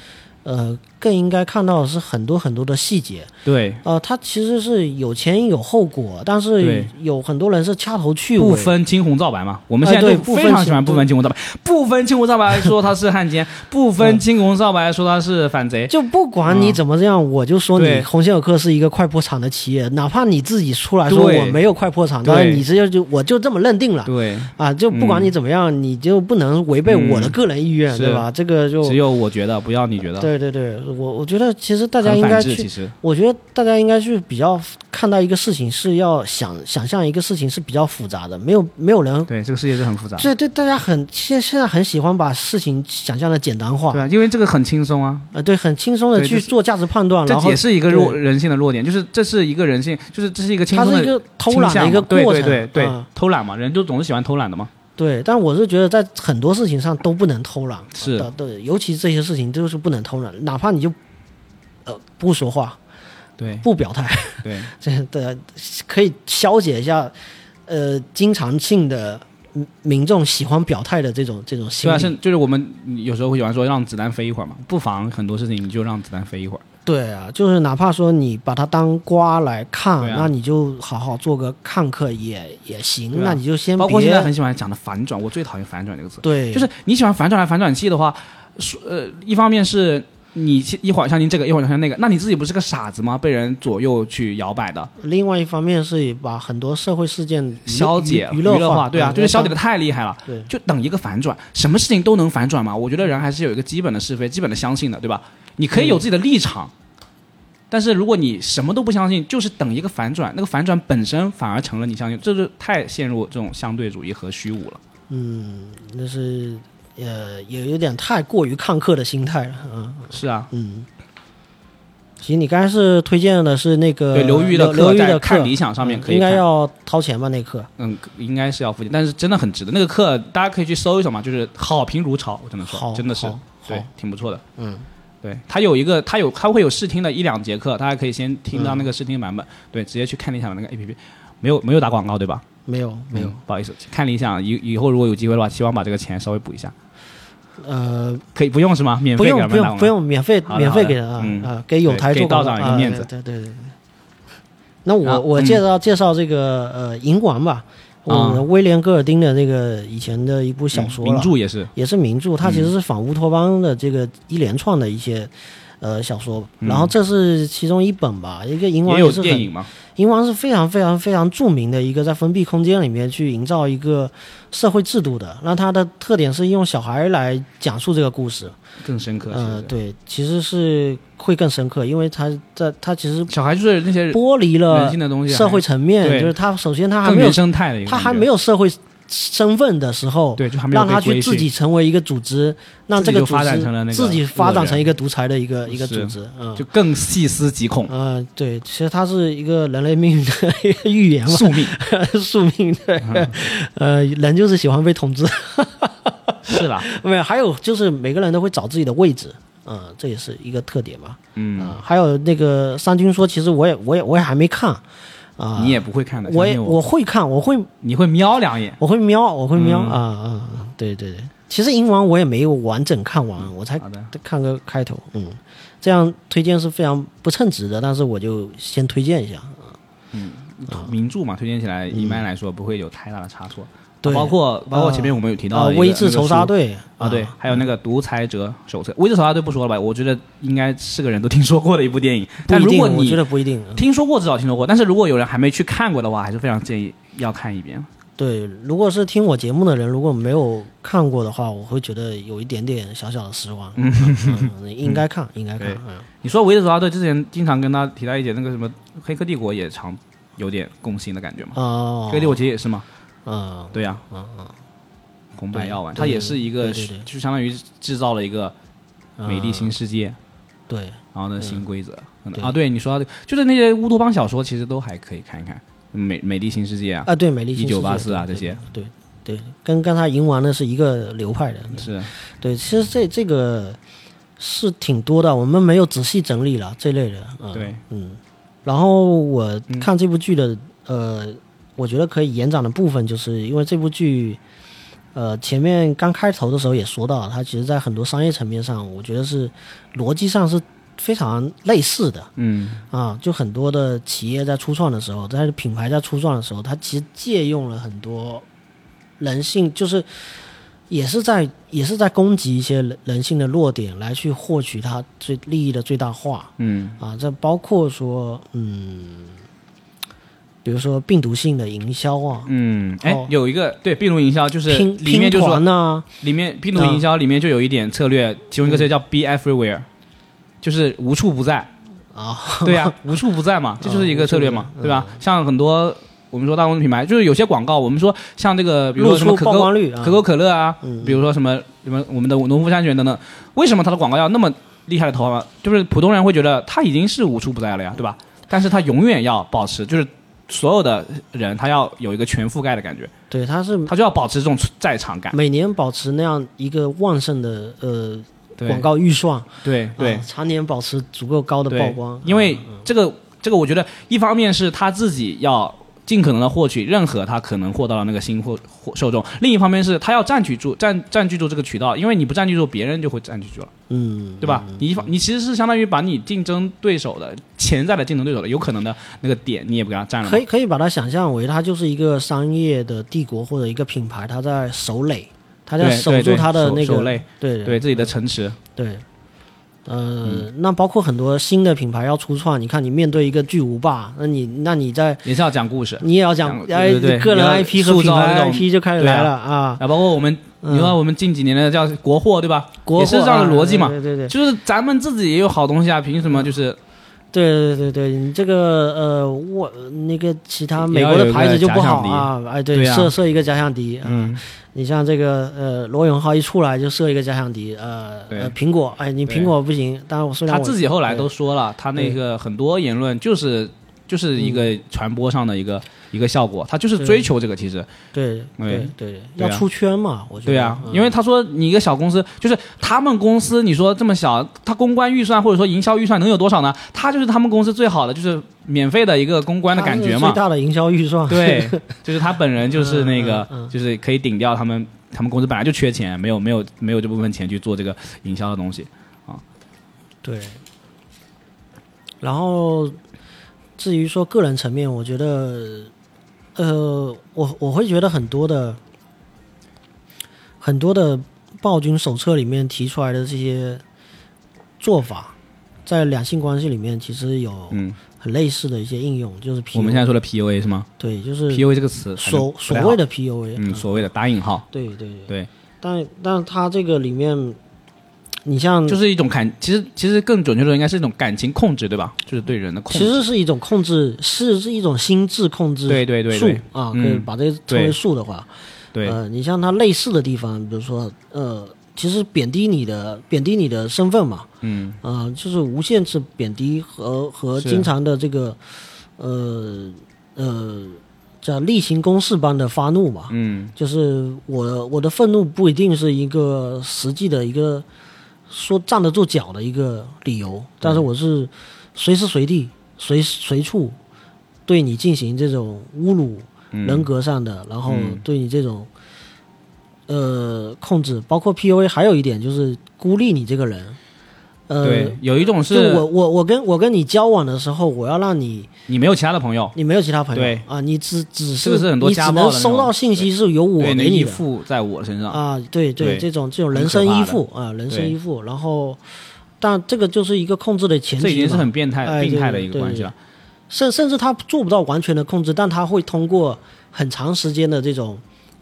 S2: 呃，更应该看到的是很多很多的细节，
S1: 对，
S2: 呃，它其实是有前因有后果，但是
S1: 对
S2: 有很多人是掐头去尾，
S1: 不分青红皂白嘛，我们现在
S2: 哎对
S1: 都
S2: 不分
S1: 非常
S2: 青
S1: 喜欢不分青红皂白，不分青红皂白说他是汉 奸，不分青红皂白说他是反贼。
S2: 就不管你怎么这样，我就说你
S1: 啊对
S2: 鸿星尔克是一个快破产的企业，哪怕你自己出来说
S1: 对
S2: 我没有快破产，但是
S1: 对
S2: 你直接就我就这么认定了
S1: 对，
S2: 啊，就不管你怎么样，你就不能违背我的个人意愿，
S1: 嗯
S2: 对吧？这个就
S1: 只有我觉得，不要你觉得。
S2: 对对对，我我觉得其实大家
S1: 很
S2: 应
S1: 反
S2: 该
S1: 制，
S2: 去
S1: 其实
S2: 我觉得大家应该去比较看待一个事情，是要想想象一个事情是比较复杂的，没有没有人，
S1: 对这个世界是很复杂的，
S2: 这对大家很现现在很喜欢把事情想象的简单化
S1: 对，啊，因为这个很轻松啊。
S2: 呃，对，很轻松的
S1: 对
S2: 去
S1: 就是
S2: 做价值判断，
S1: 这
S2: 啊然后
S1: 也是一个弱
S2: 对
S1: 人性的弱点，就是这是一个人性，就是这是一个轻
S2: 它
S1: 松
S2: 是一
S1: 的
S2: 个偷懒
S1: 倾
S2: 的
S1: 向
S2: 一个
S1: 嘛对
S2: 过程，
S1: 对对对
S2: 嗯，
S1: 偷懒嘛，人就总是喜欢偷懒的嘛。
S2: 对。但我是觉得在很多事情上都不能偷懒，
S1: 是
S2: 的，对，尤其这些事情就是不能偷懒，哪怕你就呃不说话、
S1: 对
S2: 不表态，
S1: 对
S2: 这的可以消解一下，呃，经常性的民民众喜欢表态的这种这种心
S1: 对啊，
S2: 理。
S1: 是就是我们有时候会喜欢说让子弹飞一会儿嘛，不妨很多事情你就让子弹飞一会儿。
S2: 对啊，就是哪怕说你把它当瓜来看，
S1: 对啊
S2: 那你就好好做个看客也也行。
S1: 对啊
S2: 那你就先别
S1: 包括现在很喜欢讲的反转，我最讨厌反转这个词。
S2: 对，
S1: 就是你喜欢反转来反转去的话，说呃，一方面是你一会儿相信这个，一会儿相信那个，那你自己不是个傻子吗？被人左右去摇摆的，
S2: 另外一方面是把很多社会事件娱
S1: 消解
S2: 娱娱
S1: 乐
S2: 乐化，
S1: 对啊，就是消解的。太厉害了。
S2: 对
S1: 就等一个反转，什么事情都能反转嘛？我觉得人还是有一个基本的是非、基本的相信的，对吧？你可以
S2: 嗯
S1: 有自己的立场，但是如果你什么都不相信，就是等一个反转，那个反转本身反而成了你相信，这就太陷入这种相对主义和虚无了。
S2: 嗯，那是呃，也有点太过于看客的心态了。嗯
S1: 是啊，
S2: 嗯。其实你刚才是推荐的是那个
S1: 对刘瑜的
S2: 刘
S1: 课
S2: 瑜
S1: 在
S2: 的课嗯
S1: 看理想上面可以
S2: 应该
S1: 看
S2: 要掏钱吧那课。
S1: 嗯，应该是要付钱，但是真的很值得。那个课大家可以去搜一搜嘛，就是好评如潮，我只能说
S2: 好
S1: 真的是
S2: 好
S1: 对
S2: 好，
S1: 挺不错的。
S2: 嗯，
S1: 对，它有一个，它有，它会有试听的一两节课，大家可以先听
S2: 嗯
S1: 到那个试听版本，对，直接去看理想的那个 APP，没有没有打广告对吧？
S2: 没有没有
S1: 嗯，不好意思，看理想以以后如果有机会的话，希望把这个钱稍微补一下，
S2: 呃，
S1: 可以不用是吗？免
S2: 不
S1: 费给
S2: 用
S1: 他
S2: 不
S1: 们打广
S2: 用不
S1: 告，
S2: 用，免费
S1: 好的
S2: 免
S1: 好
S2: 费
S1: 的
S2: 给他啊
S1: 嗯
S2: 啊，给有台
S1: 对
S2: 做广告
S1: 给道长一个面子
S2: 啊对对对。对那我
S1: 啊
S2: 我
S1: 嗯啊
S2: 介绍介绍这个呃银丸吧，我们威廉戈尔丁的这个以前的一部小
S1: 嗯
S2: 说
S1: 名
S2: 了，
S1: 著嗯也是，
S2: 也是名著，它其实是仿乌托邦的这个一连串的一些。呃，小说，然后这是其中一本吧，一个
S1: 嗯
S2: 银
S1: 也
S2: 丸
S1: 有
S2: 是
S1: 电
S2: 很
S1: 影嘛，
S2: 银王是非常非常非常著名的一个在封闭空间里面去营造一个社会制度的。那它的特点是用小孩来讲述这个故事，
S1: 更深刻。
S2: 呃，
S1: 对，
S2: 对，其实是会更深刻，因为它在它其实
S1: 小孩就是那些
S2: 剥离
S1: 人
S2: 了
S1: 性的东西还，
S2: 社会层面，
S1: 对
S2: 就是它首先它还
S1: 更
S2: 没有
S1: 原生态的一个
S2: 它
S1: 感觉，
S2: 还没有社会身份的时候，
S1: 对，就还没有
S2: 让他
S1: 被规
S2: 去自
S1: 训
S2: 己成为一个组织，让这个
S1: 自己就
S2: 组
S1: 发展成了那
S2: 织
S1: 个
S2: 自己发展成一个独裁的一个
S1: 恶人
S2: 一个组
S1: 是
S2: 织，嗯
S1: 就。更细思极恐，
S2: 呃，对，其实它是一个人类命运的一个预言嘛，
S1: 宿命
S2: 宿命对，
S1: 嗯
S2: 呃，人就是喜欢被统治。
S1: 是啦，
S2: 没有，还有就是每个人都会找自己的位置，嗯、这也是一个特点嘛。嗯、
S1: 嗯，
S2: 还有那个三军说，其实我也我也我也还没看啊，
S1: 你也不会看的，
S2: 我
S1: 相
S2: 也
S1: 信
S2: 我会看，我会
S1: 你会瞄两眼，
S2: 我会瞄，我会
S1: 嗯
S2: 瞄啊啊、啊对对对，其实银王我也没有完整看完，我才
S1: 嗯好的
S2: 看个开头，嗯，这样推荐是非常不称职的，但是我就先推荐一下。
S1: 名著嘛，推荐起来一般来说不会有太大的差错，
S2: 嗯
S1: 啊
S2: 对
S1: 包括包括前面我们有提到
S2: 啊，
S1: 的
S2: 《
S1: 一个
S2: 微智仇杀。
S1: 那个书
S2: 队》
S1: 啊，对，还有那个《独裁者手册》，《微智仇杀队》不说了吧？我觉得应该是个人都听说过的一部电影。
S2: 不
S1: 但
S2: 一
S1: 如
S2: 定，
S1: 果
S2: 我觉
S1: 你
S2: 得不一定。嗯
S1: 听说过，至少听说过。但是如果有人还没去看过的话，还是非常建议要看一遍。
S2: 对，如果是听我节目的人，如果没有看过的话，我会觉得有一点点小小的失望。嗯，应该看，应该看
S1: 对。
S2: 嗯，
S1: 你说《维智仇杀队》之前经常跟他提到一点那个什么《黑客帝国》也常有点共性的感觉嘛，
S2: 哦
S1: 黑，客帝国》其实也是嘛，
S2: 嗯，
S1: 对呀、
S2: 嗯嗯，
S1: 红白药丸，
S2: 对
S1: 它也是一个
S2: 对对对
S1: 就相当于制造了一个美丽新世界，
S2: 对，
S1: 然后呢新规则可能
S2: 对
S1: 啊，对你说到这个，就是那些乌托邦小说其实都还可以看一看，美美丽新世界啊，
S2: 啊，对，美丽新世界
S1: 1984啊这
S2: 对
S1: 些，
S2: 对对，对跟刚才赢完的是一个流派的。
S1: 是
S2: 对，其实这这个是挺多的，我们没有仔细整理了这类的。嗯，
S1: 对，嗯
S2: 嗯，然后我看这部剧的、呃，我觉得可以延展的部分，就是因为这部剧，呃，前面刚开头的时候也说到，它其实在很多商业层面上，我觉得是逻辑上是非常类似的
S1: 嗯，
S2: 啊。就很多的企业在初创的时候，在品牌在初创的时候，它其实借用了很多人性，就是。也是在也是在攻击一些人人性的弱点，来去获取它最利益的最大化。
S1: 嗯
S2: 啊，这包括说，嗯，比如说病毒性的营销啊，
S1: 嗯，哎、
S2: 哦
S1: 有一个对病毒营销就是
S2: 拼
S1: 里
S2: 拼
S1: 面就说
S2: 团呐、啊 嗯
S1: 里面病毒营销里面就有一点策略，其中一个策略叫 Be Everywhere，、就是无处不在，
S2: 啊，
S1: 对呀、无处不在嘛，这就是一个策略嘛，对
S2: 嗯
S1: 吧？像很多我们说大众品牌，就是有些广告，我们说像这个，比如
S2: 嗯露
S1: 说什么
S2: 出
S1: 可
S2: 曝
S1: 口
S2: 光率啊，
S1: 可口可乐啊，
S2: 嗯
S1: 比如说什么什么我们的农夫山泉等等，为什么它的广告要那么厉害的投放？就是普通人会觉得它已经是无处不在了呀，对吧？但是它永远要保持，就是所有的人他要有一个全覆盖的感觉，
S2: 对，它是
S1: 他就要保持这种在场感。
S2: 每年保持那样一个旺盛的呃
S1: 对
S2: 广告预算，
S1: 对对
S2: 啊，常年保持足够高的
S1: 对
S2: 曝光，嗯
S1: 因为这个这个，我觉得一方面是他自己要尽可能的获取任何他可能获到的那个新获获受众，另一方面是他要占据住占占据住这个渠道，因为你不占据住，别人就会占据住了，
S2: 嗯，
S1: 对吧？你一方你其实是相当于把你竞争对手的潜在的竞争对手的有可能的那个点，你也不给他占了嘛。
S2: 可以可以把它想象为它就是一个商业的帝国或者一个品牌，它在守垒，它在
S1: 对
S2: 守
S1: 对
S2: 住
S1: 对
S2: 它的
S1: 守
S2: 那
S1: 守
S2: 个
S1: 垒
S2: 对嗯
S1: 对嗯自己的城池，
S2: 对，呃，那包括很多新的品牌要初创，你看你面对一个巨无霸，那你那你在
S1: 也是要讲故事。
S2: 你也要讲
S1: 讲
S2: 哎
S1: 对对对
S2: 个人
S1: 你要
S2: IP 和
S1: 塑
S2: 品
S1: 造那
S2: 牌
S1: 种
S2: IP 就开始
S1: 对啊
S2: 来了啊，
S1: 啊，包括我们，你说我们近几年的叫国货，对吧？
S2: 国
S1: 也是
S2: 货
S1: 这样的
S2: 啊
S1: 逻辑嘛。
S2: 对对对
S1: 就是咱们自己也有好东西啊，凭什么就是
S2: 对对对对，你这个呃，我那个其他
S1: 也
S2: 美
S1: 要
S2: 国
S1: 有
S2: 的
S1: 一
S2: 牌
S1: 个
S2: 子就不
S1: 假想
S2: 好啊，哎，对，
S1: 对啊
S2: 设设一个假想敌，啊
S1: 嗯，
S2: 你像这个呃，罗永浩一出来就设一个假想敌，呃，
S1: 对
S2: 呃苹果，哎，你
S1: 对
S2: 苹果不行，当然我虽然
S1: 他
S2: 我
S1: 自己后来都说了，他那个很多言论就是就是一
S2: 嗯
S1: 个传播上的一个一个效果，他就是追求这个其实
S2: 对对
S1: 对
S2: 对，
S1: 对
S2: 要
S1: 啊
S2: 出圈嘛，我觉得
S1: 对啊，
S2: 嗯
S1: 因为他说你一个小公司，就是他们公司你说这么小，他公关预算或者说营销预算能有多少呢？他就是他们公司最好的就是免费的一个公关的感觉
S2: 它是
S1: 嘛
S2: 最，大的营销预算，
S1: 对，就是他本人就是那个
S2: 嗯嗯嗯
S1: 就是可以顶掉他们他们公司本来就缺钱，没有没有没有这部分钱去做这个营销的东西，
S2: 对。然后，至于说个人层面，我觉得，呃，我我会觉得很多的很多的暴君手册里面提出来的这些做法，在两性关系里面其实有
S1: 嗯，
S2: 很类似的一些应用，就是 PUA。
S1: 我们现在说的 PUA 是吗
S2: 对，就是
S1: ？PUA 这个词好像
S2: 所
S1: 不
S2: 所
S1: 太好
S2: 谓的 PUA，
S1: 嗯，所谓的打引号。
S2: 对对对。
S1: 对，
S2: 但但它这个里面，你像
S1: 就是一种感，其实其实更准确的说，应该是一种感情控制，对吧？就是对人的控
S2: 其
S1: 制。
S2: 实是一种控制，是是一种心智控制
S1: 对对对
S2: 术
S1: 对
S2: 啊，可
S1: 嗯
S2: 以把这个称为术的话，
S1: 对、
S2: 呃，你像它类似的地方，比如说呃，其实贬低你的贬低你的身份嘛，
S1: 嗯，
S2: 啊，就是无限制贬低和和
S1: 是
S2: 经常的这个呃呃叫例行公事般的发怒嘛，
S1: 嗯
S2: 就是我我的愤怒不一定是一个实际的一个说站得住脚的一个理由，但
S1: 嗯
S2: 是我是随时随地随随处对你进行这种侮辱
S1: 嗯，
S2: 人格上的，然后
S1: 嗯
S2: 对你这种呃控制，包括 PUA，还有一点就是孤立你这个人，呃
S1: 对，，有一种
S2: 就是我我我跟我跟你交往的时候，我要让你
S1: 你没有其他的朋友，
S2: 你没有其他朋友
S1: 对
S2: 啊，你只只
S1: 这个是很多
S2: 你只
S1: 家暴
S2: 能
S1: 的那
S2: 收到
S1: 种
S2: 信息是由我
S1: 对，
S2: 给
S1: 你
S2: 你
S1: 依
S2: 的。
S1: 附在我身上。
S2: 啊，对对，
S1: 对
S2: 这种这种
S1: 很
S2: 人
S1: 可
S2: 身
S1: 怕
S2: 依
S1: 的
S2: 附啊，人身
S1: 对
S2: 依附，然后，但这个就是一个控制的前提
S1: 这已经是
S2: 嘛
S1: 很变态、
S2: 哎对
S1: 病态的一
S2: 对
S1: 个关系了。
S2: 甚甚至他做不到完全的控制，但他会通过很长时间的这种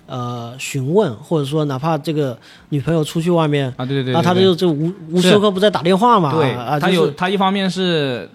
S2: 呃询问，或者说哪怕这个女朋友出去外面，
S1: 啊，对对对
S2: 啊，他
S1: 对
S2: 就就无无
S1: 是
S2: 时无刻不在打电话嘛，
S1: 对，
S2: 啊，
S1: 他
S2: 就
S1: 有
S2: 是
S1: 他一方面是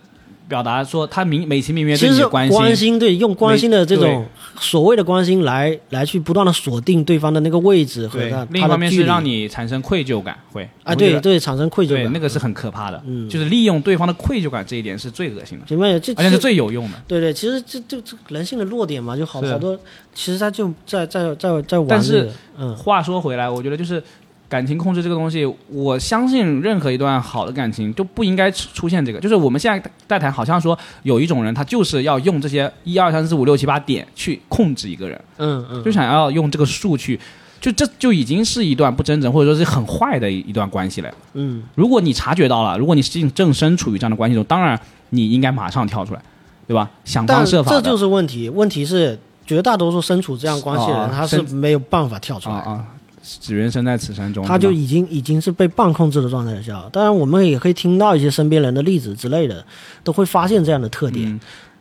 S1: 表达说他明美其名曰
S2: 其
S1: 对
S2: 实
S1: 你
S2: 是
S1: 的
S2: 关
S1: 心，
S2: 对，用关心的这
S1: 对
S2: 种所谓的关心来来去不断的锁定对方的那个位置和
S1: 对
S2: 他，
S1: 另一
S2: 他的
S1: 方面
S2: 距
S1: 是
S2: 离
S1: 让你产生愧疚感，会我
S2: 啊，
S1: 觉
S2: 对
S1: 得
S2: 对，产生愧疚
S1: 对，
S2: 感，
S1: 那个是很可怕的，就是利用对方的愧疚感这一点是最恶心的，
S2: 明白？这
S1: 而且
S2: 这
S1: 是最有用的。
S2: 对对，其实这这这人性的弱点嘛，就好
S1: 是
S2: 好多，其实他就在在在在玩
S1: 但是
S2: 这个，嗯，
S1: 话说回来，我觉得就是感情控制这个东西，我相信任何一段好的感情就不应该出出现这个。就是我们现在在谈，好像说有一种人，他就是要用这些一二三四五六七八点去控制一个人，
S2: 嗯嗯，
S1: 就想要用这个数去，就这就已经是一段不真诚或者说是很坏的一一段关系了。
S2: 嗯，
S1: 如果你察觉到了，如果你正正身处于这样的关系中，当然你应该马上跳出来，对吧？想
S2: 但
S1: 方设法
S2: 这
S1: 的。
S2: 就是问题，问题是绝大多数身处这样关系的人，
S1: 啊
S2: 他是
S1: 身
S2: 没有办法跳出
S1: 啊
S2: 来的，
S1: 啊！只缘身在此山中，
S2: 他就是
S1: 吗
S2: 已经已经是被半控制的状态下了。当然，我们也可以听到一些身边人的例子之类的，都会发现这样的特点，
S1: 嗯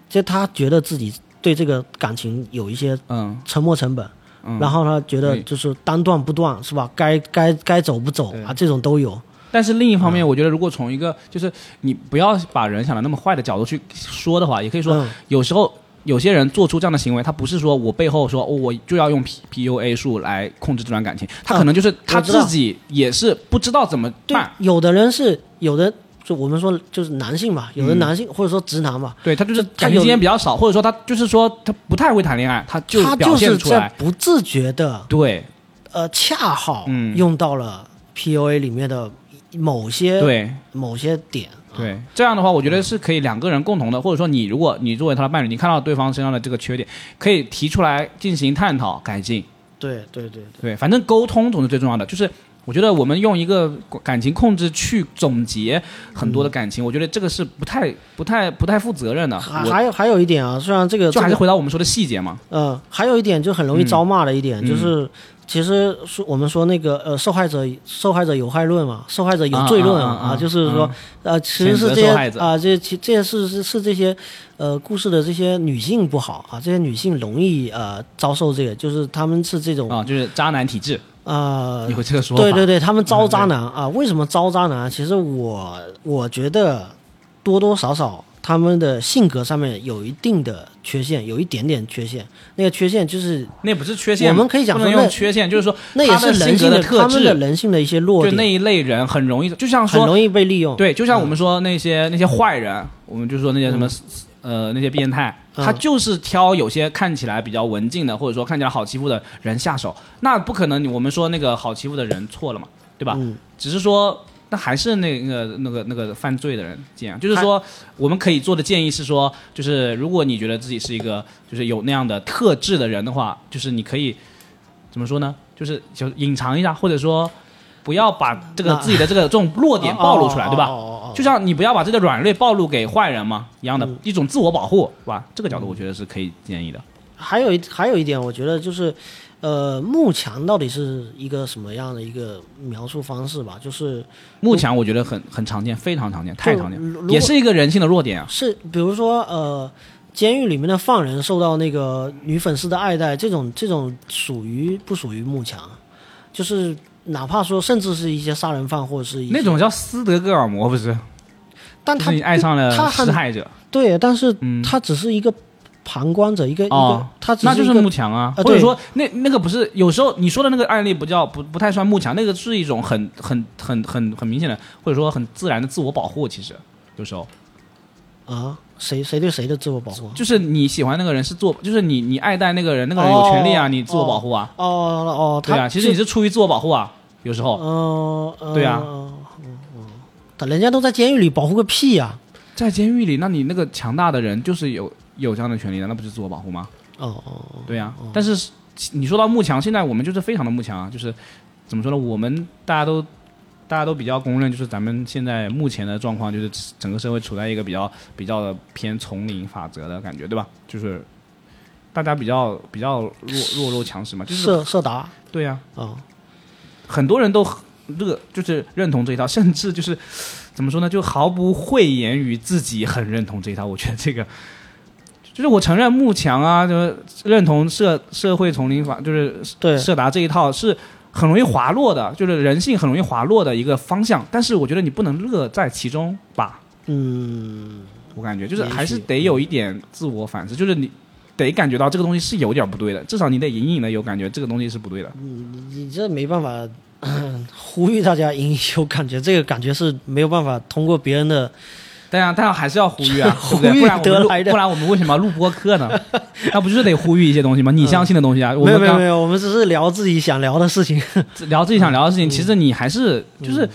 S2: 就他觉得自己对这个感情有一些
S1: 嗯
S2: 沉没成本。
S1: 嗯，
S2: 然后他觉得
S1: 对
S2: 就是当断不断是吧？该该该走不走
S1: 对
S2: 啊，这种都有。
S1: 但是另一方面，我觉得如果从一个就是你不要把人想的那么坏的角度去说的话，也可以说
S2: 嗯
S1: 有时候。有些人做出这样的行为，他不是说我背后说、哦、我就要用 P P U A 术来控制这段感情，他可能就是他
S2: 嗯我知道
S1: 自己也是不知道怎么
S2: 对
S1: 办，，
S2: 有的人是有的，就我们说就是男性吧，
S1: 嗯
S2: 有的男性、或者说直男吧，
S1: 对他就是
S2: 这他
S1: 感情
S2: 有
S1: 经验比较少，或者说他就是说他不太会谈恋爱，他就
S2: 他
S1: 表
S2: 就是
S1: 现出
S2: 在
S1: 来，
S2: 不自觉的，
S1: 对
S2: 呃，恰好
S1: 嗯
S2: 用到了 PUA 里面的某些
S1: 对
S2: 某些点。啊，
S1: 对，这样的话，我觉得是可以两个人共同的，或者说你如果你作为他的伴侣，你看到对方身上的这个缺点，可以提出来进行探讨改进。
S2: 对对对
S1: 对，反正沟通总是最重要的，就是。我觉得我们用一个感情控制去总结很
S2: 嗯
S1: 多的感情，我觉得这个是不太、不太、不太负责任的。
S2: 还
S1: 我
S2: 还有还有一点啊，虽然这个
S1: 就还是
S2: 这个
S1: 回到我们说的细节嘛。
S2: 呃，还有一点就很容易
S1: 嗯
S2: 招骂的一点、就是。其实说我们说那个呃受害者受害者有害论嘛，受害者有罪论
S1: 啊啊啊啊
S2: 就是说、呃其实
S1: 谴责
S2: 是这些
S1: 受害者
S2: 啊、这其这些是是是这些呃故事的这些女性不好啊，这些女性容易呃遭受这个，就是她们是这种
S1: 啊，就是渣男体质，
S2: 哦呃
S1: 有这个说法。
S2: 对对对，他们招
S1: 嗯
S2: 渣男啊？为什么招渣男？其实我我觉得多多少少他们的性格上面有一定的缺陷，有一点点缺陷。那个缺陷就是
S1: 那不是缺陷，
S2: 我们可以讲
S1: 不
S2: 说
S1: 能用
S2: 那
S1: 缺陷，就是说
S2: 那也
S1: 他
S2: 是
S1: 的
S2: 人
S1: 性
S2: 性
S1: 格
S2: 的，
S1: 特
S2: 他们的
S1: 质，
S2: 人性的一些弱
S1: 就
S2: 点，
S1: 那一类人很容易，就像
S2: 很
S1: 说
S2: 容易被利用。
S1: 对，就像我
S2: 嗯
S1: 们说那些、那些坏人，我们就说那些什么、呃那些变态，
S2: 嗯
S1: 他就是挑有些看起来比较文静的，或者说看起来好欺负的人下手。那不可能，我们说那个好欺负的人错了嘛，对吧？
S2: 嗯
S1: 只是说。那还是那个那个那个犯罪的人这样，就是说，我们可以做的建议是说，就是如果你觉得自己是一个就是有那样的特质的人的话，就是你可以怎么说呢？就是就隐藏一下，或者说不要把这个
S2: 那
S1: 自己的这个这种弱点暴露出来，对吧？
S2: 哦哦哦哦
S1: 就像你不要把自己的软肋暴露给坏人嘛一样的，一种自我保护，是吧？这个角度我觉得是可以建议的。
S2: 还有一还有一点，我觉得就是，呃，慕强到底是一个什么样的一个描述方式吧？就是
S1: 慕强我觉得很很常见，非常常见，太常见
S2: 如如
S1: 了，
S2: 果
S1: 也是一个人性的弱点啊。
S2: 是，比如说呃，监狱里面的犯人受到那个女粉丝的爱戴，这种这种属于不属于慕强？就是哪怕说，甚至是一些杀人犯或者是一些
S1: 那，种叫斯德哥尔摩，不是？
S2: 但
S1: 就是
S2: 他
S1: 你爱上
S2: 他
S1: 了
S2: 很
S1: 施害者
S2: 对，但是
S1: 嗯
S2: 他只是一个旁观者，一个、一
S1: 哦
S2: 个，他只
S1: 那就是是
S2: 一个
S1: 慕强啊，
S2: 啊
S1: 或
S2: 对
S1: 者说那那个不是有时候你说的那个案例不叫不不太算慕强，那个是一种很很很很很明显的，或者说很自然的自我保护。其实有时候
S2: 啊，谁谁对谁的自我保护？
S1: 就是你喜欢那个人是做，就是你你爱戴那个人，那个人有权利啊，
S2: 哦
S1: 你自我保护啊。
S2: 哦哦，他
S1: 对啊，其实你是出于自我保护啊，有时候
S2: 哦、呃，
S1: 对啊
S2: 嗯嗯他人家都在监狱里保护个屁呀、
S1: 在监狱里，那你那个强大的人就是有有这样的权利的，那不是自我保护吗？
S2: 哦哦哦，
S1: 对啊，但是你说到慕强，现在我们就是非常的慕强啊，就是怎么说呢？我们大家都大家都比较公认，就是咱们现在目前的状况，就是整个社会处在一个比较比较的偏丛林法则的感觉，对吧？就是大家比较比较弱弱肉强食嘛，就是
S2: 色色达啊。
S1: 对啊，
S2: 哦
S1: 很多人都乐，就是认同这一套，甚至就是怎么说呢，就毫不讳言于自己很认同这一套。我觉得这个，就是我承认慕强啊，就是认同社社会丛林法，就是
S2: 对
S1: 社达这一套是。很容易滑落的，就是人性很容易滑落的一个方向。但是我觉得你不能乐在其中吧，
S2: 嗯，
S1: 我感觉就是
S2: 也许
S1: 还是得有一点自我反思，就是你得感觉到这个东西是有点不对的，至少你得隐隐的有感觉这个东西是不对的。
S2: 你这没办法 呼吁大家引以有感觉，这个感觉是没有办法通过别人的。
S1: 当然，当然还是要呼吁 啊，
S2: 呼吁
S1: 对不对不然我
S2: 得
S1: 们录
S2: 来的
S1: 不然我们为什么要录播客 呢？那不就是得呼吁一些东西吗？你相信的东西啊，我
S2: 没有
S1: 们
S2: 没有没
S1: 刚
S2: 有，我们只是聊自己想聊的事情。
S1: 聊自己想聊的事情，其实你还是
S2: 嗯
S1: 就是。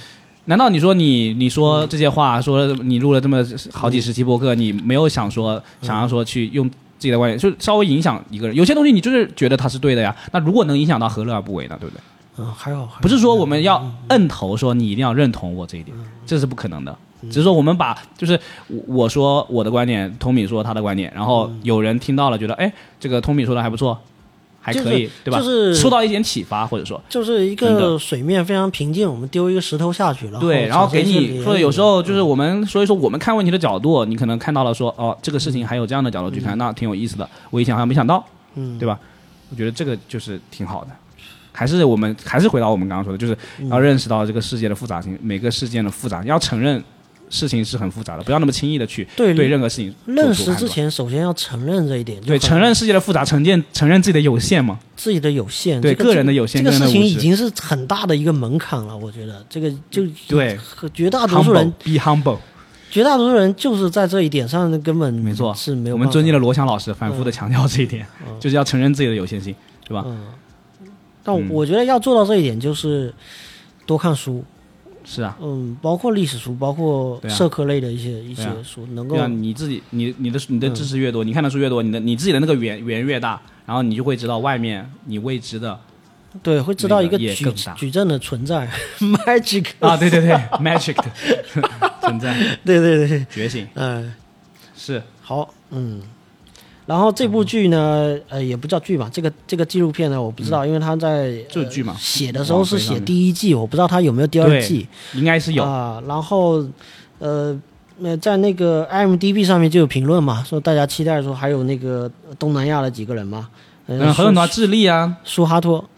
S1: 难道你说你你说这些话，说你录了这么好几十期播客，你没有想说想要说去用自己的观点，就稍微影响一个人？有些东西你就是觉得它是对的呀。那如果能影响到，何乐而不为呢？对不对？
S2: 嗯，还好，还好
S1: 不是说我们要摁头说你一定要认同我这一点，这是不可能的。
S2: 嗯
S1: 只是说我们把就是我我说我的观点，通敏说他的观点，然后有人听到了觉得哎，这个通敏说的还不错，还可以
S2: 就是，
S1: 对吧？
S2: 就是
S1: 受到一点启发，或者说
S2: 就是一
S1: 真
S2: 个
S1: 的
S2: 水面非常平静，我们丢一个石头下去，然后
S1: 对，然后给
S2: 产生一些涟
S1: 你
S2: 漪
S1: 说有时候就是我们所以说我们看问题的角度，你可能看到了说哦，这个
S2: 嗯
S1: 事情还有这样的角度去看，那挺有意思的，我以前好像没想到，
S2: 嗯
S1: 对吧？我觉得这个就是挺好的。还是我们还是回到我们刚刚说的，就是
S2: 嗯
S1: 要认识到这个世界的复杂性，每个事件的复杂，要承认事情是很复杂的，不要那么轻易的去
S2: 对
S1: 对任何事情做
S2: 认
S1: 出
S2: 识
S1: 判
S2: 之
S1: 断。
S2: 前，首先要承认这一点，就
S1: 对，
S2: 很
S1: 承认世界的复杂，承认承认自己的有限嘛。
S2: 自己的有限，
S1: 对
S2: 这个
S1: 个人的有限
S2: 这个
S1: 个人
S2: 事
S1: 的
S2: 情
S1: 无
S2: 已
S1: 知嗯
S2: 经是很大的一个门槛了。我觉得这个就
S1: 对，
S2: 绝大多数人，
S1: be humble，
S2: 绝大多数人就是在这一点上根本
S1: 没错
S2: 是没有
S1: 我
S2: 办法。
S1: 们尊敬的罗翔老师反复的强调这一点，
S2: 嗯
S1: 就是要承认自己的有限性，对吧？
S2: 嗯，但
S1: 嗯
S2: 我觉得要做到这一点，就是多看书，
S1: 是啊，
S2: 嗯，包括历史书，包括
S1: 对啊
S2: 社科类的一些、一
S1: 对啊
S2: 些书，能够嗯
S1: 对啊，你自己你你的你的知识越多，你看的书越多，你的你自己的那个圆圆越大，然后你就会知道外面你未知的
S2: 对会知道一个
S1: 那个也
S2: 矩
S1: 更大
S2: 矩阵的存在 ，magic
S1: 啊，对对 对，magic 的 存在
S2: 对对对，
S1: 觉醒
S2: 嗯、
S1: 是
S2: 好，嗯。然后这部剧呢，呃，也不叫剧吧，这个这个纪录片呢，我不知道，因为他在
S1: 就是嗯剧嘛
S2: 呃写的时候是
S1: 网飞上
S2: 写
S1: 面
S2: 第一季，我不知道他有没有第二
S1: 对
S2: 季
S1: 应该是有，
S2: 啊、然后，呃，那在那个 IMDB 上面就有评论嘛，说大家期待说还有那个东南亚的几个人嘛，呃
S1: 嗯，还有很多啊
S2: 苏
S1: 智利啊
S2: 苏哈托，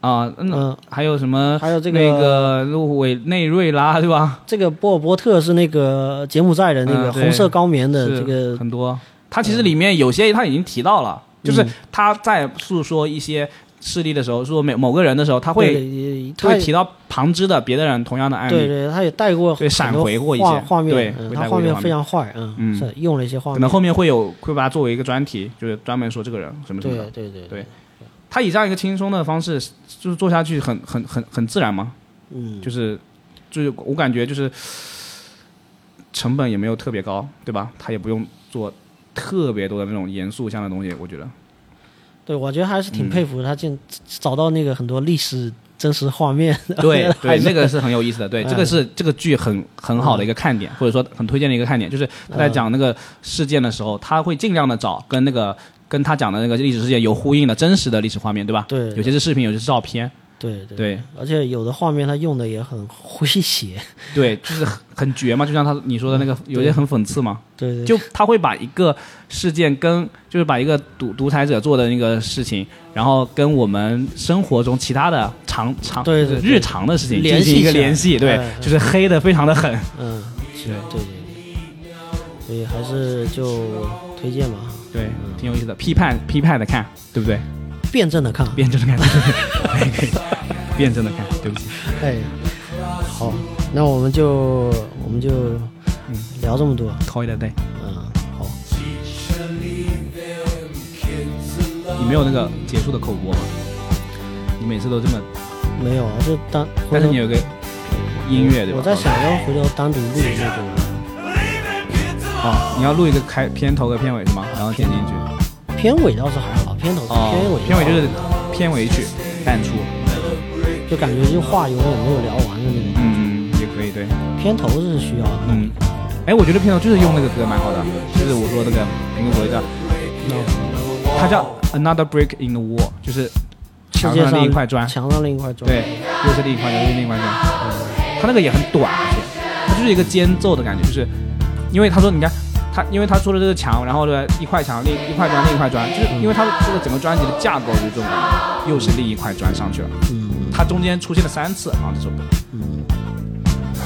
S1: 啊，嗯，
S2: 嗯，
S1: 还有什么？
S2: 还有这个
S1: 那个委内瑞拉对吧？
S2: 这个波尔波特是那个柬埔寨的那个
S1: 嗯对
S2: 红色高棉的
S1: 是
S2: 这个嗯
S1: 很多。它其实里面有些他已经提到了，就是他在诉说一些事例的时候，说某某个人的时候，他会
S2: 对
S1: 会
S2: 他
S1: 提到旁支的别的人同样的案
S2: 对
S1: 例，
S2: 对，他也带过
S1: 对闪
S2: 很多
S1: 回过一
S2: 画
S1: 些
S2: 画面，
S1: 对
S2: 嗯
S1: 会
S2: 他
S1: 带过一
S2: 画
S1: 些
S2: 面
S1: 画
S2: 非
S1: 面
S2: 常坏，嗯，
S1: 嗯
S2: 是用了一些画
S1: 可
S2: 面
S1: 能，后面会有会把它作为一个专题，就是专门说这个人什么什
S2: 对
S1: 么
S2: 对
S1: 的。
S2: 对对
S1: 对他以这样一个轻松的方式，就是做下去很很很很自然嘛，
S2: 嗯，
S1: 就是就是我感觉就是成本也没有特别高，对吧？他也不用做特别多的那种严肃向的东西，我觉得。
S2: 对我觉得还是挺
S1: 嗯
S2: 佩服他竟找到那个很多历史真实画面，
S1: 对
S2: 还
S1: 对，
S2: 是
S1: 那个是很有意思的。对，
S2: 嗯
S1: 这个是这个剧很很好的一个看点，或者说很推荐的一个看点，就是他在讲那个事件的时候，他会尽量的找跟那个跟他讲的那个历史事件有呼应的真实的历史画面，对吧？
S2: 对
S1: 有些是视频，有些是照片，
S2: 对对
S1: 对
S2: 而且有的画面他用的也很诙谐，
S1: 对，就是很很绝嘛，就像他你说的那个，有些很讽刺嘛，
S2: 对对
S1: 就他会把一个事件跟就是把一个独独裁者做的那个事情，然后跟我们生活中其他的常常
S2: 对对对
S1: 日常的事情
S2: 联
S1: 进
S2: 系
S1: 行一个
S2: 起来
S1: 联系，对
S2: 嗯嗯，
S1: 就是黑的非常的狠，
S2: 嗯，是对对对，所以还是就推荐吧，
S1: 对，
S2: 嗯
S1: 挺有意思的，批判批判的看，对不对？
S2: 辩证的看，
S1: 辩证的看，可以可以， 辩证的看，对不起，
S2: 哎，好，那我们就我们就
S1: 嗯
S2: 聊这么多，
S1: call it a day。
S2: 嗯，好。
S1: 你没有那个结束的口播吗？你每次都这么，
S2: 没有，啊就单。回
S1: 但是
S2: 头
S1: 你有一个音乐对吧？
S2: 我在想要回头单独录一个这
S1: 啊，你要录一个开片头和片尾是吗？然后剪进去。
S2: 个片尾倒是还好，片头、
S1: 哦，
S2: 片
S1: 片尾
S2: 尾
S1: 就是片尾曲淡出，
S2: 就感觉就话永远没有聊完的那种。
S1: 嗯，也可以对，
S2: 片头是需要的，
S1: 嗯，哎，我觉得片头就是用那个歌蛮好的，就是我说那个苹果的，它叫 Another Brick in the Wall，就是
S2: 世
S1: 墙
S2: 界
S1: 上的
S2: 上
S1: 另一块砖，
S2: 墙上另一块砖。
S1: 对，又是另一块砖，又是另一块砖，它那个也很短，而且它就是一个间奏的感觉，就是因为他说你看。他因为他说的这是墙，然后呢一块墙另一块砖另一块砖，就是因为他这个整个专辑的架构就是这种感觉，又是另一块砖上去了。
S2: 嗯
S1: 它中间出现了三次，好像这首歌。
S2: 嗯。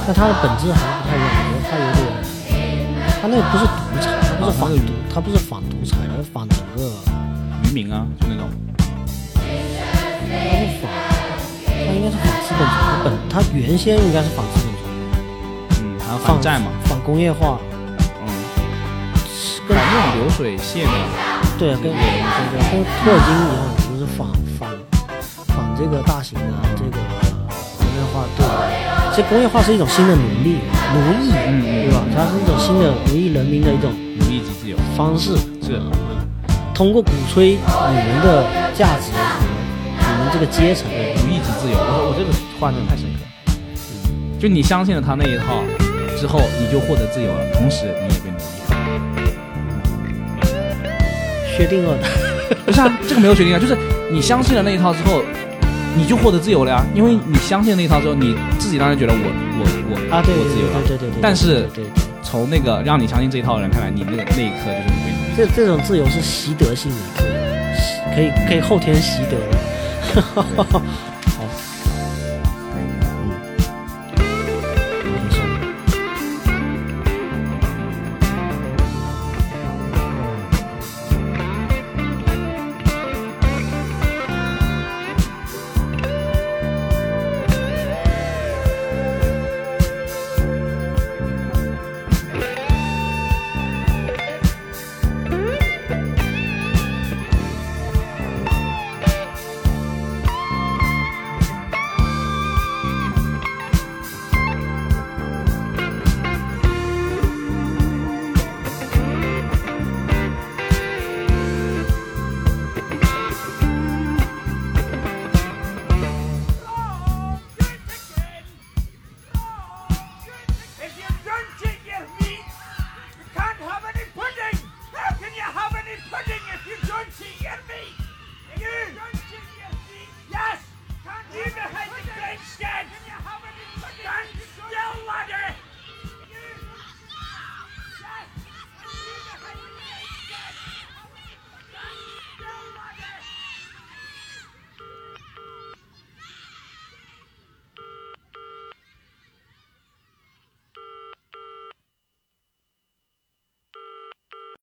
S2: 但它的本质还不太一样，我觉得它有点，它那个不是独裁，它不是反独，它不是反独裁，它是反整个，
S1: 渔民啊，就那种。
S2: 它是反，它应该是反资本主义，它本它原先应该是反资本主义，
S1: 嗯，还有反战嘛，
S2: 反工业化，
S1: 嗯，
S2: 跟
S1: 反那种流水线的，
S2: 对，
S1: 嗯
S2: 跟对对跟托尔金一样，就是仿仿仿这个大型的这个工业化，对吧？其实工业化是一种新的奴隶，奴役，
S1: 嗯
S2: 对吧？它是一种新的奴役人民的一种
S1: 奴役及自由，
S2: 方式，
S1: 是
S2: 通过鼓吹你们的价值，你们这个阶层，
S1: 奴役及自由。我我这个画的太深刻了，就你相信了他那一套之后，你就获得自由了，同时你也被奴役。
S2: 薛定谔的，
S1: 不是啊，这个没有决定啊，就是你相信了那一套之后。你就获得自由了呀，因为你相信那一套之后，你自己当然觉得我我我
S2: 啊，对
S1: 我
S2: 对
S1: 自由了。
S2: 对对对对，
S1: 但是
S2: 对对，
S1: 从那个让你相信这一套的人看来，你那个那一刻就是你被奴役。
S2: 这这种自由是习得性的自由，习可以可以后天习得的。